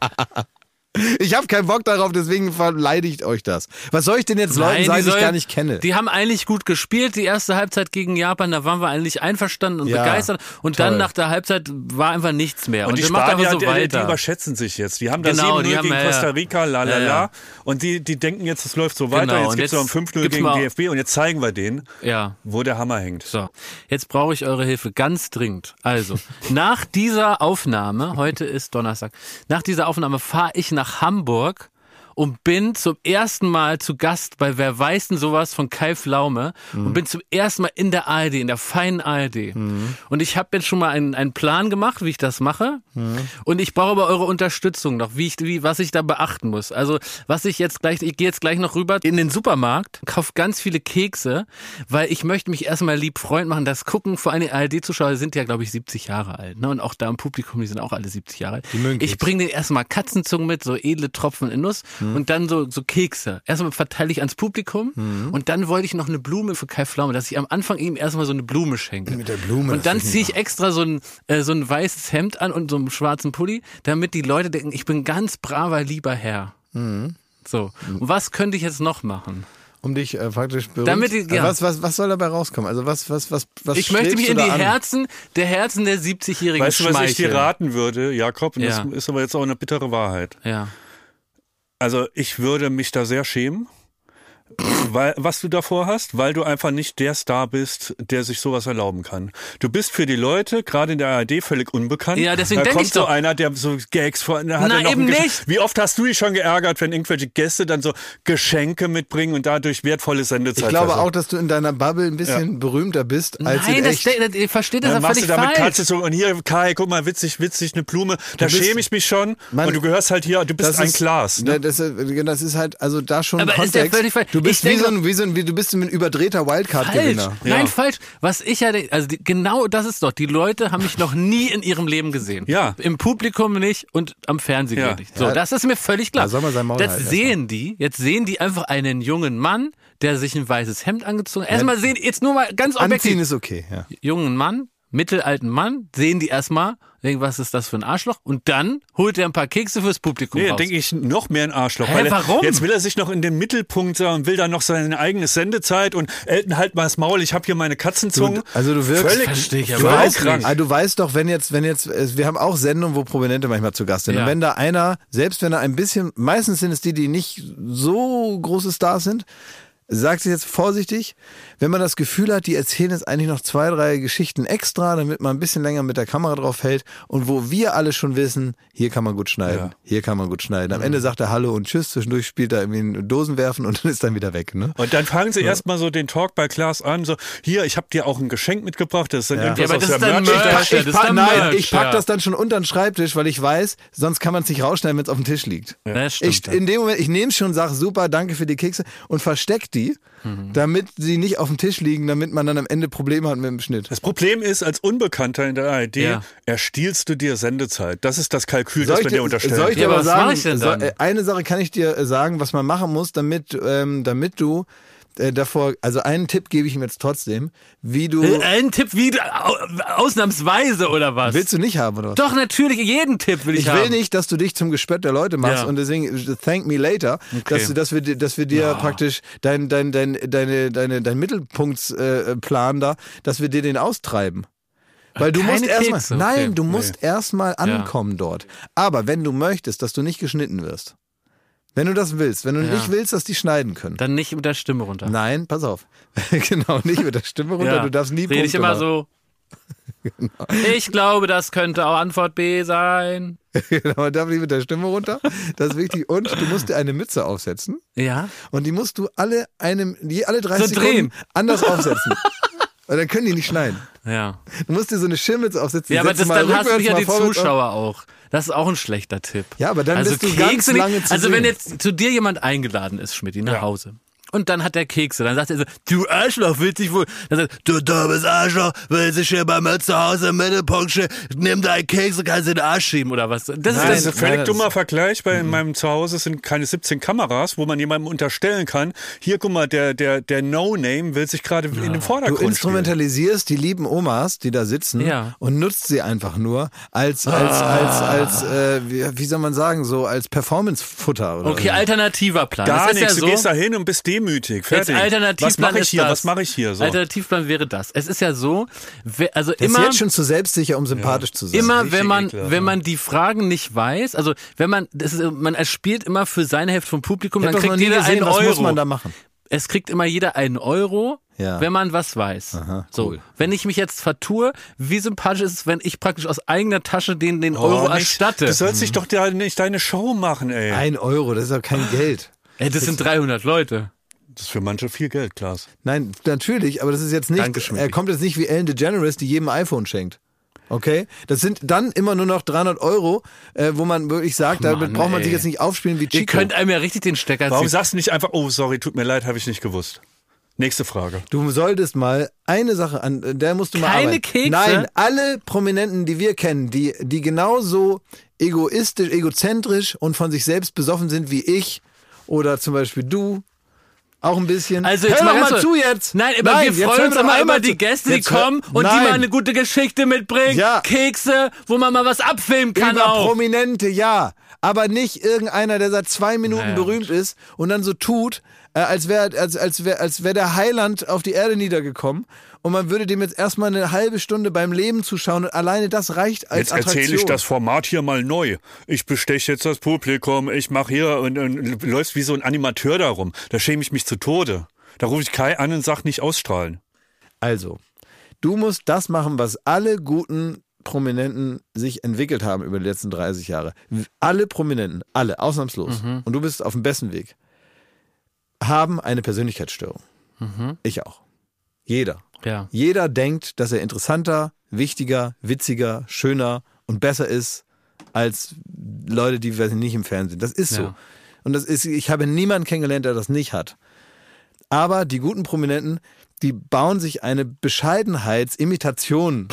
[SPEAKER 1] Ich habe keinen Bock darauf, deswegen verleidigt euch das. Was soll ich denn jetzt Leuten sagen, die ich
[SPEAKER 2] sollen-
[SPEAKER 1] gar nicht kenne?
[SPEAKER 2] Die haben eigentlich gut gespielt, die erste Halbzeit gegen Japan, da waren wir eigentlich einverstanden und
[SPEAKER 1] Ja,
[SPEAKER 2] begeistert. Und
[SPEAKER 1] toll.
[SPEAKER 2] dann nach der Halbzeit war einfach nichts mehr.
[SPEAKER 3] Und, die
[SPEAKER 2] dann macht er
[SPEAKER 3] Spanier,
[SPEAKER 2] aber so
[SPEAKER 3] die, die
[SPEAKER 2] weiter.
[SPEAKER 3] überschätzen sich jetzt. Die haben da
[SPEAKER 2] Genau,
[SPEAKER 3] 7-0
[SPEAKER 2] die haben-
[SPEAKER 3] gegen
[SPEAKER 2] ja, ja.
[SPEAKER 3] Costa Rica, la la
[SPEAKER 2] Ja, ja.
[SPEAKER 3] la. Und die, die denken jetzt, es läuft so weiter.
[SPEAKER 2] Genau,
[SPEAKER 3] jetzt
[SPEAKER 2] und
[SPEAKER 3] gibt's
[SPEAKER 2] jetzt
[SPEAKER 3] noch ein 5-0
[SPEAKER 2] gibt's
[SPEAKER 3] gegen
[SPEAKER 2] mal-
[SPEAKER 3] DFB und jetzt zeigen wir denen,
[SPEAKER 2] ja.
[SPEAKER 3] wo der Hammer hängt.
[SPEAKER 2] So, jetzt brauche ich eure Hilfe ganz dringend. Also, nach dieser Aufnahme, heute ist Donnerstag, nach dieser Aufnahme fahre ich nach Hamburg und bin zum ersten Mal zu Gast bei Wer weiß denn sowas von Kai Flaume und bin zum ersten Mal in der ARD, in der feinen ARD. Und ich habe jetzt schon mal einen, einen Plan gemacht, wie ich das mache. Und ich brauche aber eure Unterstützung noch, wie ich, wie, was ich da beachten muss. Also, was ich jetzt gleich, ich gehe jetzt gleich noch rüber in den Supermarkt, kaufe ganz viele Kekse, weil ich möchte mich erstmal lieb Freund machen. Das gucken, vor allem ARD-Zuschauer sind ja, glaube ich, 70 Jahre alt. Ne? Und auch da im Publikum, die sind auch alle 70 Jahre alt.
[SPEAKER 1] mögen
[SPEAKER 2] Ich bringe denen erstmal Katzenzungen mit, so edle Tropfen in Nuss
[SPEAKER 1] Mhm.
[SPEAKER 2] und dann so, so Kekse. Erstmal verteile ich ans Publikum
[SPEAKER 1] Mhm.
[SPEAKER 2] und dann wollte ich noch eine Blume für Kai Pflaume, dass ich am Anfang ihm erstmal so eine Blume schenke.
[SPEAKER 1] Mit der Blume, das
[SPEAKER 2] Und dann
[SPEAKER 1] finde ich
[SPEAKER 2] ziehe ich extra so ein, äh, so ein weißes Hemd an und so einen schwarzen Pulli, damit die Leute denken, ich bin ganz braver, lieber Herr.
[SPEAKER 3] Mhm.
[SPEAKER 2] So. Und was könnte ich jetzt noch machen?
[SPEAKER 1] Um dich äh, praktisch berühmt.
[SPEAKER 2] Damit die- ja.
[SPEAKER 1] was, was, was soll dabei rauskommen? Also was, was, was, was
[SPEAKER 2] ich möchte
[SPEAKER 1] schlägst
[SPEAKER 2] mich
[SPEAKER 1] du
[SPEAKER 2] in die
[SPEAKER 1] da an?
[SPEAKER 2] Herzen der Herzen der 70-Jährigen
[SPEAKER 3] Weißt du, was ich dir
[SPEAKER 2] schmeicheln.
[SPEAKER 3] raten würde, Jakob? Und
[SPEAKER 2] Ja.
[SPEAKER 3] Das ist aber jetzt auch eine bittere Wahrheit.
[SPEAKER 2] Ja.
[SPEAKER 3] Also ich würde mich da sehr schämen, weil, was du davor hast, weil du einfach nicht der Star bist, der sich sowas erlauben kann. Du bist für die Leute, gerade in der ARD, völlig unbekannt.
[SPEAKER 2] Ja, deswegen
[SPEAKER 3] da
[SPEAKER 2] denk
[SPEAKER 3] kommt
[SPEAKER 2] ich
[SPEAKER 3] so
[SPEAKER 2] doch.
[SPEAKER 3] einer, der so Gags vor... Da hat
[SPEAKER 2] Na,
[SPEAKER 3] er noch ein
[SPEAKER 2] eben
[SPEAKER 3] Gesch-
[SPEAKER 2] nicht.
[SPEAKER 3] Wie oft hast du dich schon geärgert, wenn irgendwelche Gäste dann so Geschenke mitbringen und dadurch wertvolle Sendezeit
[SPEAKER 1] Ich glaube
[SPEAKER 3] versauen?
[SPEAKER 1] auch, dass du in deiner Bubble ein bisschen berühmter bist als in
[SPEAKER 2] Nein, das,
[SPEAKER 1] echt.
[SPEAKER 2] das, ihr versteht das
[SPEAKER 3] Dann
[SPEAKER 2] ja
[SPEAKER 3] machst du
[SPEAKER 2] völlig
[SPEAKER 3] damit
[SPEAKER 2] falsch.
[SPEAKER 3] Katze so und hier Kai, guck mal, witzig, witzig, eine Blume. Da
[SPEAKER 1] bist-
[SPEAKER 3] schäme ich mich schon.
[SPEAKER 1] Mann,
[SPEAKER 3] und du gehörst halt hier, du bist ein
[SPEAKER 1] ist-
[SPEAKER 3] Glas. Ne?
[SPEAKER 1] ne, Das, ist- das ist halt, also da schon
[SPEAKER 2] Aber ist
[SPEAKER 1] Kontext.
[SPEAKER 2] ja völlig falsch.
[SPEAKER 1] du bist
[SPEAKER 2] Ich
[SPEAKER 1] wie so,
[SPEAKER 2] denke-
[SPEAKER 1] ein, wie so ein, wie, du bist ein überdrehter
[SPEAKER 2] Falsch.
[SPEAKER 1] Wildcard-Gewinner.
[SPEAKER 2] Nein,
[SPEAKER 3] Ja.
[SPEAKER 2] falsch. Was ich ja, denk- also die, genau das ist doch. Die Leute haben mich noch nie in ihrem Leben gesehen.
[SPEAKER 3] Ja.
[SPEAKER 2] Im Publikum nicht und am Fernsehen
[SPEAKER 3] Ja.
[SPEAKER 2] nicht. So,
[SPEAKER 1] Ja.
[SPEAKER 2] das ist mir völlig klar.
[SPEAKER 1] Da soll man sein Maul
[SPEAKER 2] Jetzt
[SPEAKER 1] halten
[SPEAKER 2] sehen die, jetzt sehen die einfach einen jungen Mann, der sich ein weißes Hemd angezogen hat. Erstmal sehen, jetzt nur mal ganz objektiv.
[SPEAKER 1] Anziehen ist okay, ja.
[SPEAKER 2] jungen Mann, mittelalten Mann, sehen die erstmal, denken, was ist das für ein Arschloch? Und dann holt er ein paar Kekse fürs Publikum
[SPEAKER 3] Nee,
[SPEAKER 2] raus.
[SPEAKER 3] denke ich noch mehr ein Arschloch.
[SPEAKER 2] Hä,
[SPEAKER 3] er-
[SPEAKER 2] warum?
[SPEAKER 3] Jetzt will er sich noch in den Mittelpunkt sagen und will dann noch seine eigene Sendezeit und Elton halt mal das Maul, ich habe hier meine Katzenzunge.
[SPEAKER 1] Du- also du wirkst-
[SPEAKER 3] völlig,
[SPEAKER 2] Versteh ich aber
[SPEAKER 3] völlig
[SPEAKER 2] auch nicht.
[SPEAKER 3] krank.
[SPEAKER 1] Ah, du weißt doch, wenn jetzt, wenn jetzt, äh, wir haben auch Sendungen, wo Prominente manchmal zu Gast sind.
[SPEAKER 2] Ja.
[SPEAKER 1] Und wenn da einer, selbst wenn er ein bisschen, meistens sind es die, die nicht so große Stars sind, sagt sie jetzt vorsichtig, wenn man das Gefühl hat, die erzählen jetzt eigentlich noch zwei, drei Geschichten extra, damit man ein bisschen länger mit der Kamera drauf hält und wo wir alle schon wissen, hier kann man gut schneiden, hier kann man gut schneiden. Am Ende sagt er Hallo und Tschüss, zwischendurch spielt er irgendwie ein Dosenwerfen und dann ist dann wieder weg. Ne?
[SPEAKER 3] Und dann fangen sie erst mal so den Talk bei Klaas an, so, hier, ich habe dir auch ein Geschenk mitgebracht, das ist dann irgendwas
[SPEAKER 2] Ja, aber
[SPEAKER 3] aus
[SPEAKER 2] das
[SPEAKER 3] der
[SPEAKER 2] ist dann Merch.
[SPEAKER 3] Merch.
[SPEAKER 2] Ja, das
[SPEAKER 1] ich
[SPEAKER 2] ist
[SPEAKER 1] pack,
[SPEAKER 2] dann
[SPEAKER 1] nein,
[SPEAKER 2] Merch,
[SPEAKER 1] ich pack
[SPEAKER 2] ja.
[SPEAKER 1] das dann schon unter den Schreibtisch, weil ich weiß, sonst kann man es nicht rausschneiden, wenn es auf dem Tisch liegt.
[SPEAKER 2] Ja, das Ne, stimmt,
[SPEAKER 1] Ich,
[SPEAKER 2] ja.
[SPEAKER 1] in dem Moment, ich nehme es schon, sag super, danke für die Kekse und versteck die,
[SPEAKER 2] Mhm.
[SPEAKER 1] damit sie nicht auf dem Tisch liegen, damit man dann am Ende Probleme hat mit dem Schnitt.
[SPEAKER 3] Das Problem ist, als Unbekannter in der ARD,
[SPEAKER 2] Ja.
[SPEAKER 3] erstiehlst du dir Sendezeit. Das ist das Kalkül, das man dir unterstellt.
[SPEAKER 1] soll ich dir
[SPEAKER 2] Ja,
[SPEAKER 1] aber
[SPEAKER 2] aber was
[SPEAKER 1] sagen,
[SPEAKER 2] mach ich denn
[SPEAKER 1] so-
[SPEAKER 2] dann?
[SPEAKER 1] äh, eine Sache kann ich dir äh, sagen, was man machen muss, damit, ähm, damit du äh, davor, also einen Tipp gebe ich ihm jetzt trotzdem, wie du,
[SPEAKER 2] Äh, Einen Tipp wieder, au- ausnahmsweise oder was?
[SPEAKER 1] willst du nicht haben oder was?
[SPEAKER 2] Doch, natürlich, jeden Tipp will ich,
[SPEAKER 1] Ich
[SPEAKER 2] haben.
[SPEAKER 1] will nicht, dass du dich zum Gespött der Leute machst
[SPEAKER 2] Ja.
[SPEAKER 1] und deswegen thank me later, dass, du, dass, wir, dir- dass wir dir praktisch dein, dein, dein, deine, deine, dein Mittelpunktsplan äh, Plan da, dass wir dir den austreiben. Weil du
[SPEAKER 2] Keine
[SPEAKER 1] musst erstmal,
[SPEAKER 2] Kekse, okay.
[SPEAKER 1] nein, du musst erstmal ankommen dort. Aber wenn du möchtest, dass du nicht geschnitten wirst, wenn du das willst, wenn du
[SPEAKER 2] Ja.
[SPEAKER 1] nicht willst, dass die schneiden können.
[SPEAKER 2] Dann nicht mit der Stimme runter.
[SPEAKER 1] Nein, pass auf. genau, nicht mit der Stimme runter, du darfst nie
[SPEAKER 2] Rede ich
[SPEAKER 1] Punkte
[SPEAKER 2] immer
[SPEAKER 1] machen.
[SPEAKER 2] so. Ich glaube, das könnte auch Antwort B sein.
[SPEAKER 1] genau, man darf nicht mit der Stimme runter. Das ist wichtig. Und du musst dir eine Mütze aufsetzen.
[SPEAKER 2] Ja.
[SPEAKER 1] Und die musst du alle einem, je alle 30
[SPEAKER 2] So drehen.
[SPEAKER 1] Sekunden anders aufsetzen. Und dann können die nicht schneiden.
[SPEAKER 2] Ja.
[SPEAKER 1] Du musst dir so eine Schirmmütze aufsetzen. die
[SPEAKER 2] Ja, aber
[SPEAKER 1] setzt
[SPEAKER 2] das,
[SPEAKER 1] du
[SPEAKER 2] dann
[SPEAKER 1] mal
[SPEAKER 2] hast du
[SPEAKER 1] rückwärts,
[SPEAKER 2] ja
[SPEAKER 1] mal
[SPEAKER 2] die
[SPEAKER 1] vorwärts auf.
[SPEAKER 2] Zuschauer auch. Das ist auch ein schlechter Tipp.
[SPEAKER 1] Ja, aber dann
[SPEAKER 2] also
[SPEAKER 1] bist du
[SPEAKER 2] Kekse
[SPEAKER 1] ganz
[SPEAKER 2] nicht-
[SPEAKER 1] lange zu
[SPEAKER 2] Also wenn
[SPEAKER 1] sehen.
[SPEAKER 2] jetzt zu dir jemand eingeladen ist, Schmidt, nach Hause. Und dann hat er Kekse. Dann sagt er so, du Arschloch, willst dich wohl. Dann sagt er, du dummes Arschloch, willst dich hier bei mir zu Hause im Mittelpunkt stehen, nimm deinen Keks und kannst in den Arsch schieben oder was. Das ist
[SPEAKER 3] Das ist ein völlig
[SPEAKER 2] Ja, das-
[SPEAKER 3] dummer Vergleich, weil in meinem Zuhause sind keine 17 Kameras, wo man jemandem unterstellen kann, hier guck mal, der, der, der No-Name will sich gerade in den
[SPEAKER 1] Du
[SPEAKER 3] Vordergrund stellen.
[SPEAKER 1] instrumentalisierst die lieben Omas, die da sitzen,
[SPEAKER 2] Ja. Ah.
[SPEAKER 1] und nutzt sie einfach nur als, als, als, als, äh, wie, wie soll man sagen, so als Performance-Futter oder
[SPEAKER 2] Okay, also alternativer Plan.
[SPEAKER 3] Gar
[SPEAKER 2] das ist
[SPEAKER 3] nichts,
[SPEAKER 2] ja so,
[SPEAKER 3] du gehst da hin und bist demütig.
[SPEAKER 2] Jetzt
[SPEAKER 3] Fertig.
[SPEAKER 2] Alternativplan
[SPEAKER 3] was mache ich
[SPEAKER 2] ist
[SPEAKER 3] hier?
[SPEAKER 2] Das.
[SPEAKER 3] Was mache ich hier? So.
[SPEAKER 2] Alternativplan wäre das. Es ist ja so, we- also
[SPEAKER 1] so. Ist
[SPEAKER 2] immer
[SPEAKER 1] jetzt schon zu selbstsicher, um sympathisch zu sein.
[SPEAKER 2] immer
[SPEAKER 3] richtig
[SPEAKER 2] wenn man
[SPEAKER 3] ekelhaft,
[SPEAKER 2] wenn man die Fragen nicht weiß, also wenn man das ist, man erspielt immer für seine Hälfte vom Publikum,
[SPEAKER 1] ich hab
[SPEAKER 2] dann
[SPEAKER 1] doch noch
[SPEAKER 2] kriegt
[SPEAKER 1] nie
[SPEAKER 2] jeder
[SPEAKER 1] gesehen,
[SPEAKER 2] einen
[SPEAKER 1] was
[SPEAKER 2] Euro.
[SPEAKER 1] muss man da machen?
[SPEAKER 2] es kriegt immer jeder einen Euro,
[SPEAKER 1] Ja.
[SPEAKER 2] wenn man was weiß. So, wenn ich mich jetzt vertue, wie sympathisch ist es, wenn ich praktisch aus eigener Tasche den
[SPEAKER 1] Oh,
[SPEAKER 2] den Euro
[SPEAKER 3] Oh, nicht-
[SPEAKER 2] erstatte?
[SPEAKER 3] Du sollst dich doch da nicht deine Show machen, ey.
[SPEAKER 1] Ein Euro, das ist doch kein Geld.
[SPEAKER 2] Ey, das sind 300 Leute.
[SPEAKER 3] Das ist für manche viel Geld, Klaas.
[SPEAKER 1] Nein, natürlich, aber das ist jetzt nicht,
[SPEAKER 2] Danke, Schmidti.
[SPEAKER 1] er kommt jetzt nicht wie Ellen DeGeneres, die jedem iPhone schenkt. Okay? Das sind dann immer nur noch 300 Euro, äh, wo man wirklich sagt, da
[SPEAKER 2] Mann,
[SPEAKER 1] braucht man sich
[SPEAKER 2] ey.
[SPEAKER 1] jetzt nicht aufspielen wie Chico.
[SPEAKER 2] Ihr könnt einem ja richtig den Stecker
[SPEAKER 3] Warum
[SPEAKER 2] ziehen.
[SPEAKER 3] sagst du nicht einfach, oh, sorry, tut mir leid, habe ich nicht gewusst? Nächste Frage.
[SPEAKER 1] Du solltest mal eine Sache an, äh, der musst du mal
[SPEAKER 2] Keine
[SPEAKER 1] arbeiten.
[SPEAKER 2] Kekse?
[SPEAKER 1] Nein, alle Prominenten, die wir kennen, die, die genauso egoistisch, egozentrisch und von sich selbst besoffen sind wie ich oder zum Beispiel du, auch ein bisschen.
[SPEAKER 2] Also jetzt
[SPEAKER 1] Hör
[SPEAKER 2] mal
[SPEAKER 1] doch
[SPEAKER 2] ganz
[SPEAKER 1] mal
[SPEAKER 2] so-
[SPEAKER 1] zu jetzt.
[SPEAKER 2] Nein, aber
[SPEAKER 1] Nein,
[SPEAKER 2] wir
[SPEAKER 1] jetzt
[SPEAKER 2] freuen
[SPEAKER 1] hör mir
[SPEAKER 2] uns
[SPEAKER 1] doch
[SPEAKER 2] immer
[SPEAKER 1] einmal
[SPEAKER 2] über die
[SPEAKER 1] zu.
[SPEAKER 2] Gäste, die
[SPEAKER 1] Jetzt hör-
[SPEAKER 2] kommen und die
[SPEAKER 1] Nein.
[SPEAKER 2] mal eine gute Geschichte mitbringen.
[SPEAKER 1] Ja.
[SPEAKER 2] Kekse, wo man mal was abfilmen kann
[SPEAKER 1] Über
[SPEAKER 2] auch.
[SPEAKER 1] Prominente, ja. Aber nicht irgendeiner, der seit zwei Minuten
[SPEAKER 2] Naja,
[SPEAKER 1] berühmt ist und dann so tut, äh, als wäre als, als wär, als wär der Heiland auf die Erde niedergekommen. Und man würde dem jetzt erstmal eine halbe Stunde beim Leben zuschauen und alleine das reicht als
[SPEAKER 3] Jetzt
[SPEAKER 1] Attraktion.
[SPEAKER 3] erzähle ich das Format hier mal neu. Ich besteche jetzt das Publikum, ich mache hier und, und läufst wie so ein Animateur darum. Da schäme ich mich zu Tode. Da rufe ich Kai an und sag nicht ausstrahlen.
[SPEAKER 1] Also, du musst das machen, was alle guten Prominenten sich entwickelt haben über die letzten 30 Jahre. Alle Prominenten, alle, ausnahmslos. Und du bist auf dem besten Weg. Haben eine Persönlichkeitsstörung. Ich auch. Jeder.
[SPEAKER 2] Ja.
[SPEAKER 1] Jeder denkt, dass er interessanter, wichtiger, witziger, schöner und besser ist als Leute, die weiß ich, nicht im Fernsehen sind. Das ist so.
[SPEAKER 2] Ja.
[SPEAKER 1] Und das ist, ich habe niemanden kennengelernt, der das nicht hat. Aber die guten Prominenten, die bauen sich eine Bescheidenheitsimitation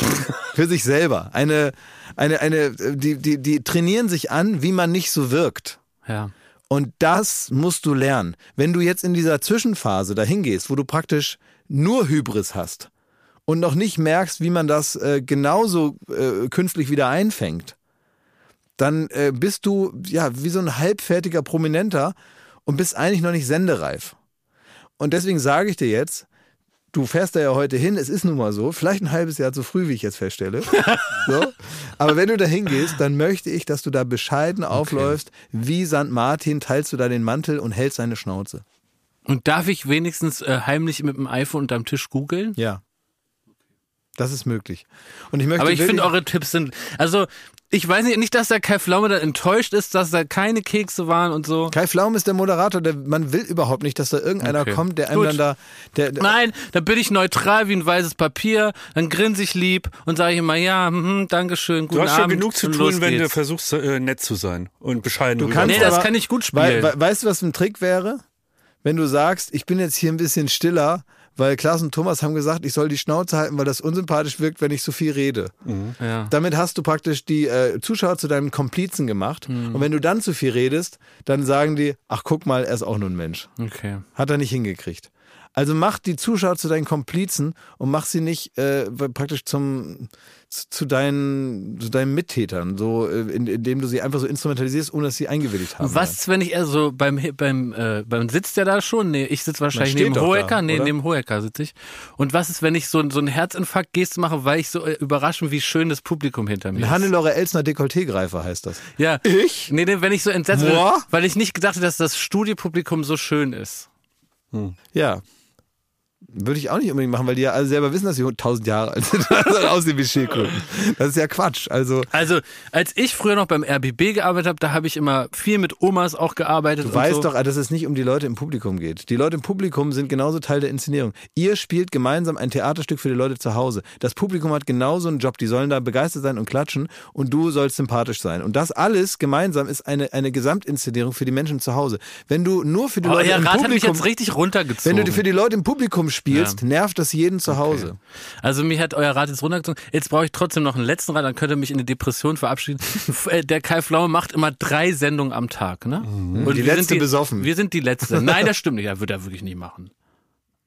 [SPEAKER 1] für sich selber. Eine, eine, eine, die, die, die trainieren sich an, wie man nicht so wirkt.
[SPEAKER 2] Ja.
[SPEAKER 1] Und das musst du lernen. Wenn du jetzt in dieser Zwischenphase dahin gehst, wo du praktisch nur Hybris hast und noch nicht merkst, wie man das äh, genauso äh, künstlich wieder einfängt, dann äh, bist du ja wie so ein halbfertiger Prominenter und bist eigentlich noch nicht sendereif. Und deswegen sage ich dir jetzt, du fährst da ja heute hin, es ist nun mal so, vielleicht ein halbes Jahr zu früh, wie ich jetzt feststelle. so. Aber wenn du da hingehst, dann möchte ich, dass du da bescheiden aufläufst, wie St. Martin teilst du da den Mantel und hältst deine Schnauze.
[SPEAKER 2] Und darf ich wenigstens äh, heimlich mit dem iPhone unterm Tisch googeln?
[SPEAKER 1] Ja. Das ist möglich. Und ich möchte
[SPEAKER 2] Aber ich
[SPEAKER 1] wirklich-
[SPEAKER 2] finde, eure Tipps sind. Also, ich weiß nicht, nicht, dass der Kai Pflaume dann enttäuscht ist, dass da keine Kekse waren und so.
[SPEAKER 1] Kai Flaum ist der Moderator, der, man will überhaupt nicht, dass da irgendeiner
[SPEAKER 2] Okay.
[SPEAKER 1] kommt, der einem
[SPEAKER 2] Gut.
[SPEAKER 1] dann da. Der, der,
[SPEAKER 2] Nein, dann bin ich neutral wie ein weißes Papier, dann grinse ich lieb und sage ich immer, ja, mhm, Dankeschön,
[SPEAKER 3] Du
[SPEAKER 2] guten Abend.
[SPEAKER 3] hast schon genug zu
[SPEAKER 2] und
[SPEAKER 3] tun,
[SPEAKER 2] los
[SPEAKER 3] wenn du
[SPEAKER 2] geht's.
[SPEAKER 3] versuchst, äh, nett zu sein und bescheiden
[SPEAKER 1] Du kannst
[SPEAKER 2] Nee, das
[SPEAKER 1] aber-
[SPEAKER 2] kann ich gut
[SPEAKER 1] Wei-
[SPEAKER 2] spielen.
[SPEAKER 1] we, weißt du, was ein Trick wäre? Wenn du sagst, ich bin jetzt hier ein bisschen stiller, weil Klaas und Thomas haben gesagt, ich soll die Schnauze halten, weil das unsympathisch wirkt, wenn ich so viel rede.
[SPEAKER 2] Mhm. ja.
[SPEAKER 1] Damit hast du praktisch die äh, Zuschauer zu deinen Komplizen gemacht.
[SPEAKER 2] Mhm.
[SPEAKER 1] Und wenn du dann zu viel redest, dann sagen die, ach guck mal, er ist auch nur ein Mensch.
[SPEAKER 2] Okay.
[SPEAKER 1] Hat er nicht hingekriegt. Also mach die Zuschauer zu deinen Komplizen und mach sie nicht äh, praktisch zum zu, zu deinen zu deinen Mittätern, so äh, in, indem du sie einfach so instrumentalisierst, ohne dass sie eingewilligt haben.
[SPEAKER 2] Was, wenn ich eher so beim beim äh, beim sitzt der da schon? Nee, ich sitze wahrscheinlich
[SPEAKER 1] steht
[SPEAKER 2] neben
[SPEAKER 1] doch da,
[SPEAKER 2] Hohecker. nee,
[SPEAKER 1] oder?
[SPEAKER 2] neben Hohecker sitze ich. Und was ist, wenn ich so, so einen Herzinfarkt Geste mache, weil ich so äh, überraschend, wie schön das Publikum hinter mir
[SPEAKER 1] Ein
[SPEAKER 2] ist?
[SPEAKER 1] Hannelore Elsner Dekolletégreifer heißt das.
[SPEAKER 2] ja.
[SPEAKER 1] Ich?
[SPEAKER 2] Nee, nee, wenn ich so entsetzt bin,
[SPEAKER 1] Moi?
[SPEAKER 2] weil ich nicht gedacht habe, dass das Studiopublikum so schön ist.
[SPEAKER 1] Ja. Würde ich auch nicht unbedingt machen, weil die ja alle selber wissen, dass sie 1000 Jahre alt sind und aussehen wie Schildkröten. Das ist ja Quatsch. Also,
[SPEAKER 2] Also, als ich früher noch beim RBB gearbeitet habe, da habe ich immer viel mit Omas auch gearbeitet.
[SPEAKER 1] du
[SPEAKER 2] und
[SPEAKER 1] weißt
[SPEAKER 2] so.
[SPEAKER 1] doch, dass es nicht um die Leute im Publikum geht. Die Leute im Publikum sind genauso Teil der Inszenierung. Ihr spielt gemeinsam ein Theaterstück für die Leute zu Hause. Das Publikum hat genauso einen Job. Die sollen da begeistert sein und klatschen und du sollst sympathisch sein. Und das alles gemeinsam ist eine, eine Gesamtinszenierung für die Menschen zu Hause. Wenn du nur für die
[SPEAKER 2] Oh,
[SPEAKER 1] Leute
[SPEAKER 2] Ihr
[SPEAKER 1] im
[SPEAKER 2] Rat hat mich
[SPEAKER 1] Publikum,
[SPEAKER 2] jetzt richtig runtergezogen.
[SPEAKER 1] wenn du für die Leute im Publikum spielst, nervt das jeden zu Hause.
[SPEAKER 2] Also mich hat euer Rat jetzt runtergezogen. Jetzt brauche ich trotzdem noch einen letzten Rat, dann könnt ihr mich in eine Depression verabschieden. F- äh, Der Kai Flaume macht immer drei Sendungen am Tag, ne? Und
[SPEAKER 1] Mhm. Die
[SPEAKER 2] wir
[SPEAKER 1] letzte
[SPEAKER 2] sind die,
[SPEAKER 1] besoffen.
[SPEAKER 2] Wir sind die letzte. Nein, das stimmt nicht. Er wird er wirklich nicht machen.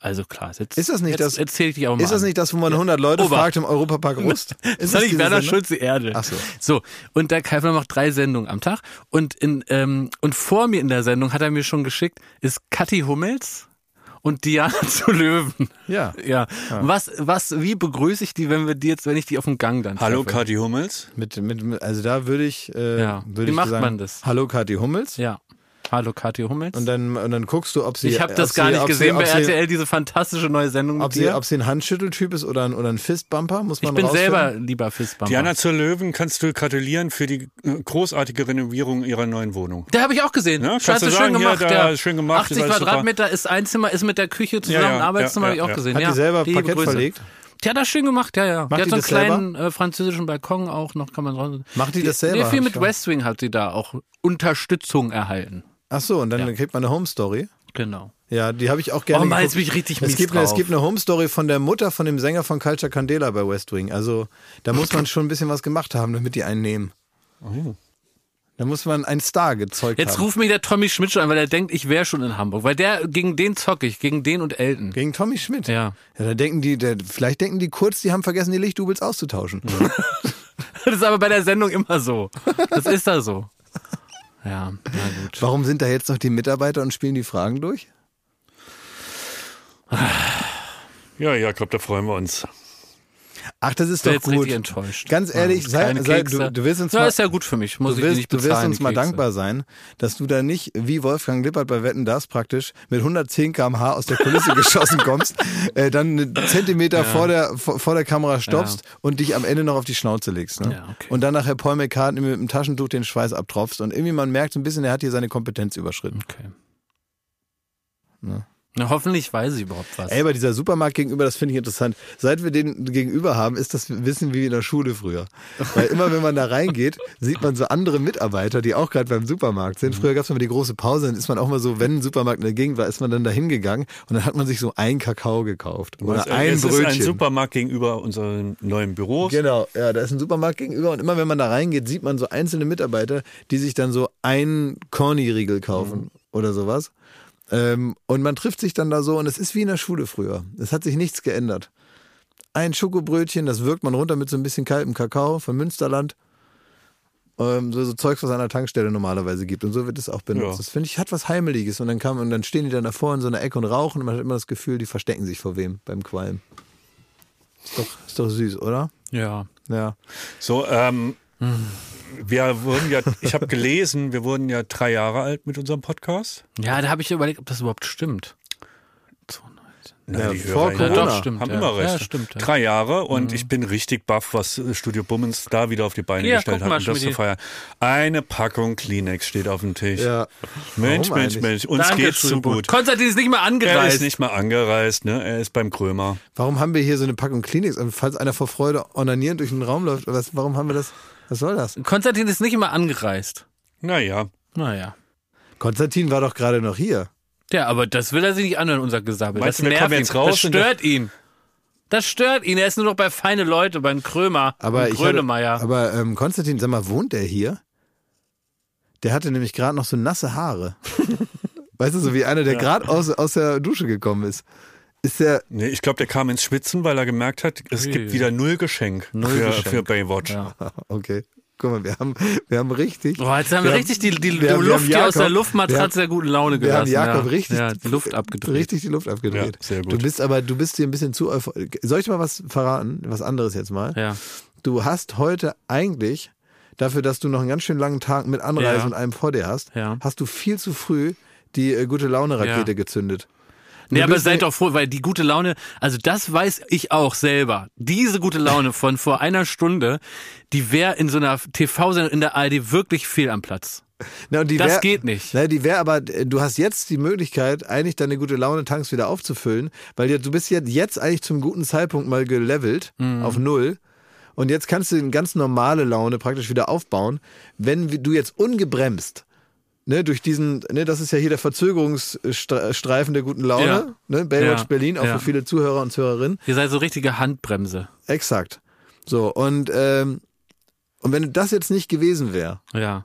[SPEAKER 2] Also klar, jetzt
[SPEAKER 1] Ist das nicht
[SPEAKER 2] jetzt,
[SPEAKER 1] das-
[SPEAKER 2] Jetzt zähle ich dich auch mal
[SPEAKER 1] Ist das
[SPEAKER 2] an.
[SPEAKER 1] nicht das, wo man 100 Leute
[SPEAKER 2] Ober.
[SPEAKER 1] fragt im Europapark Rust?
[SPEAKER 2] Ist
[SPEAKER 1] Ist
[SPEAKER 2] das nicht
[SPEAKER 1] diese
[SPEAKER 2] Werner
[SPEAKER 1] Sendung?
[SPEAKER 2] Schulze Erde?
[SPEAKER 1] Ach so.
[SPEAKER 2] So, und der Kai Flaume macht drei Sendungen am Tag. Und, in, ähm, und vor mir in der Sendung hat er mir schon geschickt, ist Kathi Hummels und Diana zu Löwen.
[SPEAKER 1] Ja.
[SPEAKER 2] Ja. Was, was, wie begrüße ich die, wenn wir die jetzt, wenn ich die auf dem Gang dann
[SPEAKER 3] Hallo,
[SPEAKER 2] treffe?
[SPEAKER 3] Kathi Hummels.
[SPEAKER 1] Mit, mit, mit, also da würde ich, äh,
[SPEAKER 2] Ja.
[SPEAKER 1] würde
[SPEAKER 2] Wie
[SPEAKER 1] ich
[SPEAKER 2] macht
[SPEAKER 1] sagen,
[SPEAKER 2] man das?
[SPEAKER 1] Hallo Kathi Hummels.
[SPEAKER 2] Ja. Hallo, Kathi Hummels.
[SPEAKER 1] Und dann, und dann guckst du, ob sie.
[SPEAKER 2] ich habe
[SPEAKER 1] ob
[SPEAKER 2] das
[SPEAKER 1] sie-
[SPEAKER 2] gar nicht
[SPEAKER 1] ob sie-
[SPEAKER 2] gesehen
[SPEAKER 1] ob
[SPEAKER 2] bei
[SPEAKER 1] sie-
[SPEAKER 2] RTL, diese fantastische neue Sendung
[SPEAKER 1] Ob
[SPEAKER 2] mit
[SPEAKER 1] sie,
[SPEAKER 2] dir.
[SPEAKER 1] ob sie ein Handschütteltyp ist oder ein, oder ein Fistbumper, muss man
[SPEAKER 2] ich bin
[SPEAKER 1] rausfinden.
[SPEAKER 2] selber lieber Fistbumper.
[SPEAKER 3] Diana zur Löwen kannst du gratulieren für die äh, großartige Renovierung ihrer neuen Wohnung.
[SPEAKER 2] Der habe ich auch gesehen.
[SPEAKER 3] Ja, kannst
[SPEAKER 2] Scheiße,
[SPEAKER 3] du
[SPEAKER 2] schön
[SPEAKER 3] sagen, hier,
[SPEAKER 2] gemacht.
[SPEAKER 3] da
[SPEAKER 2] ja.
[SPEAKER 3] ist schön gemacht, ist
[SPEAKER 2] 80
[SPEAKER 3] alles
[SPEAKER 2] Quadratmeter ist ein Zimmer, ist mit der Küche zusammen,
[SPEAKER 3] Ja, ja,
[SPEAKER 2] Arbeitszimmer
[SPEAKER 3] ja,
[SPEAKER 2] habe ich auch
[SPEAKER 3] ja.
[SPEAKER 2] gesehen.
[SPEAKER 1] Hat
[SPEAKER 2] ja,
[SPEAKER 1] die selber
[SPEAKER 2] liebe
[SPEAKER 1] Parkett
[SPEAKER 2] Grüße.
[SPEAKER 1] verlegt?
[SPEAKER 2] Die hat das schön gemacht, ja, ja.
[SPEAKER 1] Macht
[SPEAKER 2] die hat
[SPEAKER 1] die
[SPEAKER 2] so einen
[SPEAKER 1] das selber?
[SPEAKER 2] kleinen äh, französischen Balkon auch noch, kann man dran.
[SPEAKER 1] Macht die das selber?
[SPEAKER 2] Nee, viel
[SPEAKER 1] Hab
[SPEAKER 2] mit
[SPEAKER 1] ich
[SPEAKER 2] West Wing hat die da auch Unterstützung erhalten.
[SPEAKER 1] Ach so, und dann kriegt man eine Home Story.
[SPEAKER 2] Genau.
[SPEAKER 1] Ja, die habe ich auch gerne.
[SPEAKER 2] Oh Mann,
[SPEAKER 1] geguckt.
[SPEAKER 2] jetzt bin ich richtig mies
[SPEAKER 1] es gibt, eine-
[SPEAKER 2] drauf.
[SPEAKER 1] es gibt eine Home Story von der Mutter von dem Sänger von Culture Candela bei West Wing. Also da muss man schon ein bisschen was gemacht haben, damit die einen nehmen. Da muss man einen Star gezeugt
[SPEAKER 2] Jetzt
[SPEAKER 1] haben.
[SPEAKER 2] ruft mich der Tommy Schmidt schon an, weil er denkt, ich wäre schon in Hamburg. Weil der, gegen den zocke ich, gegen den und Elton.
[SPEAKER 1] Gegen Tommy Schmidt.
[SPEAKER 2] Ja.
[SPEAKER 1] ja da denken die, der, vielleicht denken die kurz, die haben vergessen, die Lichtdubels auszutauschen.
[SPEAKER 2] Das ist aber bei der Sendung immer so. Das ist da so. Ja, na gut.
[SPEAKER 1] Warum sind da jetzt noch die Mitarbeiter und spielen die Fragen durch?
[SPEAKER 3] Ja, Jakob, da freuen wir uns.
[SPEAKER 1] Ach, das ist
[SPEAKER 2] bin
[SPEAKER 1] doch
[SPEAKER 2] jetzt
[SPEAKER 1] gut.
[SPEAKER 2] richtig enttäuscht. Ah,
[SPEAKER 1] Ganz ehrlich, sei,
[SPEAKER 2] Keine
[SPEAKER 1] sei,
[SPEAKER 2] Kekse.
[SPEAKER 1] du, du wirst uns
[SPEAKER 2] ja,
[SPEAKER 1] mal,
[SPEAKER 2] ist ja gut für mich. Muss
[SPEAKER 1] du
[SPEAKER 2] ich die
[SPEAKER 1] wirst,
[SPEAKER 2] nicht
[SPEAKER 1] du
[SPEAKER 2] bezahlen,
[SPEAKER 1] wirst uns
[SPEAKER 2] die
[SPEAKER 1] mal
[SPEAKER 2] Kekse.
[SPEAKER 1] dankbar sein, dass du da nicht wie Wolfgang Lippert bei Wetten das praktisch mit 110 km/h aus der Kulisse geschossen kommst, äh, dann einen Zentimeter vor, der, vor, vor der Kamera stoppst und dich am Ende noch auf die Schnauze legst. Ne?
[SPEAKER 2] Ja, okay.
[SPEAKER 1] Und dann nachher Paul McCartney mit dem Taschentuch den Schweiß abtropfst und irgendwie man merkt so ein bisschen, er hat hier seine Kompetenz überschritten.
[SPEAKER 2] Okay. Na, hoffentlich weiß ich überhaupt was.
[SPEAKER 1] Ne? Ey, bei dieser Supermarkt gegenüber, das finde ich interessant. Seit wir den gegenüber haben, ist das Wissen wie in der Schule früher. Weil immer, wenn man da reingeht, sieht man so andere Mitarbeiter, die auch gerade beim Supermarkt sind. Früher gab es immer die große Pause, dann ist man auch mal so, wenn ein Supermarkt in der Gegend war, ist man dann da hingegangen und dann hat man sich so ein Kakao gekauft oder
[SPEAKER 3] Also,
[SPEAKER 1] ein
[SPEAKER 3] es
[SPEAKER 1] Brötchen.
[SPEAKER 3] ist ein Supermarkt gegenüber unserem neuen Büro.
[SPEAKER 1] Genau, ja, da ist ein Supermarkt gegenüber und immer wenn man da reingeht, sieht man so einzelne Mitarbeiter, die sich dann so einen Corny-Riegel kaufen oder sowas. Ähm, und man trifft sich dann da so und es ist wie in der Schule früher. Es hat sich nichts geändert. Ein Schokobrötchen, das wirkt man runter mit so ein bisschen kaltem Kakao von Münsterland. Ähm, so, so Zeugs, was an der Tankstelle normalerweise gibt. Und so wird es auch benutzt.
[SPEAKER 3] Ja.
[SPEAKER 1] Das finde ich, hat was Heimeliges. Und dann kam, und dann stehen die dann davor in so einer Ecke und rauchen und man hat immer das Gefühl, die verstecken sich vor wem beim Qualm. Ist doch, ist doch süß, oder?
[SPEAKER 2] ja.
[SPEAKER 1] Ja.
[SPEAKER 3] So, ähm, wir wurden ja, ich habe gelesen, wir wurden ja drei Jahre alt mit unserem Podcast.
[SPEAKER 2] Ja, da habe ich überlegt, ob das überhaupt stimmt.
[SPEAKER 3] Nein,
[SPEAKER 1] Ja,
[SPEAKER 3] die
[SPEAKER 1] vor
[SPEAKER 3] Hörer
[SPEAKER 2] Ja,
[SPEAKER 1] Corona.
[SPEAKER 2] doch, stimmt.
[SPEAKER 3] haben
[SPEAKER 2] ja.
[SPEAKER 3] immer recht.
[SPEAKER 2] Ja, stimmt. Ja. Mhm.
[SPEAKER 3] Drei Jahre und ich bin richtig baff, was äh, Studio Bummens da wieder auf die Beine
[SPEAKER 2] Ja,
[SPEAKER 3] gestellt
[SPEAKER 2] guck
[SPEAKER 3] hat,
[SPEAKER 2] mal,
[SPEAKER 3] um das zu
[SPEAKER 2] Schmidi.
[SPEAKER 3] feiern. Eine Packung Kleenex steht auf dem Tisch.
[SPEAKER 1] Ja.
[SPEAKER 3] Mensch,
[SPEAKER 1] Warum
[SPEAKER 3] Mensch,
[SPEAKER 1] eigentlich?
[SPEAKER 3] Mensch, uns
[SPEAKER 2] Danke,
[SPEAKER 3] geht's so
[SPEAKER 2] Tribut.
[SPEAKER 3] gut.
[SPEAKER 2] Konstantin ist nicht mal
[SPEAKER 3] Er ist
[SPEAKER 2] angereist.
[SPEAKER 3] nicht mal angereist, ne? Er ist beim Krömer.
[SPEAKER 1] Warum haben wir hier so eine Packung Kleenex? Und falls einer vor Freude onanierend durch den Raum läuft, was, warum haben wir das? Was soll das?
[SPEAKER 2] Konstantin ist nicht mal angereist.
[SPEAKER 3] Naja,
[SPEAKER 2] Naja.
[SPEAKER 1] Konstantin war doch gerade noch hier.
[SPEAKER 2] Ja, aber das will er sich nicht anhören, unser Gesabbel.
[SPEAKER 3] Meinst du,
[SPEAKER 2] das
[SPEAKER 3] wir
[SPEAKER 2] nervt
[SPEAKER 3] kommen
[SPEAKER 2] ihn.
[SPEAKER 3] jetzt raus
[SPEAKER 2] das
[SPEAKER 3] und der-
[SPEAKER 2] stört ihn. Das stört ihn. Er ist nur noch bei feine Leute, bei den Krömer,
[SPEAKER 1] Aber
[SPEAKER 2] und
[SPEAKER 1] ich hatte,
[SPEAKER 2] Grönemeyer.
[SPEAKER 1] aber ähm, Konstantin, sag mal, wohnt der hier? Der hatte nämlich gerade noch so nasse Haare. weißt du, so wie einer, der gerade aus, aus der Dusche gekommen ist. Ist der,
[SPEAKER 3] Nee, ich glaube, der kam ins Schwitzen, weil er gemerkt hat, es
[SPEAKER 2] Ui.
[SPEAKER 3] gibt wieder null Geschenk,
[SPEAKER 2] Null
[SPEAKER 3] für,
[SPEAKER 2] Geschenk.
[SPEAKER 3] für Baywatch.
[SPEAKER 2] Ja.
[SPEAKER 1] okay. Guck mal, wir haben, wir haben richtig.
[SPEAKER 2] Boah, jetzt haben wir, richtig die, die, die
[SPEAKER 1] wir haben- wir
[SPEAKER 2] Luft,
[SPEAKER 1] haben
[SPEAKER 2] die aus der
[SPEAKER 1] Jakob- wir haben-
[SPEAKER 2] Luftmatratze der guten Laune
[SPEAKER 1] Wir haben
[SPEAKER 2] gelassen.
[SPEAKER 1] Jakob
[SPEAKER 2] ja.
[SPEAKER 1] richtig
[SPEAKER 2] ja, die Luft abgedreht.
[SPEAKER 1] Richtig die Luft abgedreht.
[SPEAKER 3] Ja, sehr gut.
[SPEAKER 1] Du bist aber, du bist hier ein bisschen zu euphorisch. Soll ich mal was verraten? Was anderes jetzt mal?
[SPEAKER 2] Ja.
[SPEAKER 1] Du hast heute eigentlich, dafür, dass du noch einen ganz schön langen Tag mit Anreise
[SPEAKER 2] Ja.
[SPEAKER 1] und einem vor dir hast,
[SPEAKER 2] Ja.
[SPEAKER 1] hast du viel zu früh die äh, gute Laune-Rakete
[SPEAKER 2] Ja.
[SPEAKER 1] gezündet.
[SPEAKER 2] Nee,
[SPEAKER 1] Wir
[SPEAKER 2] aber
[SPEAKER 1] müssen-
[SPEAKER 2] seid doch froh, weil die gute Laune, also das weiß ich auch selber. Diese gute Laune von vor einer Stunde, die wäre in so einer TV-Sendung in der ARD wirklich fehl am Platz.
[SPEAKER 1] Na, und die
[SPEAKER 2] Das geht nicht.
[SPEAKER 1] Na, die wäre aber, äh, du hast jetzt die Möglichkeit, eigentlich deine gute Laune Tanks wieder aufzufüllen, weil dir- du bist jetzt, jetzt eigentlich zum guten Zeitpunkt mal gelevelt
[SPEAKER 2] Mhm.
[SPEAKER 1] auf Null. Und jetzt kannst du eine ganz normale Laune praktisch wieder aufbauen, wenn wi- du jetzt ungebremst, ne, durch diesen, ne, das ist ja hier der Verzögerungsstreifen der guten Laune,
[SPEAKER 2] Ja.
[SPEAKER 1] ne, Baywatch
[SPEAKER 2] Ja.
[SPEAKER 1] Berlin, auch
[SPEAKER 2] Ja.
[SPEAKER 1] für viele Zuhörer und Zuhörerinnen.
[SPEAKER 2] Ihr seid so richtige Handbremse.
[SPEAKER 1] Exakt. So, und, ähm, und wenn das jetzt nicht gewesen wäre,
[SPEAKER 2] Ja.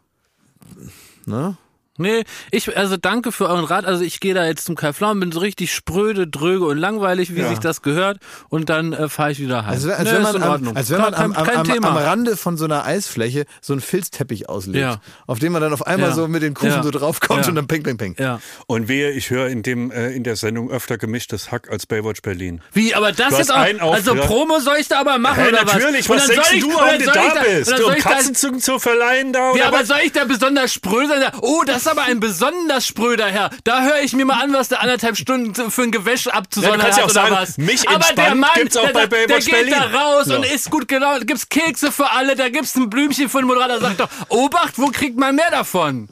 [SPEAKER 1] ne?
[SPEAKER 2] Nee, ich, also danke für euren Rat. Also ich gehe da jetzt zum Kai Pflaumen, bin so richtig spröde, dröge und langweilig, wie sich das gehört. Und dann äh, fahre ich wieder heim.
[SPEAKER 1] Als, wär- Also, als
[SPEAKER 2] Nee,
[SPEAKER 1] wenn
[SPEAKER 2] ist
[SPEAKER 1] man,
[SPEAKER 2] in
[SPEAKER 1] am,
[SPEAKER 2] Ordnung.
[SPEAKER 1] als wenn
[SPEAKER 2] Klar,
[SPEAKER 1] man am,
[SPEAKER 2] kein, kein
[SPEAKER 1] am, am,
[SPEAKER 2] Thema.
[SPEAKER 1] am Rande von so einer Eisfläche so einen Filzteppich auslegt,
[SPEAKER 2] Ja.
[SPEAKER 1] auf den man dann auf einmal
[SPEAKER 2] Ja.
[SPEAKER 1] so mit den Kufen
[SPEAKER 2] Ja.
[SPEAKER 1] so draufkommt
[SPEAKER 2] Ja.
[SPEAKER 1] und dann ping, ping, ping.
[SPEAKER 2] ja.
[SPEAKER 3] Und wehe, ich höre in, dem, äh, in der Sendung öfter gemischtes Hack als Baywatch Berlin.
[SPEAKER 2] Wie, aber das
[SPEAKER 3] Du
[SPEAKER 2] ist
[SPEAKER 3] hast
[SPEAKER 2] auch,
[SPEAKER 3] einen Auftritt.
[SPEAKER 2] also Promo soll ich da aber machen
[SPEAKER 3] Hey,
[SPEAKER 2] oder
[SPEAKER 3] natürlich,
[SPEAKER 2] was?
[SPEAKER 3] was,
[SPEAKER 2] Und dann
[SPEAKER 3] denkst
[SPEAKER 2] soll ich-
[SPEAKER 3] du,
[SPEAKER 2] und
[SPEAKER 3] warum
[SPEAKER 2] dann
[SPEAKER 3] du
[SPEAKER 2] soll ich
[SPEAKER 3] da bist?
[SPEAKER 2] und dann
[SPEAKER 3] Du,
[SPEAKER 2] soll
[SPEAKER 3] um
[SPEAKER 2] ich da-
[SPEAKER 3] Katzenzügen zu verleihen da oder
[SPEAKER 2] Ja, aber
[SPEAKER 3] was?
[SPEAKER 2] soll ich da besonders spröde sein? Oh, das ist aber ein besonders spröder Herr. Da höre ich mir mal an, was der anderthalb Stunden für ein Gewäsch
[SPEAKER 3] Ja,
[SPEAKER 2] abzusondern
[SPEAKER 3] du kannst
[SPEAKER 2] hat
[SPEAKER 3] ja auch
[SPEAKER 2] oder
[SPEAKER 3] sagen,
[SPEAKER 2] was.
[SPEAKER 3] mich
[SPEAKER 2] aber der
[SPEAKER 3] entspannt
[SPEAKER 2] Mann,
[SPEAKER 3] gibt's auch
[SPEAKER 2] der,
[SPEAKER 3] bei
[SPEAKER 2] der
[SPEAKER 3] Baywatch
[SPEAKER 2] geht
[SPEAKER 3] Berlin.
[SPEAKER 2] da raus
[SPEAKER 3] So.
[SPEAKER 2] und ist gut gelaunt. Da gibt's Kekse für alle, da gibt's ein Blümchen für den Moderator. Sagt doch, Obacht, wo kriegt man mehr davon?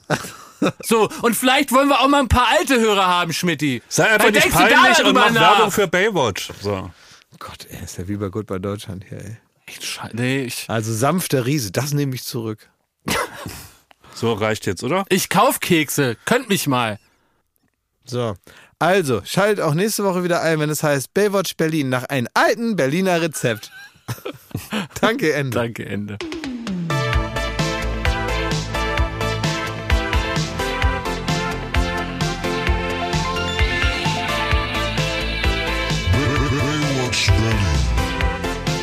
[SPEAKER 2] So, und vielleicht wollen wir auch mal ein paar alte Hörer haben, Schmidti.
[SPEAKER 3] Sei einfach
[SPEAKER 2] Dann
[SPEAKER 3] nicht
[SPEAKER 2] denkst du da
[SPEAKER 3] peinlich und
[SPEAKER 2] darüber
[SPEAKER 3] mach
[SPEAKER 2] nach.
[SPEAKER 3] Werbung für Baywatch. So.
[SPEAKER 1] Oh Gott, ey, ist ja wie bei Gut bei Deutschland hier, ey.
[SPEAKER 2] Echt schei- Nee, ich,
[SPEAKER 1] Also sanfter Riese, das nehme ich zurück.
[SPEAKER 3] so, reicht jetzt, oder?
[SPEAKER 2] ich kauf Kekse. Könnt mich mal.
[SPEAKER 1] So. Also, schaltet auch nächste Woche wieder ein, wenn es heißt Baywatch Berlin nach einem alten Berliner Rezept. Danke, Ende.
[SPEAKER 2] Danke, Ende.
[SPEAKER 5] Baywatch Berlin.